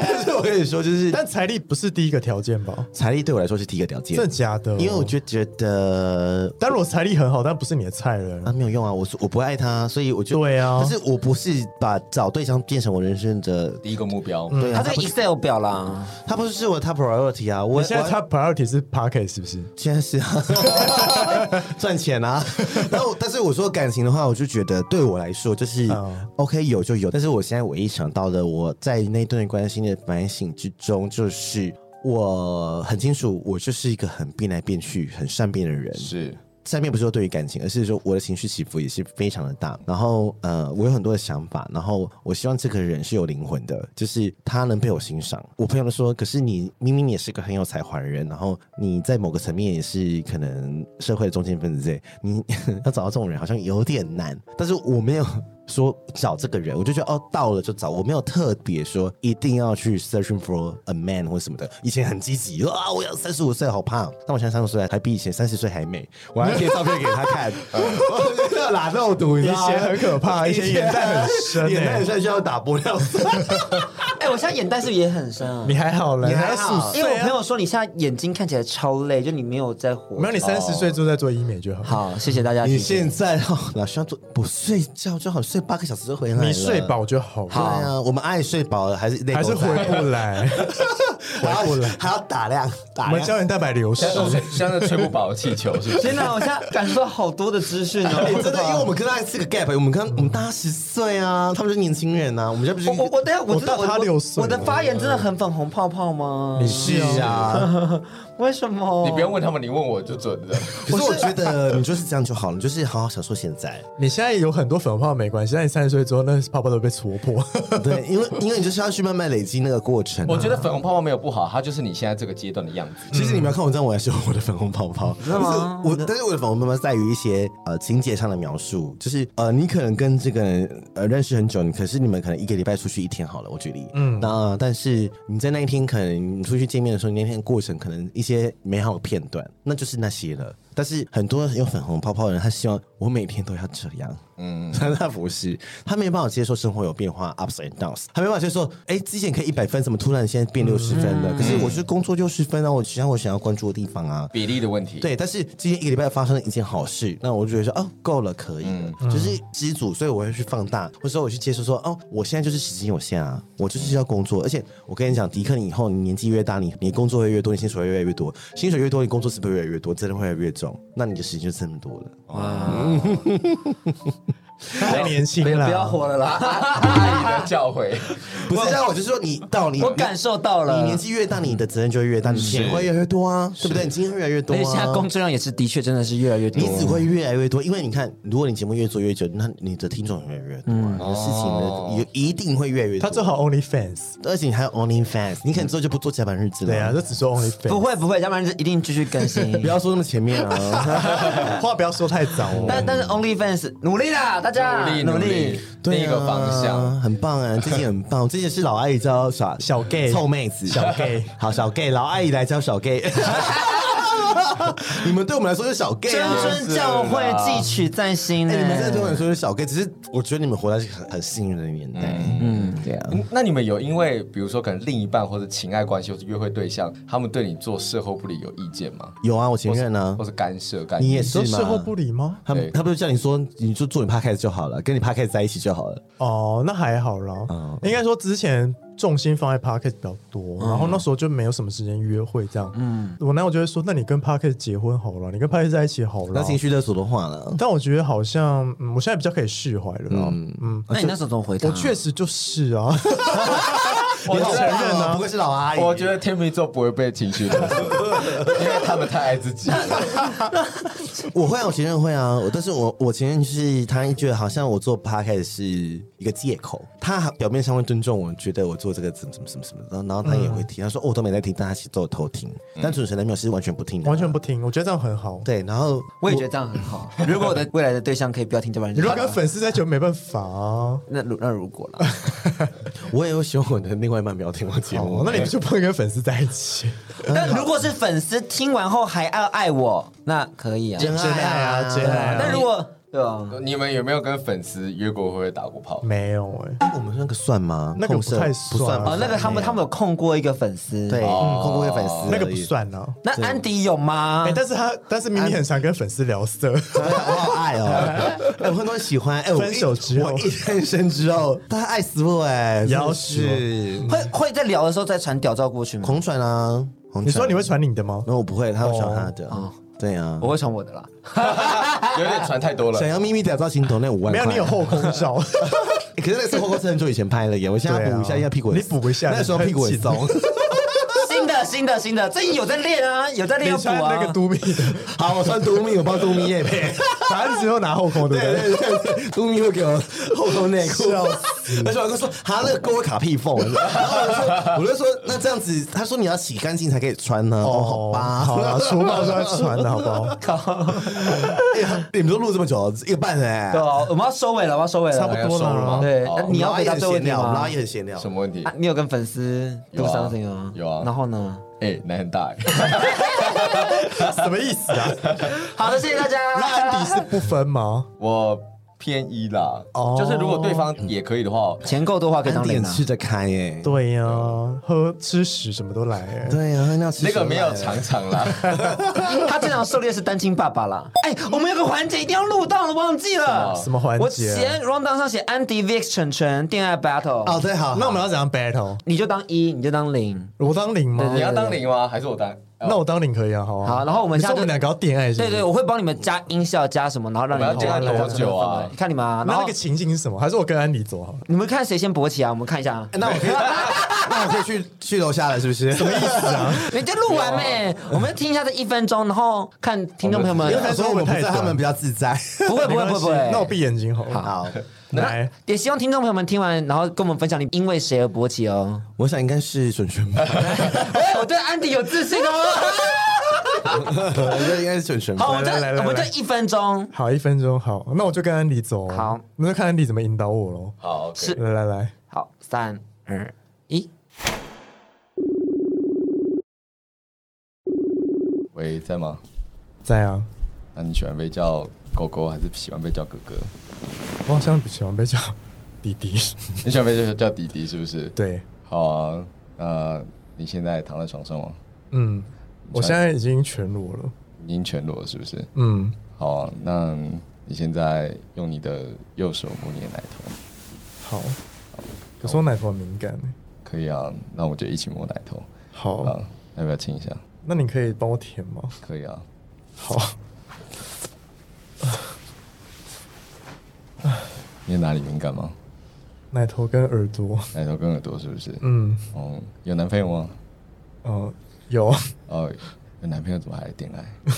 Speaker 4: 但是我跟你说，就是
Speaker 5: 但财力不是第一个条件吧？
Speaker 4: 财力对我来说是第一个条件
Speaker 5: 真，的假的？
Speaker 4: 因为我就觉得
Speaker 5: 但如果财力很好，但不是你的菜了
Speaker 4: 啊，没有用啊，我是我不爱他，所以我就
Speaker 5: 对啊
Speaker 4: 但是我不是把找对象变成我人生的，
Speaker 3: 第一个目标，
Speaker 4: 对啊，
Speaker 2: 他
Speaker 4: 他
Speaker 2: 这
Speaker 4: 不
Speaker 2: 个
Speaker 4: 是
Speaker 2: Excel 表啦，
Speaker 4: 他不是我的 top priority 啊，我
Speaker 5: 你现在
Speaker 4: 我
Speaker 5: top priority 是 pocket 是不是？
Speaker 4: 现在是啊，赚钱啊。 然后，但是我说感情的话，我就觉得对我来说就是、
Speaker 5: 嗯
Speaker 4: OK 有就有。但是我现在唯一想到的，我在那段关系的反省之中，就是我很清楚，我就是一个很变来变去、很善变的人。
Speaker 3: 是
Speaker 4: 善变不是说对于感情，而是说我的情绪起伏也是非常的大。然后呃，我有很多的想法，然后我希望这个人是有灵魂的，就是他能被我欣赏。我朋友都说，可是你明明也是个很有才华的人，然后你在某个层面也是可能社会的中坚分子之类，你 要找到这种人好像有点难。但是我没有。说找这个人，我就觉得哦，到了就找，我没有特别说一定要去 searching for a man 或什么的。以前很积极啊，我要三十五岁好胖，但我现在三十岁还比以前三十岁还美，我还贴照片给他看， 拉肉毒，你
Speaker 5: 以
Speaker 4: 知道吗
Speaker 5: 前很 可怕，以前眼袋很深
Speaker 4: 啊眼袋
Speaker 5: 欸
Speaker 4: 很深需要打玻尿酸，
Speaker 2: 哎，我现在眼袋是不是也很深啊
Speaker 5: 你？还好嘞，
Speaker 4: 你还
Speaker 5: 四
Speaker 4: 好
Speaker 2: 因为我朋友说你现在眼睛看起来超累，就你没有在活。
Speaker 5: 没有你三十岁之后再做医美就好。
Speaker 2: 好，谢谢大家提
Speaker 4: 你
Speaker 2: 醒。
Speaker 4: 现在哦，哪需要做？不睡觉就好，睡八个小时就回来了
Speaker 5: 你睡。饱就好了，
Speaker 4: 对啊，我们爱睡饱了还是
Speaker 5: 还是回 不来，
Speaker 4: 还要还要打量
Speaker 5: 我
Speaker 4: 打
Speaker 5: 们
Speaker 4: 量。
Speaker 5: 胶原蛋白流失
Speaker 3: 现。在都是现在吹不饱的气球，是不是？
Speaker 2: 天哪，我现在感受到好多的资讯
Speaker 4: 哎
Speaker 2: 哦。
Speaker 4: 真的，因为我们跟他是个 gap，我们哎跟我们大十岁啊，他们是年轻人啊，我们这不是
Speaker 2: 我我我等一下，我真的
Speaker 5: 我大他
Speaker 2: 我
Speaker 5: 六岁
Speaker 2: 我的发言真的很粉红泡泡吗？
Speaker 4: 是啊。
Speaker 2: 为什么？
Speaker 3: 你不用问他们，你问我就准了。
Speaker 4: 可是我觉得你就是这样就好了，你就是好好享受现在。
Speaker 5: 你现在有很多粉红泡没关系，但你三十岁之后，那泡泡都被戳破。
Speaker 4: 对，因为因为你就是要去慢慢累积那个过程啊。
Speaker 3: 我觉得粉红泡泡没有不好，它就是你现在这个阶段的样子。
Speaker 4: 其实你们要看我这样，我还是有我的粉红泡泡。真
Speaker 2: 的吗
Speaker 4: 我但是我的粉红泡泡在于一些呃情节上的描述，就是呃你可能跟这个人呃认识很久，可是你们可能一个礼拜出去一天好了，我举例，嗯，那但是你在那一天可能你出去见面的时候，你那天的过程可能一些美好的片段，那就是那些了。但是很多有粉红泡泡的人，他希望我每天都要这样，嗯， 他不是，他没办法接受生活有变化，ups and downs，他没办法接受，哎、之前可以一百分，怎么突然现在变六十分
Speaker 2: 嗯
Speaker 4: 了？可是我是工作六十分啊，我其他我想要关注的地方啊，
Speaker 3: 比例的问题，，
Speaker 4: 对，但是今天一个礼拜发生了一件好事，那我就觉得说，哦，够了，可以了，
Speaker 2: 嗯
Speaker 4: 就是知足，所以我会去放大，或者说我去接受说，哦，我现在就是时间有限啊，我就是要工作，而且我跟你讲，迪克，你以后你年纪越大，你你工作会越多，你薪水会越来越多，薪水越多，你工作是不是越来越多，责任会越来越重，那你的时间就这么多了。
Speaker 5: 太年轻
Speaker 2: 不要不要
Speaker 5: 了，
Speaker 2: 活了啦！
Speaker 3: 阿姨的教诲，
Speaker 4: 不是这样，我就是说你到你
Speaker 2: 我感受到了
Speaker 4: 你年啊纪越大，你的责任就会越大，你钱会越来越多啊，对不对？你经验会越来越多、
Speaker 2: 而
Speaker 4: 啊，
Speaker 2: 且现在工作量也是的确真的是越来越多
Speaker 4: 你。只会越来越多，因为你看，如果你节目越做越久，那你的听众也越来越多、啊，你的事情呢也一定会越来越
Speaker 5: 他
Speaker 4: 多。
Speaker 5: 做好 Only Fans，
Speaker 4: 而且你还有 Only Fans，你可能之后就不做甲板日子了。
Speaker 5: 对啊，就只做 Only
Speaker 2: 不
Speaker 5: Fans，
Speaker 2: 会不会，要不然就一定继续更新。
Speaker 4: 不要说那么前面啊。
Speaker 5: 话不要说太早哦。
Speaker 2: 但但是 OnlyFans 努力啦，大家
Speaker 3: 努力努力，
Speaker 4: 对啊
Speaker 3: 另一个方向。
Speaker 4: 很棒啊，最近很棒。最近是老阿姨教小
Speaker 5: 小 gay
Speaker 4: 臭妹子，
Speaker 5: 小 gay
Speaker 4: 好小 gay，老阿姨来教小 gay。你们对我们来说是小 gay
Speaker 2: 真
Speaker 4: 啊，
Speaker 2: 真教会汲取在心呢
Speaker 4: 哎、。你们真的对我
Speaker 2: 嗯
Speaker 4: 来说是小 gay，只是我觉得你们活在很很幸运的年代。嗯，对啊。
Speaker 3: 嗯那你们有因为比如说可能另一半或者情爱关系或是约会对象，他们对你做事后不理有意见吗？
Speaker 4: 有啊，我前任呢
Speaker 3: 或，是干涉干预？
Speaker 4: 你也
Speaker 5: 你
Speaker 4: 是
Speaker 5: 说
Speaker 4: 吗？
Speaker 5: 事后不理吗？
Speaker 4: 他
Speaker 3: 对
Speaker 4: 他不是叫你说，你就做你 podcast 就好了，跟你 podcast 在一起就好了。
Speaker 5: 哦，那还好啦。
Speaker 4: 嗯
Speaker 5: 应该说之前重心放在 Pocket 比较多，然
Speaker 4: 嗯
Speaker 5: 后那时候就没有什么时间约会这样。嗯，我男友就会说：“那你跟 Pocket 结婚好了，你跟 Pocket 在一起好
Speaker 4: 那
Speaker 5: 了。
Speaker 4: 情”绪勒索的话呢？
Speaker 5: 但我觉得好像，嗯，
Speaker 4: 嗯
Speaker 5: 我现在比较可以释怀了啦。
Speaker 2: 那你那时候怎么回答？
Speaker 5: 我确实就是啊，
Speaker 4: 你好
Speaker 5: 承
Speaker 4: 棒
Speaker 5: 认
Speaker 4: 哦
Speaker 5: 啊
Speaker 4: 不愧是老阿姨。
Speaker 3: 我觉得天秤座不会被情绪勒索，因为他们太爱自己了。
Speaker 4: 我会啊，我前任会啊，我但是我我前任就是他觉得好像我做 p o d 是一个借口，他表面上会尊重我，觉得我做这个怎么怎么怎么怎么，然后然后他也会听，他说、哦、我都没在听，但他其实都有偷听，但主持人男朋友是完全不听的，
Speaker 5: 完全不听，我觉得这样很好。
Speaker 4: 对，然后
Speaker 2: 我也觉得这样很好。如果我的未来的对象可以不要听这帮人
Speaker 5: 你
Speaker 2: 就
Speaker 5: 如
Speaker 2: 好
Speaker 5: 果
Speaker 2: 了，
Speaker 5: 跟粉丝在一起，我没办法啊。
Speaker 2: 那如那如果了，
Speaker 4: 我也会希望我的另外一半不要听我节目
Speaker 5: 哦，，那你就不能跟粉丝在 一起。
Speaker 2: 但如果是粉丝听完后还要爱我，那可以啊。
Speaker 4: 真爱啊，真爱
Speaker 2: 但如果对啊，
Speaker 3: 你们有没有跟粉丝约过会打过 炮？
Speaker 5: 没有哎、
Speaker 4: 那我们那个算吗？
Speaker 5: 那个
Speaker 4: 控制
Speaker 5: 不太
Speaker 4: 不算
Speaker 5: 算
Speaker 4: 吧
Speaker 2: 哦，那个他们他们有控过一个粉丝，
Speaker 4: 啊对，，
Speaker 3: 哦
Speaker 4: 控过一个粉丝而已，
Speaker 5: 那个不算啊。
Speaker 2: 那安迪有吗
Speaker 5: 哎、？但是他，但是明
Speaker 4: 啊
Speaker 5: 明很常跟粉丝聊色，
Speaker 4: 对。我好爱哦！哎、我很多人喜欢。哎、我一
Speaker 5: 分手之后
Speaker 4: 我一单身之后，他爱死我哎、真
Speaker 5: 要
Speaker 4: 的
Speaker 5: 死哦
Speaker 4: 是
Speaker 2: 会会在聊的时候再传屌照过去吗？
Speaker 4: 狂传啊！狂
Speaker 5: 你说
Speaker 4: 传
Speaker 5: 你会哦传你的吗？
Speaker 4: 没有，我不会，他会传他的。对啊
Speaker 2: 我，会传我的啦。
Speaker 3: 有点传太多了
Speaker 4: 想。要秘密打造行动那五万
Speaker 5: 没
Speaker 4: 块，
Speaker 5: 有，你有后空 照。
Speaker 4: 欸 可是那次后宫是很久以前拍了耶，我现在
Speaker 5: 对啊
Speaker 4: 补一下，因为屁股很
Speaker 5: 你补一下
Speaker 4: 那时候屁股很松。
Speaker 2: 新的新的新的，最近有在练啊，有在
Speaker 5: 你
Speaker 2: 练要
Speaker 5: 穿
Speaker 2: 补
Speaker 5: 那个
Speaker 2: 啊。
Speaker 5: 都密的，
Speaker 4: 好，我穿独密，我帮独密 夜配。
Speaker 5: 反正只有拿后空，对不对？
Speaker 4: 对对 对，都没有给我后头内裤，而且我还跟他说他那个给我卡屁缝， 然后我就说我就说那这样子，他说你要洗干净才可以穿呢、哦，好吧，
Speaker 5: 好啦，除毛就要传了，好不 好？
Speaker 4: 哎呀你们都录这么久，一个半哎、
Speaker 2: 对啊，我们要收尾了，我们要收尾了，
Speaker 5: 差不多了哎
Speaker 3: 吗？
Speaker 2: 对，
Speaker 3: 好
Speaker 2: 那你要
Speaker 4: 我们
Speaker 2: 回答
Speaker 4: 拉也
Speaker 2: 这个问
Speaker 4: 闲
Speaker 2: 题
Speaker 4: 聊，我们
Speaker 2: 吗
Speaker 4: 拉？也很闲聊，
Speaker 3: 什么问题
Speaker 2: 啊？你有跟粉丝 do
Speaker 3: 有啊
Speaker 2: something 吗？
Speaker 3: 有啊
Speaker 2: 然后呢？
Speaker 3: 哎，奶很大哎。
Speaker 5: 什么意思啊？
Speaker 2: 好的，谢谢大
Speaker 5: 那
Speaker 2: 家。
Speaker 5: 安迪是不分吗？
Speaker 3: 我偏一啦，
Speaker 5: 哦
Speaker 3: 就是如果对方也可以的话，
Speaker 5: 嗯
Speaker 2: 钱够多的话可以
Speaker 4: 跟
Speaker 2: 当
Speaker 4: 脸
Speaker 2: 零啊。
Speaker 4: 吃得开哎、
Speaker 5: 对呀、喝吃屎什么都来、欸。
Speaker 4: 对呀、那吃
Speaker 3: 那
Speaker 4: 什
Speaker 3: 个
Speaker 4: 么
Speaker 3: 没有
Speaker 4: 来啊
Speaker 3: 常常 啦。
Speaker 2: 他经常狩猎是单亲爸爸啦。 哎，我们有个环节一定要录到了，忘记了
Speaker 5: 什么环节
Speaker 2: 我写 round down 上写安迪 vs 晨晨恋爱 battle，、
Speaker 4: 哦，对好，
Speaker 5: 那
Speaker 4: 那
Speaker 5: 我
Speaker 4: 我
Speaker 5: 们
Speaker 4: 们
Speaker 5: 要怎样 battle？
Speaker 2: 你就当一，你就当零。
Speaker 5: 我当零吗？
Speaker 3: 你要当零吗？还是我当？哦
Speaker 5: 那我当零可以啊，好啊。
Speaker 2: 好然后我们
Speaker 5: 你
Speaker 2: 下
Speaker 5: 说
Speaker 2: 就
Speaker 5: 我们两个要恋爱是不
Speaker 2: 对
Speaker 5: 是？
Speaker 2: 对，我会帮你们加音效加什么，然后让你
Speaker 3: 我们要加
Speaker 2: 好玩
Speaker 3: 多久啊
Speaker 2: 你看你们啊，然
Speaker 5: 那那
Speaker 2: 后
Speaker 5: 个情境是什么？还是我跟安迪走好了？
Speaker 2: 你们看谁先勃起啊？我们看一下啊。
Speaker 4: 那我可以， 那我可以去去楼下了，是不是？什么意思 啊？
Speaker 2: 人家录完没？我们听一下这一分钟，然后看听众朋友们
Speaker 4: 因为。他说我们不在，他们比较自在。
Speaker 2: 不会不会
Speaker 5: 没关
Speaker 2: 不
Speaker 5: 系
Speaker 2: 会不会，
Speaker 5: 那我闭眼睛好了。
Speaker 4: 好，
Speaker 5: 来，
Speaker 2: 也希望听众朋友们听完，然后跟我们分享你因为谁而勃起哦。
Speaker 4: 我想应该是蠢蠢吧，
Speaker 2: 哎，我对安迪有自信哦。
Speaker 4: 我觉得应该是蠢蠢吧。
Speaker 2: 好，我们就
Speaker 5: 来来来来
Speaker 2: 我们就一分钟。
Speaker 5: 好，一分钟好，那我就跟安迪走。
Speaker 2: 好，
Speaker 5: 那就看安迪怎么引导我喽。
Speaker 3: 好，
Speaker 2: 是
Speaker 5: 来来来，
Speaker 2: 好，三二一，
Speaker 3: 喂，在吗？
Speaker 5: 在啊，
Speaker 3: 那你喜欢被叫狗狗，还是喜欢被叫哥哥？
Speaker 5: 我好像比喜欢被叫 弟弟。
Speaker 3: 你喜欢被叫叫弟弟是不是？
Speaker 5: 对，
Speaker 3: 好啊，那你现在躺在床上吗？
Speaker 5: 嗯，我现在已经全裸了。
Speaker 3: 已经全裸了是不是？
Speaker 5: 嗯，
Speaker 3: 好啊，那你现在用你的右手摸你的奶头，
Speaker 5: 好。可是我奶头很敏感欸。
Speaker 3: 可以啊？那我就一起摸奶头。
Speaker 5: 好哦
Speaker 3: 好，，要不要亲一下？
Speaker 5: 那你可以帮我舔吗？
Speaker 3: 可以啊。
Speaker 5: 好，
Speaker 3: 你哪里敏感吗？
Speaker 5: 奶头跟耳朵。
Speaker 3: 奶头跟耳朵是不是？
Speaker 5: 嗯，
Speaker 3: 哦，有男朋友吗？
Speaker 5: 哦，有，
Speaker 3: 哦，有男朋友怎么还在恋爱？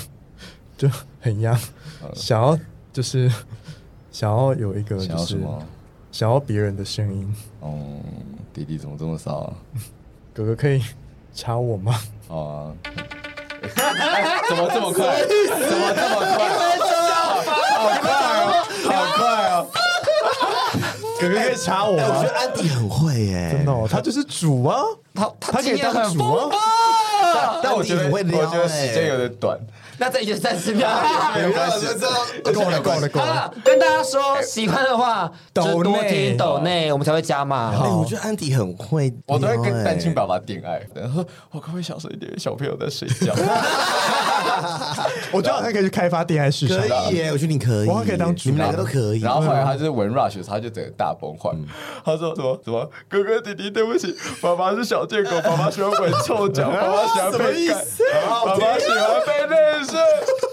Speaker 5: 就很一样，想要就是 想要有一个
Speaker 3: 想
Speaker 5: 就
Speaker 3: 要什
Speaker 5: 是
Speaker 3: 么？
Speaker 5: 想要别人的声音。
Speaker 3: 哦，弟弟怎么这么骚啊？
Speaker 5: 哥哥可以插我吗？
Speaker 3: 好啊。怎么这么快？怎么这么快？好快哦！好快哦！
Speaker 5: 哥哥可以插我
Speaker 4: 哎我觉
Speaker 5: 吗
Speaker 4: 得？安迪很会耶，
Speaker 5: 真的哦，他就是主啊，
Speaker 2: 他
Speaker 5: 他可以
Speaker 2: 经验
Speaker 5: 当
Speaker 2: 很
Speaker 5: 主
Speaker 2: 丰
Speaker 5: 啊
Speaker 2: 富。
Speaker 3: 但我觉得，
Speaker 4: 安迪
Speaker 3: 我
Speaker 4: 很会撩
Speaker 3: 觉得时间
Speaker 4: 哎
Speaker 3: 有点短。
Speaker 2: 那这里就三十秒。
Speaker 4: 没有关系，这
Speaker 5: 够了够了够
Speaker 2: 好
Speaker 5: 了。
Speaker 2: 了，跟大家说，喜欢的话就
Speaker 5: 抖内
Speaker 2: 多听抖内，我们才会加
Speaker 4: 哎，
Speaker 2: 嘛。
Speaker 4: 我觉得安迪很会，
Speaker 3: 我都会
Speaker 4: 欸
Speaker 3: 跟单亲。爸爸恋爱，然后说我可不可以小声一点，小朋友在睡觉。
Speaker 5: 我觉得好像可以去开发恋爱市场。
Speaker 4: 可以啊耶，我觉得你可以，
Speaker 5: 我可以当主
Speaker 4: 你们两个都可以。
Speaker 3: 然后后来他就是文 rush，他就整个大崩坏。他说什么什么哥哥弟弟对不起，爸爸是小贱狗，爸爸喜欢闻臭脚，爸爸喜欢
Speaker 5: 什么
Speaker 3: 被
Speaker 5: 意
Speaker 3: 干，爸爸喜欢被认识，射，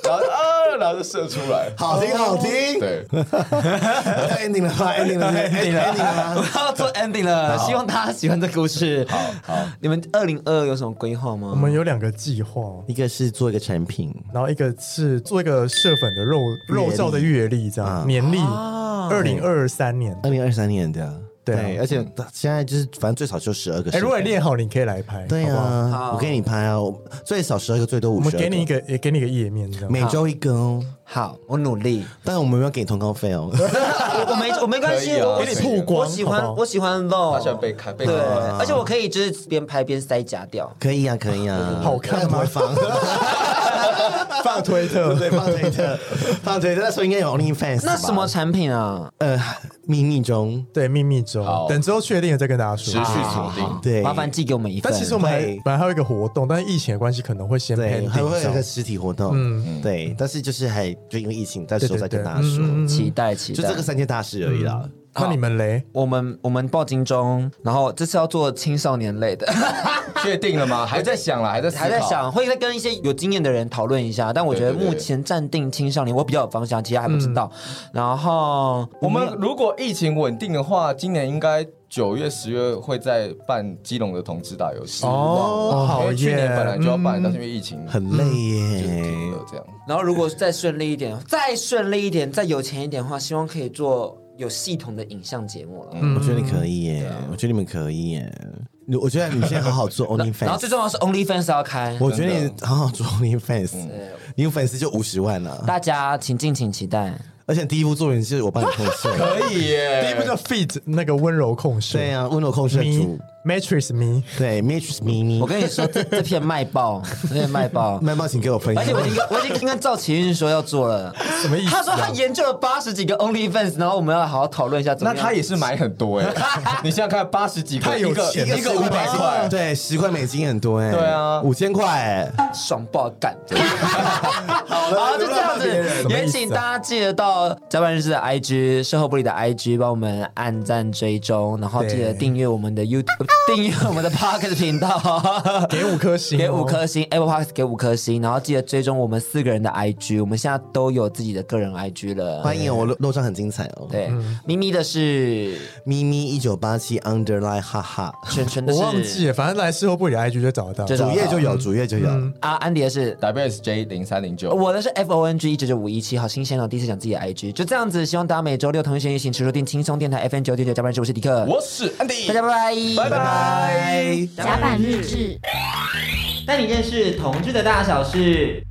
Speaker 3: 然后啊，然后就射出来。
Speaker 4: 好听好听，
Speaker 3: 对，
Speaker 4: 要 ending 了吧？ending
Speaker 5: 哎
Speaker 4: 了，ending 了吧，
Speaker 2: 我要做 ending 了，希望大家喜欢这故事。好，好，你们二零二有什么规划吗？
Speaker 5: 我们有两个计划，哦
Speaker 4: 一个是做一个产品，
Speaker 5: 然后一个是做一个社粉的肉肉燥的月历，这
Speaker 4: 啊
Speaker 5: 样年历，
Speaker 3: 啊
Speaker 5: 二零二三年。
Speaker 4: 二零二三年的，
Speaker 5: 对啊
Speaker 4: 而且现在就是反正最少就十二个，
Speaker 5: 哎，如果你练好，你可以来拍，
Speaker 4: 对
Speaker 5: 好不好
Speaker 4: 啊，我给你拍啊，我最少十二个，最多
Speaker 5: 我
Speaker 4: 五十，
Speaker 5: 们给你一个，也给你一个页面，这样。
Speaker 4: 每周一根哦，
Speaker 2: 好，我努 力。
Speaker 4: 但我们没有给你通告费 哦。
Speaker 2: 我我没我没关系，
Speaker 3: 可以啊
Speaker 2: 我
Speaker 3: 有点
Speaker 5: 曝光
Speaker 2: 我喜
Speaker 5: 好不
Speaker 2: 欢
Speaker 5: 好
Speaker 2: 我喜欢露，
Speaker 3: 他喜欢被看被
Speaker 2: 对，
Speaker 3: 看
Speaker 2: 而且我可以就是边拍边塞夹掉。
Speaker 4: 可以啊，可以啊，
Speaker 5: 好看吗
Speaker 4: 那不会放，
Speaker 5: 放推特，
Speaker 4: 对，放推特，放推特，那时候应该有 OnlyFans 吧。
Speaker 2: 那什么产品啊？
Speaker 4: 呃，秘密中，
Speaker 5: 对，秘密周
Speaker 3: 好，
Speaker 5: 等之后确定了再跟大家
Speaker 3: 持
Speaker 5: 说。
Speaker 3: 续锁定。
Speaker 4: 对，
Speaker 2: 麻烦寄给我们一份。
Speaker 5: 但其实我们还
Speaker 4: 对
Speaker 5: 本来还有一个活动，但是疫情的关系可能会先
Speaker 4: 对，
Speaker 5: pending
Speaker 4: 还会有一
Speaker 5: 这
Speaker 4: 个
Speaker 5: 样
Speaker 4: 实体活动，嗯，对，但是就是还就因为疫情，到时候再跟大家
Speaker 5: 对对对嗯
Speaker 4: 说，
Speaker 5: 嗯
Speaker 2: 期待期
Speaker 4: 就
Speaker 2: 待。
Speaker 4: 这个三件大事而已啦。
Speaker 5: 那你们嘞？
Speaker 2: 我们我们报金钟，然后这次要做青少年类的，
Speaker 3: 确定了吗？还在想了，还在思考
Speaker 2: 还在。想会再跟一些有经验的人讨论一下。但我觉得
Speaker 3: 对对对
Speaker 2: 目前暂定青少年，我比较有方向，其他还不知道。然后
Speaker 3: 我们如果疫情稳定的话，今年应该九月、十月会再办基隆的同志大游戏。
Speaker 5: 哦好
Speaker 3: 因为哎去年
Speaker 5: 耶嗯
Speaker 3: 本来就要办，但是因嗯为疫情
Speaker 4: 很累
Speaker 3: 就是
Speaker 4: 耶，
Speaker 3: 停了这样。
Speaker 2: 然后如果再顺利一点，再顺利一点，再有钱一点的话，希望可以做有系统的影像节目了。
Speaker 4: 我觉得你可以耶，我觉得你们可以耶，你我觉得你先好好做
Speaker 2: 然后最
Speaker 4: OnlyFans，
Speaker 2: 重要的是 OnlyFans 要开，
Speaker 4: 我觉得你好好做 OnlyFans，你有粉丝就五十万了，
Speaker 2: 大家请敬请期待。
Speaker 4: 而且第一步做人是我帮你控制，
Speaker 3: 可以耶，
Speaker 5: 第一步叫 feed 那个温柔控制，
Speaker 4: 对啊，温柔控制
Speaker 5: ，me
Speaker 4: 主，
Speaker 5: matrix me，
Speaker 4: 对，Mitch 咪咪
Speaker 2: 我，跟你说，这这片卖爆，这片卖爆。
Speaker 4: 麦猫请给我分
Speaker 2: 而且我
Speaker 4: 享
Speaker 2: 已。经 跟我已经跟赵奇运说要做了，
Speaker 5: 什么意思啊
Speaker 2: 他说他研究了八十几个 OnlyFans，然后我们要好好讨论一下怎么
Speaker 3: 那
Speaker 2: 样。
Speaker 3: 他也是买很多哎，你想想看，八十几
Speaker 5: 太
Speaker 3: 个，
Speaker 5: 有
Speaker 3: 一个
Speaker 5: 钱了
Speaker 3: 一个五百块，
Speaker 4: 对，十块美金很多哎、
Speaker 3: 对啊
Speaker 4: 五千块哎、
Speaker 2: 爽爆干。 好了，就这样
Speaker 5: 别人
Speaker 2: 子，
Speaker 5: 什么
Speaker 2: 也
Speaker 5: 意思啊
Speaker 2: 请大家记得到甲板日志的 IG、售后部里的 IG 帮我们按赞追踪，然后记得
Speaker 5: 对
Speaker 2: 订阅我们的 YouTube，订 阅我们的 Pocket 频道。
Speaker 5: 给五颗星哦，
Speaker 2: 给五颗星，Apple Park 给五颗星，然后记得追踪我们四个人的 IG，我们现在都有自己的个人 IG 了。
Speaker 4: 欢迎哦我肉肉酱很精彩哦。，
Speaker 2: 对，
Speaker 5: 嗯
Speaker 2: 咪咪的是
Speaker 4: 咪咪一九八七 underline 哈哈，
Speaker 2: 全全的
Speaker 5: 我
Speaker 2: 是，
Speaker 5: 忘记了，反正来事后不理 IG 就找得到。
Speaker 2: 就
Speaker 4: 主
Speaker 2: 找
Speaker 4: 页就有，主页就有。
Speaker 3: 嗯
Speaker 2: 啊，安迪的是。
Speaker 3: WSJ 零三零九，
Speaker 2: 我的是 F O N G 一九九五一七，好新鲜哦！第一次讲自己的 I G，就这样子。希望大家每周六同一时间请持续定轻松电台 F N 九九九加班日，我是迪克，
Speaker 3: 我是安迪，
Speaker 2: 大家拜拜，
Speaker 3: 拜拜。
Speaker 6: 甲板日志。
Speaker 2: 带你认识同志的大小事。